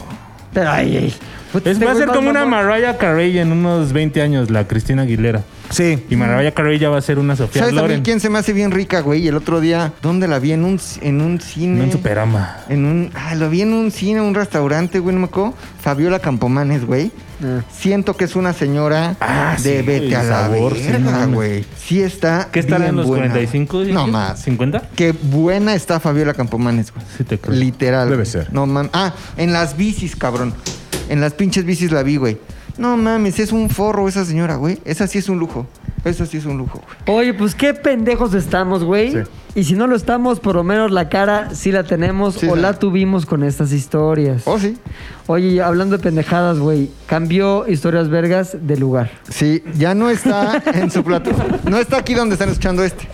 [SPEAKER 5] Pero ay, ay. Puta,
[SPEAKER 3] Es,
[SPEAKER 5] este
[SPEAKER 3] va a
[SPEAKER 5] güey
[SPEAKER 3] ser como una
[SPEAKER 5] mamón.
[SPEAKER 3] Mariah Carey en unos 20 años, la Cristina Aguilera.
[SPEAKER 4] Sí.
[SPEAKER 3] Y Mariah Carey ya va a ser una Sofía
[SPEAKER 2] ¿Sabes también
[SPEAKER 3] Loren.
[SPEAKER 2] quién se me hace bien rica, güey? El otro día, ¿dónde la vi? En un, c- en un cine.
[SPEAKER 3] No en Superama.
[SPEAKER 2] En un, ah, lo vi en un cine, un restaurante, güey, no me acuerdo. Fabiola Campomanes, güey.
[SPEAKER 5] Ah.
[SPEAKER 2] Siento que es una señora
[SPEAKER 3] Ah,
[SPEAKER 2] de
[SPEAKER 3] sí,
[SPEAKER 2] vete
[SPEAKER 3] el
[SPEAKER 2] a la
[SPEAKER 3] sabor, sí, no
[SPEAKER 2] verga,
[SPEAKER 3] mames.
[SPEAKER 2] güey. Sí está
[SPEAKER 3] ¿Qué estará
[SPEAKER 2] bien
[SPEAKER 3] en los
[SPEAKER 2] buena.
[SPEAKER 3] 45?
[SPEAKER 2] No
[SPEAKER 3] dije?
[SPEAKER 2] más.
[SPEAKER 3] ¿50?
[SPEAKER 2] Qué buena está Fabiola Campomanes, güey.
[SPEAKER 3] Sí, te creo.
[SPEAKER 2] Literal.
[SPEAKER 4] Debe
[SPEAKER 2] güey.
[SPEAKER 4] ser.
[SPEAKER 2] No mames. Ah, en las bicis, cabrón. En las pinches bicis la vi, güey. No mames, es un forro esa señora, güey. Esa sí es un lujo. Esa sí es un lujo, güey.
[SPEAKER 5] Oye, pues qué pendejos estamos, güey. Y si no lo estamos, por lo menos la cara sí la tenemos
[SPEAKER 2] Sí,
[SPEAKER 5] o
[SPEAKER 2] sí.
[SPEAKER 5] la tuvimos con estas historias.
[SPEAKER 2] Oh, sí.
[SPEAKER 5] Oye, y hablando de pendejadas, güey, cambió Historias Vergas de lugar.
[SPEAKER 2] Sí, ya no está en su plato. No está aquí donde están escuchando este.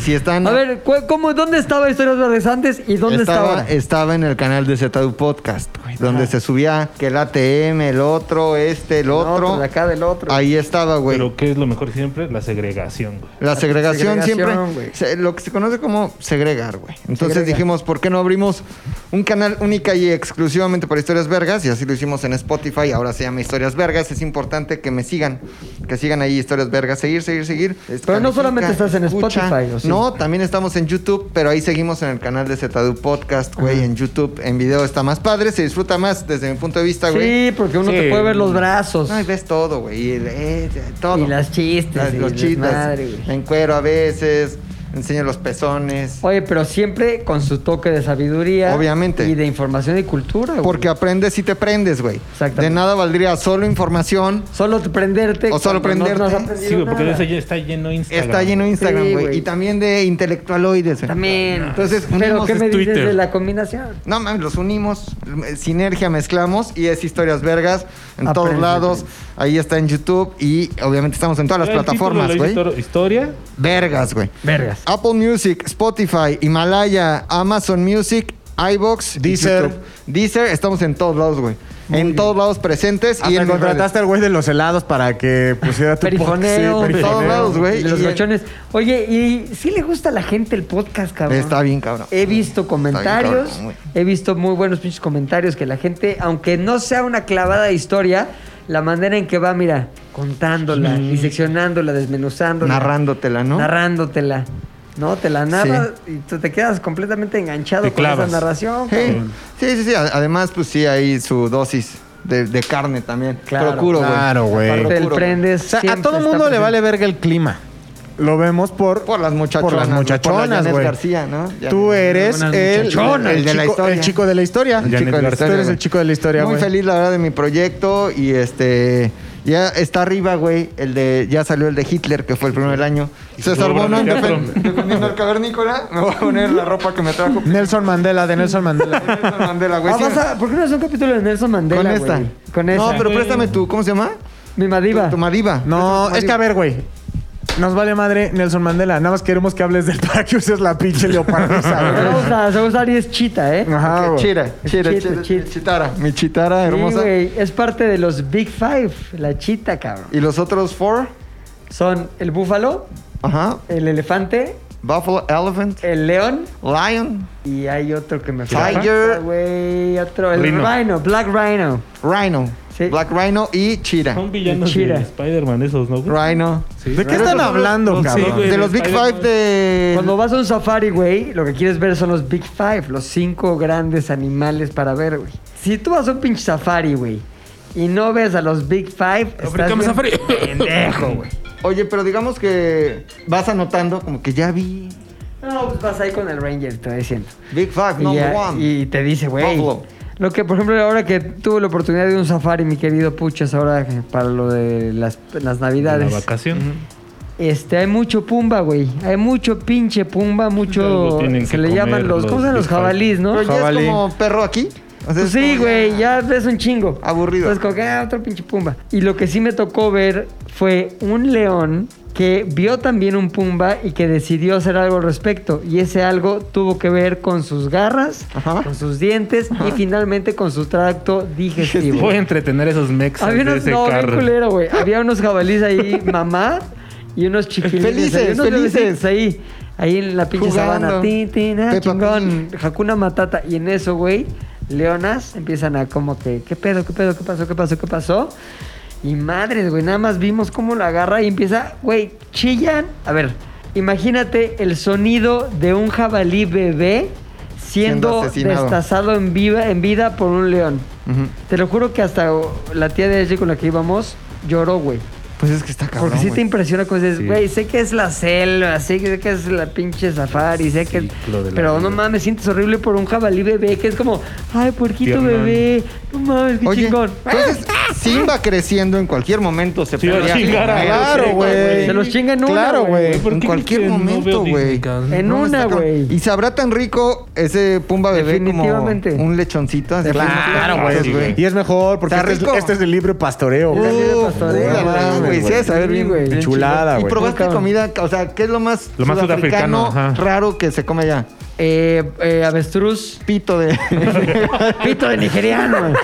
[SPEAKER 2] Si están.
[SPEAKER 5] A ver, cu- ¿cómo, ¿dónde estaba Historias Vergas antes y dónde está
[SPEAKER 2] estaba, Ah.
[SPEAKER 5] ahora?
[SPEAKER 2] estaba en el canal de ZDU Podcast, güey, donde se subía que el ATM, el otro, este, el otro.
[SPEAKER 5] pues, de acá del otro.
[SPEAKER 2] Ahí estaba, güey.
[SPEAKER 3] Pero ¿qué es lo mejor siempre? La segregación, güey.
[SPEAKER 2] La segregación,
[SPEAKER 5] segregación,
[SPEAKER 2] siempre,
[SPEAKER 5] güey.
[SPEAKER 2] se- lo que se conoce como segregar, güey. Entonces
[SPEAKER 5] Segregar.
[SPEAKER 2] dijimos, ¿por qué no abrimos un canal única y exclusivamente para historias vergas? Y así lo hicimos en Spotify, ahora se llama Historias Vergas. Es importante que me sigan, que sigan ahí Historias Vergas. Seguir, seguir, seguir.
[SPEAKER 5] Pero no solamente estás en Spotify, ¿o sí?
[SPEAKER 2] No, también estamos en YouTube, pero ahí seguimos en el canal de ZDU Podcast, güey. En YouTube, en video está más padre, se disfruta más desde mi punto de vista, güey.
[SPEAKER 5] Sí, porque uno
[SPEAKER 3] Sí.
[SPEAKER 5] te puede ver los brazos.
[SPEAKER 2] No, y ves todo, güey. Y, el- eh, todo.
[SPEAKER 5] Y las chistes,
[SPEAKER 2] Las-
[SPEAKER 5] y
[SPEAKER 2] los
[SPEAKER 5] el
[SPEAKER 2] chistes.
[SPEAKER 5] desmadre, güey.
[SPEAKER 2] en cuero a veces. Enseño los pezones.
[SPEAKER 5] Oye, pero siempre con su toque de sabiduría.
[SPEAKER 2] Obviamente.
[SPEAKER 5] Y de información y cultura, güey.
[SPEAKER 2] Porque aprendes y te prendes, güey.
[SPEAKER 5] Exactamente.
[SPEAKER 2] De nada valdría solo información.
[SPEAKER 5] Solo te- prenderte.
[SPEAKER 2] O solo
[SPEAKER 5] cuando no- no has
[SPEAKER 2] prenderte.
[SPEAKER 5] aprendido
[SPEAKER 3] Sí, güey, porque de
[SPEAKER 5] nada.
[SPEAKER 3] eso ya está lleno Instagram.
[SPEAKER 2] Está lleno de Instagram,
[SPEAKER 5] Sí,
[SPEAKER 2] güey.
[SPEAKER 5] güey.
[SPEAKER 2] y también de intelectualoides. güey.
[SPEAKER 5] También.
[SPEAKER 2] Entonces,
[SPEAKER 5] Pero
[SPEAKER 2] unimos
[SPEAKER 5] ¿qué me dices
[SPEAKER 3] Twitter.
[SPEAKER 5] de la combinación?
[SPEAKER 2] No mames, los unimos, eh, sinergia, mezclamos y es historias vergas en
[SPEAKER 5] Aprende,
[SPEAKER 2] todos lados.
[SPEAKER 5] aprende.
[SPEAKER 2] Ahí está en YouTube y obviamente estamos en todas las
[SPEAKER 3] Ya el título
[SPEAKER 2] plataformas,
[SPEAKER 3] lo
[SPEAKER 2] güey.
[SPEAKER 3] hizo Historia.
[SPEAKER 2] Vergas, güey.
[SPEAKER 5] Vergas.
[SPEAKER 2] Apple Music, Spotify, Himalaya, Amazon Music, iBox, y
[SPEAKER 4] Deezer.
[SPEAKER 2] YouTube. Deezer, estamos en todos lados, güey. En todos lados presentes
[SPEAKER 4] Hasta
[SPEAKER 2] y Ah, en mis
[SPEAKER 4] contrataste al güey de los helados para que pusiera tu
[SPEAKER 5] Perifoneo.
[SPEAKER 4] podcast. Sí,
[SPEAKER 2] En todos lados, güey.
[SPEAKER 5] Los
[SPEAKER 2] Y en-
[SPEAKER 5] gachones. Oye, ¿y sí le gusta a la gente el podcast, cabrón?
[SPEAKER 2] Está bien, cabrón.
[SPEAKER 5] He visto comentarios,
[SPEAKER 2] cabrón, güey.
[SPEAKER 5] he visto muy buenos pinches comentarios que la gente, aunque no sea una clavada de historia, la manera en que va, mira, contándola, diseccionándola, desmenuzándola.
[SPEAKER 2] Narrándotela, ¿no?
[SPEAKER 5] Narrándotela. No, te la narra y tú te quedas completamente enganchado
[SPEAKER 3] Te
[SPEAKER 5] con esa
[SPEAKER 3] clavas.
[SPEAKER 5] narración.
[SPEAKER 2] Sí,
[SPEAKER 5] cabrón.
[SPEAKER 2] sí, sí, sí. A- Además, pues sí, hay su dosis de, de carne también.
[SPEAKER 5] Claro,
[SPEAKER 2] Procuro, güey.
[SPEAKER 4] Claro, güey.
[SPEAKER 5] Aparte del
[SPEAKER 2] Procuro,
[SPEAKER 5] prendes.
[SPEAKER 4] O sea, a
[SPEAKER 5] siempre
[SPEAKER 4] todo
[SPEAKER 5] está
[SPEAKER 4] mundo le
[SPEAKER 5] presente.
[SPEAKER 4] vale verga el clima. Lo vemos por,
[SPEAKER 2] Por las muchachonas.
[SPEAKER 4] por las
[SPEAKER 2] güey, por la
[SPEAKER 4] muchachonas,
[SPEAKER 2] Janet
[SPEAKER 4] güey.
[SPEAKER 2] García, ¿no? Ya-
[SPEAKER 4] Tú eres el,
[SPEAKER 2] muchachonas.
[SPEAKER 4] el de la historia. el chico de la historia.
[SPEAKER 3] Janet
[SPEAKER 4] Chico de la
[SPEAKER 3] García,
[SPEAKER 4] historia. Tú eres
[SPEAKER 2] güey.
[SPEAKER 4] el chico de la historia,
[SPEAKER 2] Muy
[SPEAKER 4] güey.
[SPEAKER 2] feliz, la verdad, de mi proyecto. Y este. Ya está arriba, güey. El de. Ya salió el de Hitler, que fue el primero del año.
[SPEAKER 3] Y su
[SPEAKER 2] César
[SPEAKER 3] obra
[SPEAKER 2] Bono,
[SPEAKER 3] de teatro.
[SPEAKER 2] defen- defendiendo al cavernícola. Me voy a poner la ropa que me trajo.
[SPEAKER 4] Nelson Mandela, de Nelson Mandela.
[SPEAKER 2] Nelson Mandela, güey.
[SPEAKER 5] Ah,
[SPEAKER 2] Sí,
[SPEAKER 5] vas a- ¿Por qué no haces un capítulo de Nelson Mandela?
[SPEAKER 2] Con
[SPEAKER 5] güey?
[SPEAKER 2] esta.
[SPEAKER 5] Con esta.
[SPEAKER 2] No, pero préstame tu. ¿Cómo se llama?
[SPEAKER 5] Mi
[SPEAKER 2] Tu,
[SPEAKER 5] Madiva.
[SPEAKER 2] tu Madiva.
[SPEAKER 4] No, es que a ver, güey. Nos vale madre Nelson Mandela. Nada más queremos que hables del para que uses la pinche leopardosa, güey.
[SPEAKER 5] Vamos a, vamos a usar y es chita, ¿eh?
[SPEAKER 4] Ajá,
[SPEAKER 2] Ah,
[SPEAKER 4] güey.
[SPEAKER 2] chira, chira,
[SPEAKER 5] Chita,
[SPEAKER 2] chira,
[SPEAKER 5] chita.
[SPEAKER 2] mi Chitara. Mi chitara
[SPEAKER 5] Sí,
[SPEAKER 2] hermosa.
[SPEAKER 5] güey, es parte de los Big Five, la chita, cabrón.
[SPEAKER 2] y los otros four.
[SPEAKER 5] Son el búfalo,
[SPEAKER 2] Ajá.
[SPEAKER 5] el elefante,
[SPEAKER 2] Buffalo, elephant,
[SPEAKER 5] el león
[SPEAKER 2] lion,
[SPEAKER 5] y hay otro que me
[SPEAKER 2] Tiger.
[SPEAKER 5] falta, güey, otro, el
[SPEAKER 3] Rhino.
[SPEAKER 5] rhino, Black Rhino.
[SPEAKER 2] rhino.
[SPEAKER 5] Sí.
[SPEAKER 2] Black rhino y chira.
[SPEAKER 3] Son villanos de
[SPEAKER 5] Chira.
[SPEAKER 3] Spider-Man esos, ¿no? güey?
[SPEAKER 2] Rhino.
[SPEAKER 3] Sí,
[SPEAKER 4] ¿De qué
[SPEAKER 3] ¿verdad?
[SPEAKER 4] están hablando,
[SPEAKER 3] No, sí,
[SPEAKER 4] cabrón?
[SPEAKER 3] güey.
[SPEAKER 2] De los Big Five de...
[SPEAKER 5] Cuando vas a un safari, güey, lo que quieres ver son los Big Five, los cinco grandes animales para ver, güey. Si tú vas a un pinche safari, güey, y no ves a los Big Five, estás
[SPEAKER 3] Africamos
[SPEAKER 5] bien
[SPEAKER 3] a Fre-
[SPEAKER 5] pendejo, güey.
[SPEAKER 2] Oye, pero digamos que vas anotando como que ya vi
[SPEAKER 5] No, pues vas ahí con el Ranger, te voy diciendo.
[SPEAKER 2] Big Five,
[SPEAKER 5] Y,
[SPEAKER 2] number
[SPEAKER 5] ya-
[SPEAKER 2] one.
[SPEAKER 5] y te dice, güey.
[SPEAKER 2] Buffalo.
[SPEAKER 5] Lo que, por ejemplo, ahora que tuve la oportunidad de un safari, mi querido Puchas, ahora que para lo de las, las
[SPEAKER 3] La
[SPEAKER 5] navidades.
[SPEAKER 3] vacación.
[SPEAKER 5] Este, hay mucho pumba, güey. Hay mucho pinche pumba,
[SPEAKER 3] Algo
[SPEAKER 5] mucho.
[SPEAKER 3] tienen
[SPEAKER 5] Se
[SPEAKER 3] que
[SPEAKER 5] le
[SPEAKER 3] comer
[SPEAKER 5] llaman los. ¿Cómo se llaman
[SPEAKER 3] los
[SPEAKER 5] los jabalís, no?
[SPEAKER 2] Pero ya
[SPEAKER 4] Jabalí.
[SPEAKER 2] es como perro aquí. O sea,
[SPEAKER 5] Pues
[SPEAKER 2] es
[SPEAKER 5] sí,
[SPEAKER 2] como
[SPEAKER 5] güey, ya ves un chingo.
[SPEAKER 2] Aburrido.
[SPEAKER 5] Entonces, como que, ah, otro pinche pumba. Y lo que sí me tocó ver fue un león que vio también un pumba y que decidió hacer algo al respecto. Y ese algo tuvo que ver con sus garras,
[SPEAKER 2] Ajá.
[SPEAKER 5] con sus dientes y finalmente con su tracto digestivo.
[SPEAKER 3] Voy a entretener a esos mex
[SPEAKER 5] Había
[SPEAKER 3] de
[SPEAKER 5] unos,
[SPEAKER 3] ese
[SPEAKER 5] no, bien
[SPEAKER 3] carro.
[SPEAKER 5] culero, güey. Había unos jabalíes ahí, mamá, y unos chiquilines. ahí,
[SPEAKER 2] Felices,
[SPEAKER 5] unos
[SPEAKER 2] felices.
[SPEAKER 5] bebecitos ahí, ahí en la pinche
[SPEAKER 2] Jugando.
[SPEAKER 5] sabana. Tin, tin, ah,
[SPEAKER 2] Peppa
[SPEAKER 5] chingón. Hakuna Matata. Y en eso, güey, leonas empiezan a como que, ¿qué pedo, qué pedo, qué pasó, qué pasó, qué pasó? Y madres, güey, nada más vimos cómo la agarra y empieza, güey, chillan. A ver, imagínate el sonido de un jabalí bebé
[SPEAKER 2] Siendo
[SPEAKER 5] siendo,
[SPEAKER 2] asesinado.
[SPEAKER 5] destazado en, viva, en vida por un león.
[SPEAKER 2] Ujú.
[SPEAKER 5] Te lo juro que hasta oh, la tía de ella con la que íbamos lloró, güey.
[SPEAKER 2] Pues es que está cabrón.
[SPEAKER 5] Porque sí te
[SPEAKER 2] güey.
[SPEAKER 5] impresiona cuando dices,
[SPEAKER 3] Sí.
[SPEAKER 5] güey, sé que es la selva, sé que, sé que es la pinche safari, sé que...
[SPEAKER 3] Ciclo de la
[SPEAKER 5] Pero no
[SPEAKER 3] vida.
[SPEAKER 5] mames, sientes horrible por un jabalí bebé, que es como, ay, puerquito
[SPEAKER 3] Tiernón.
[SPEAKER 5] bebé, no mames, qué
[SPEAKER 2] Oye,
[SPEAKER 5] chingón. Ah.
[SPEAKER 2] entonces Simba creciendo en cualquier momento se
[SPEAKER 3] Sí, va a
[SPEAKER 2] pelea.
[SPEAKER 3] chingar a-
[SPEAKER 4] Claro, güey.
[SPEAKER 5] Se los chingan una,
[SPEAKER 4] Claro,
[SPEAKER 5] güey.
[SPEAKER 4] güey.
[SPEAKER 3] ¿Por
[SPEAKER 2] En
[SPEAKER 3] qué
[SPEAKER 2] cualquier
[SPEAKER 3] dices, no
[SPEAKER 2] momento,
[SPEAKER 3] veo
[SPEAKER 2] güey.
[SPEAKER 3] Disney,
[SPEAKER 5] En
[SPEAKER 2] No,
[SPEAKER 5] una,
[SPEAKER 2] está cabrón.
[SPEAKER 5] güey.
[SPEAKER 2] Y sabrá tan rico ese pumba bebé como
[SPEAKER 5] Definitivamente.
[SPEAKER 2] un lechoncito. así
[SPEAKER 4] Claro,
[SPEAKER 2] como-
[SPEAKER 3] Sí,
[SPEAKER 4] güey.
[SPEAKER 3] güey.
[SPEAKER 4] Y es mejor porque
[SPEAKER 2] Está
[SPEAKER 4] este es,
[SPEAKER 2] rico.
[SPEAKER 4] este es el libre pastoreo,
[SPEAKER 2] Uh,
[SPEAKER 4] güey.
[SPEAKER 5] libre pastoreo,
[SPEAKER 2] puta madre,
[SPEAKER 5] güey.
[SPEAKER 2] güey. Sí, debe saber
[SPEAKER 5] Sí,
[SPEAKER 2] bien,
[SPEAKER 5] güey.
[SPEAKER 2] bien
[SPEAKER 4] Chulada,
[SPEAKER 2] chido.
[SPEAKER 4] güey.
[SPEAKER 2] ¿Y probaste
[SPEAKER 5] Muy
[SPEAKER 2] comida? O sea, ¿qué es lo más,
[SPEAKER 3] Lo más sudafricano, ajá.
[SPEAKER 2] raro que se come allá?
[SPEAKER 5] Eh, eh, avestruz,
[SPEAKER 2] Pito de...
[SPEAKER 5] pito de nigeriano.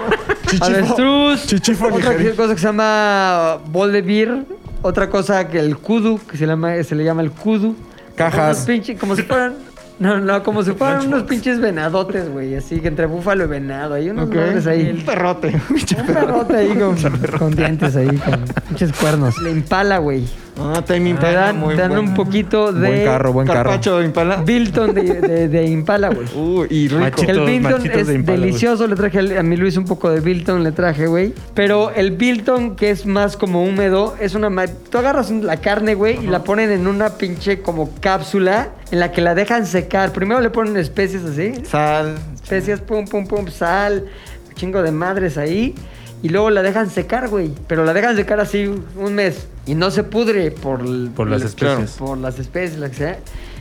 [SPEAKER 5] avestruz.
[SPEAKER 4] Chichifo
[SPEAKER 5] Otra
[SPEAKER 4] nigeriano.
[SPEAKER 5] cosa que se llama bol de beer. Otra cosa que el kudu, que se, llama, se le llama el kudu.
[SPEAKER 4] Cajas.
[SPEAKER 5] Unos pinche- como si fueran. No, no, como si fueran unos pinches venadotes, güey. Así que entre búfalo y venado. Hay unos madres
[SPEAKER 2] El
[SPEAKER 5] ahí.
[SPEAKER 2] perrote.
[SPEAKER 5] Un perrote ahí con, con dientes ahí, con pinches cuernos. La impala, güey.
[SPEAKER 2] Ah, Time
[SPEAKER 5] Te
[SPEAKER 2] Impala.
[SPEAKER 5] dan,
[SPEAKER 2] muy
[SPEAKER 5] te dan
[SPEAKER 2] bueno.
[SPEAKER 5] un poquito de.
[SPEAKER 4] Buen carro, buen carro.
[SPEAKER 2] Carpacho Impala.
[SPEAKER 5] Bilton de, de- de impala, güey.
[SPEAKER 2] Uh, y rico.
[SPEAKER 3] Machi-
[SPEAKER 5] El
[SPEAKER 3] Machitos,
[SPEAKER 5] Bilton
[SPEAKER 3] machitos
[SPEAKER 5] es
[SPEAKER 3] de impala, güey.
[SPEAKER 5] delicioso. Le traje al- a mi Luis un poco de Bilton, le traje, güey. Pero el Bilton, que es más como húmedo, es una. ma- Tú agarras un- la carne, güey, y la ponen en una pinche como cápsula en la que la dejan secar. Primero le ponen especies así,
[SPEAKER 2] Sal.
[SPEAKER 5] especias, pum, pum, pum, sal, un chingo de madres ahí. Y luego la dejan secar, güey. Pero la dejan secar así un mes. Y no se pudre por, el-
[SPEAKER 3] Por las
[SPEAKER 5] el-
[SPEAKER 3] especies.
[SPEAKER 5] Por las especies, lo que sea.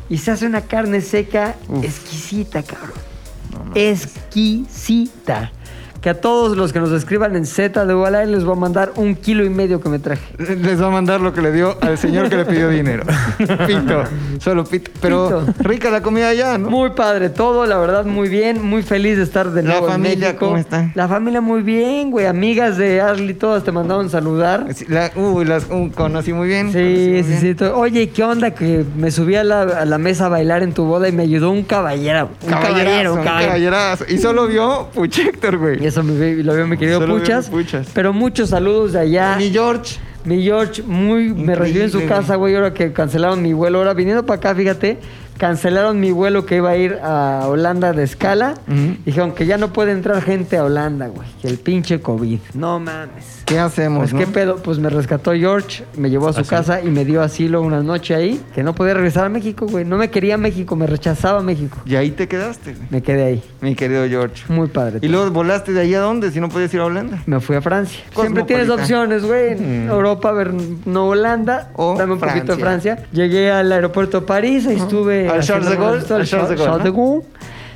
[SPEAKER 5] Y se hace una carne seca exquisita, cabrón. exquisita. Que a todos los que nos escriban en Z de Ubalá les voy a mandar un kilo y medio que me traje.
[SPEAKER 2] Les va a mandar lo que le dio al señor que le pidió dinero. Pito. Solo pito. Pero
[SPEAKER 5] Pito.
[SPEAKER 2] rica la comida allá, ¿no?
[SPEAKER 5] Muy padre todo, la verdad, muy bien. Muy feliz de estar de
[SPEAKER 2] La
[SPEAKER 5] nuevo en
[SPEAKER 2] familia,
[SPEAKER 5] México.
[SPEAKER 2] ¿cómo está?
[SPEAKER 5] La familia muy bien, güey. Amigas de Ashley, todas te mandaron saludar.
[SPEAKER 2] Sí, la- uy, las uh, conocí muy bien. conocí muy
[SPEAKER 5] Sí, sí,
[SPEAKER 2] bien.
[SPEAKER 5] sí. to- Oye, ¿qué onda? Que me subí a la, a la mesa a bailar en tu boda y me ayudó un caballero. Un caballero,
[SPEAKER 2] Caballerazo,
[SPEAKER 5] un
[SPEAKER 2] un
[SPEAKER 5] caballero.
[SPEAKER 2] caballerazo. Y solo vio Puchector,
[SPEAKER 5] Y
[SPEAKER 2] güey.
[SPEAKER 5] eso me vi- lo vio mi querido
[SPEAKER 2] Solo vio
[SPEAKER 5] Puchas,
[SPEAKER 2] Puchas.
[SPEAKER 5] Pero muchos saludos de allá.
[SPEAKER 2] Y George.
[SPEAKER 5] Mi George, muy me
[SPEAKER 2] Increíble,
[SPEAKER 5] recibió en su
[SPEAKER 2] güey.
[SPEAKER 5] casa, güey, ahora que cancelaron mi vuelo. Ahora viniendo para acá, fíjate, cancelaron mi vuelo que iba a ir a Holanda de escala.
[SPEAKER 2] Ujú.
[SPEAKER 5] Dijeron que ya no puede entrar gente a Holanda, güey. Que el pinche COVID. No mames.
[SPEAKER 2] ¿Qué hacemos?
[SPEAKER 5] Pues qué
[SPEAKER 2] no? Ah,
[SPEAKER 5] pedo, pues me rescató George, me llevó a su
[SPEAKER 3] Así.
[SPEAKER 5] casa y me dio asilo una noche ahí, que no podía regresar a México, güey. No me quería México, me rechazaba México.
[SPEAKER 2] Y ahí te quedaste, güey,
[SPEAKER 5] Me quedé ahí.
[SPEAKER 2] mi querido George.
[SPEAKER 5] Muy padre.
[SPEAKER 2] Y luego volaste de ahí a dónde si no podías ir a Holanda.
[SPEAKER 5] me fui a Francia. Siempre tienes
[SPEAKER 2] Cosmopolita. Mm.
[SPEAKER 5] opciones, güey. Europa, ver, no Holanda.
[SPEAKER 2] O
[SPEAKER 5] Dame un poquito de
[SPEAKER 2] Francia.
[SPEAKER 5] Francia. Llegué al aeropuerto de París, ahí estuve.
[SPEAKER 2] Al Charles
[SPEAKER 5] haciendo
[SPEAKER 2] de Gaulle,
[SPEAKER 5] unas historias.
[SPEAKER 2] al Charles de Gaulle,
[SPEAKER 5] Charles de Gaulle.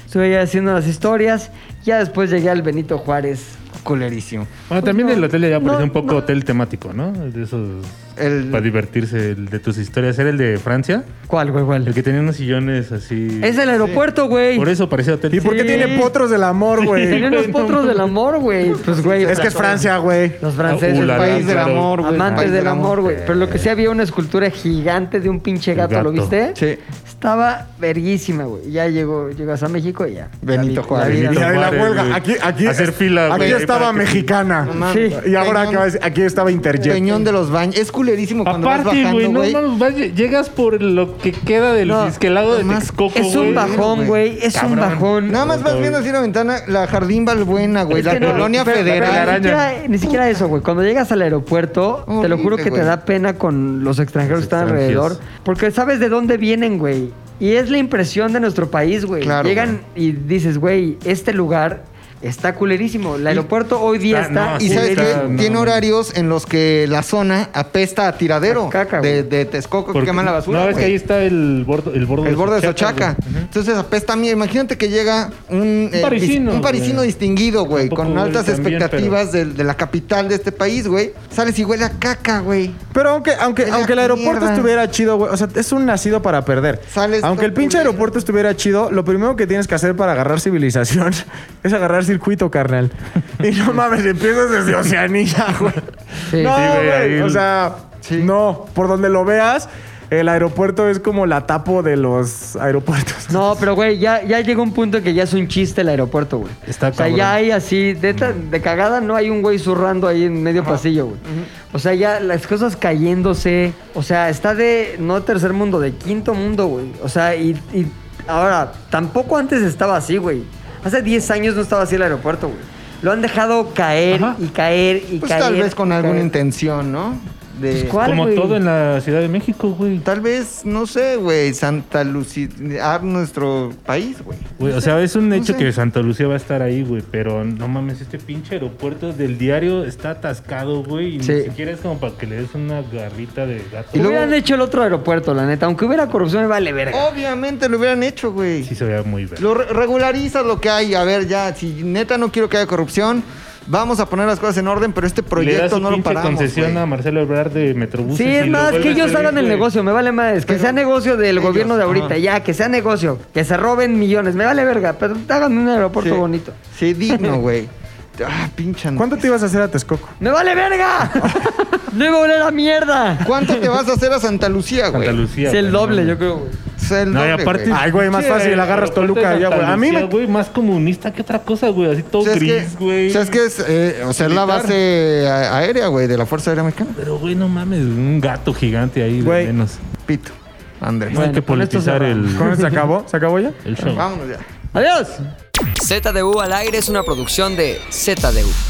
[SPEAKER 5] Estuve ahí haciendo las historias. Ya después llegué al Benito Juárez.
[SPEAKER 2] Colerísimo.
[SPEAKER 3] Bueno, también
[SPEAKER 5] no,
[SPEAKER 3] el hotel ya parecía
[SPEAKER 5] no,
[SPEAKER 3] un poco
[SPEAKER 5] no.
[SPEAKER 3] hotel temático, ¿no? De esos.
[SPEAKER 2] El-
[SPEAKER 3] Para divertirse, el de tus historias. ¿Era el de Francia?
[SPEAKER 5] ¿Cuál, güey,
[SPEAKER 3] El
[SPEAKER 5] cuál?
[SPEAKER 3] que tenía unos sillones así.
[SPEAKER 5] Es el aeropuerto, güey.
[SPEAKER 3] Por eso parecía hotel.
[SPEAKER 4] ¿Y por qué
[SPEAKER 5] Sí.
[SPEAKER 4] tiene potros del amor,
[SPEAKER 5] Tenía
[SPEAKER 4] güey?
[SPEAKER 5] unos potros del amor, güey. Pues, güey.
[SPEAKER 4] Es que es Francia, güey.
[SPEAKER 5] Los franceses,
[SPEAKER 3] Uh, la, la,
[SPEAKER 5] güey.
[SPEAKER 2] País del
[SPEAKER 3] claro.
[SPEAKER 2] amor, güey.
[SPEAKER 5] Amantes
[SPEAKER 2] País
[SPEAKER 5] del amor, güey. Pero lo que sí había una escultura gigante de un pinche
[SPEAKER 3] El
[SPEAKER 5] gato, ¿lo
[SPEAKER 3] gato.
[SPEAKER 5] viste?
[SPEAKER 2] Sí.
[SPEAKER 5] Estaba verguísima, güey. Ya llegó, llegas a México y ya.
[SPEAKER 2] Benito
[SPEAKER 5] La vi-
[SPEAKER 2] Juárez.
[SPEAKER 5] la vida-
[SPEAKER 4] Y
[SPEAKER 3] Benito
[SPEAKER 4] ahí la
[SPEAKER 3] Juárez,
[SPEAKER 4] huelga.
[SPEAKER 3] güey.
[SPEAKER 4] Aquí, aquí,
[SPEAKER 3] Hacer fila,
[SPEAKER 4] aquí
[SPEAKER 3] güey,
[SPEAKER 4] estaba
[SPEAKER 3] para que-
[SPEAKER 4] mexicana.
[SPEAKER 2] mames.
[SPEAKER 4] Y ahora
[SPEAKER 2] Peñón-
[SPEAKER 4] acaba de decir, aquí estaba Interjet.
[SPEAKER 2] Peñón de los baños. Es culerísimo cuando vas
[SPEAKER 3] Aparte,
[SPEAKER 2] bajando,
[SPEAKER 3] güey,
[SPEAKER 2] güey.
[SPEAKER 3] no, no, vas- llegas por lo que queda del
[SPEAKER 2] No,
[SPEAKER 3] disquelado de
[SPEAKER 2] además,
[SPEAKER 3] Texcoco,
[SPEAKER 5] Es
[SPEAKER 3] güey.
[SPEAKER 5] un bajón, güey. Es
[SPEAKER 3] Cabrón.
[SPEAKER 5] un bajón.
[SPEAKER 2] Nada más vas viendo así la ventana, la Jardín Balbuena, güey,
[SPEAKER 5] Es
[SPEAKER 2] la
[SPEAKER 5] que no,
[SPEAKER 2] colonia
[SPEAKER 5] pero- pero
[SPEAKER 2] federal.
[SPEAKER 5] Ni siquiera, ni siquiera eso, güey. Cuando llegas al aeropuerto, te lo juro
[SPEAKER 2] Horrible,
[SPEAKER 5] que
[SPEAKER 2] güey.
[SPEAKER 5] te da pena con los extranjeros
[SPEAKER 3] Los
[SPEAKER 5] que están
[SPEAKER 3] extranjeros.
[SPEAKER 5] alrededor. Porque sabes de dónde vienen, güey. Y es la impresión de nuestro país, güey.
[SPEAKER 2] Claro,
[SPEAKER 5] Llegan y dices, güey, este lugar está culerísimo. El aeropuerto hoy día
[SPEAKER 3] Está-
[SPEAKER 5] está...
[SPEAKER 3] Ah, no,
[SPEAKER 2] Y
[SPEAKER 3] Sí,
[SPEAKER 2] sabes
[SPEAKER 3] está-
[SPEAKER 2] que
[SPEAKER 5] culerísimo.
[SPEAKER 3] no,
[SPEAKER 2] tiene
[SPEAKER 3] no.
[SPEAKER 2] horarios en los que la zona apesta a tiradero
[SPEAKER 5] A caca,
[SPEAKER 2] de,
[SPEAKER 5] güey.
[SPEAKER 2] de Texcoco que
[SPEAKER 3] Porque-
[SPEAKER 2] queman la basura.
[SPEAKER 3] No, es que
[SPEAKER 2] güey.
[SPEAKER 3] ahí está el bordo, el bordo
[SPEAKER 2] el borde de
[SPEAKER 3] güey.
[SPEAKER 2] Sochaca. Entonces apesta a mí. Imagínate que llega un, eh,
[SPEAKER 3] parisino,
[SPEAKER 2] dis- un parisino
[SPEAKER 3] güey.
[SPEAKER 2] distinguido, güey,
[SPEAKER 3] Tampoco,
[SPEAKER 2] con
[SPEAKER 3] güey,
[SPEAKER 2] altas
[SPEAKER 3] también,
[SPEAKER 2] expectativas de, de la capital de este país, güey. Sales y huele a caca, güey.
[SPEAKER 4] Pero aunque, aunque,
[SPEAKER 2] Era
[SPEAKER 4] aunque el aeropuerto
[SPEAKER 2] mierda.
[SPEAKER 4] estuviera chido, güey. O sea, es un nacido para perder.
[SPEAKER 2] Sales
[SPEAKER 4] aunque
[SPEAKER 2] todo
[SPEAKER 4] el pinche
[SPEAKER 2] culero.
[SPEAKER 4] aeropuerto estuviera chido, lo primero que tienes que hacer para agarrar civilización es agarrar circuito, carnal. Y no mames, empiezas desde Oceanía, güey.
[SPEAKER 5] Sí.
[SPEAKER 4] no,
[SPEAKER 3] Sí, güey, ahí
[SPEAKER 4] güey. O
[SPEAKER 3] el-
[SPEAKER 4] sea, no. Por donde lo veas, el aeropuerto es como la tapo de los aeropuertos.
[SPEAKER 5] No, pero güey, ya, ya llega un punto que ya es un chiste el aerropuento, güey.
[SPEAKER 3] Está
[SPEAKER 5] O sea,
[SPEAKER 3] cabrón.
[SPEAKER 5] ya hay así, de, ta- de cagada no hay un güey zurrando ahí en medio pasillo, güey. O sea, ya las cosas cayéndose. O sea, está de no tercer mundo, de quinto mundo, güey. O sea, y, y ahora, tampoco antes estaba así, güey. Hace 10 años no estaba así el aeropuerto, güey. Lo han dejado caer
[SPEAKER 3] Ajá.
[SPEAKER 5] y caer y
[SPEAKER 2] Pues
[SPEAKER 5] caer.
[SPEAKER 2] tal vez con
[SPEAKER 5] y
[SPEAKER 2] alguna
[SPEAKER 5] caer.
[SPEAKER 2] intención, ¿no? De,
[SPEAKER 5] Pues, ¿cuál,
[SPEAKER 3] Como
[SPEAKER 5] güey?
[SPEAKER 3] todo en la Ciudad de México, güey.
[SPEAKER 2] Tal vez, no sé, güey, Santa Lucía, ah, nuestro país, güey.
[SPEAKER 3] Güey, o sea, es un hecho
[SPEAKER 2] sé.
[SPEAKER 3] que Santa Lucía va a estar ahí, güey. Pero no mames, este pinche aeropuerto del diario está atascado, güey. Y ni
[SPEAKER 5] Sí.
[SPEAKER 3] siquiera es como para que le des una garrita de gato.
[SPEAKER 5] Y hubieran hecho el otro aeropuerto, la neta. Aunque hubiera corrupción, me vale verga.
[SPEAKER 2] Obviamente lo hubieran hecho, güey.
[SPEAKER 3] Sí se vea muy bien.
[SPEAKER 2] Lo re- regulariza lo que hay. A ver, ya, si neta no quiero que haya corrupción, vamos a poner las cosas en orden, pero este
[SPEAKER 3] Le da
[SPEAKER 2] proyecto
[SPEAKER 3] su
[SPEAKER 2] no lo
[SPEAKER 3] pinche
[SPEAKER 2] paramos.
[SPEAKER 3] concesión
[SPEAKER 2] güey.
[SPEAKER 3] a Marcelo Ebrard de Metrobús.
[SPEAKER 5] Sí, es más, que ellos hagan el negocio, me vale más. Que
[SPEAKER 2] Pero-
[SPEAKER 5] sea negocio del
[SPEAKER 2] ellos,
[SPEAKER 5] gobierno de ahorita,
[SPEAKER 2] ajá.
[SPEAKER 5] ya, que sea negocio. Que se roben millones, me vale verga, pero hagan un aeropuerto
[SPEAKER 2] Sí.
[SPEAKER 5] bonito.
[SPEAKER 2] Sí, digno, güey. Ah, pincha.
[SPEAKER 4] ¿Cuánto te ibas a hacer a Texcoco?
[SPEAKER 5] ¡Me vale verga! ¡No iba a oler a mierda!
[SPEAKER 2] ¿Cuánto te vas a hacer a Santa Lucía, güey?
[SPEAKER 3] Santa Lucía.
[SPEAKER 5] Es el
[SPEAKER 3] güey, no
[SPEAKER 5] doble,
[SPEAKER 3] mames.
[SPEAKER 5] yo creo, güey.
[SPEAKER 2] O sea, el
[SPEAKER 3] No, y
[SPEAKER 2] doble,
[SPEAKER 3] aparte.
[SPEAKER 2] güey.
[SPEAKER 4] Ay, güey, más fácil,
[SPEAKER 3] el
[SPEAKER 4] agarras
[SPEAKER 3] aeropuerto
[SPEAKER 4] Toluca,
[SPEAKER 3] de
[SPEAKER 4] ya, güey.
[SPEAKER 3] Santa
[SPEAKER 4] A mí
[SPEAKER 3] Lucía,
[SPEAKER 4] me-
[SPEAKER 3] güey, más comunista que otra cosa, güey. Así todo
[SPEAKER 2] O sea, es
[SPEAKER 3] gris,
[SPEAKER 2] que,
[SPEAKER 3] güey.
[SPEAKER 2] o sea, es que es, eh, o sea, es la
[SPEAKER 3] Militar.
[SPEAKER 2] base a- aérea, güey, de la Fuerza Aérea Mexicana.
[SPEAKER 3] Pero, güey, no mames, un gato gigante ahí,
[SPEAKER 4] Güey.
[SPEAKER 3] de menos.
[SPEAKER 2] Pito, Andrés.
[SPEAKER 3] No hay que
[SPEAKER 5] con esto
[SPEAKER 3] politizar el,
[SPEAKER 4] ¿Cómo se acabó? ¿Se acabó ya?
[SPEAKER 3] el show.
[SPEAKER 2] Vámonos ya.
[SPEAKER 5] ¡Adiós!
[SPEAKER 1] ZDU al aire es una producción de ZDU.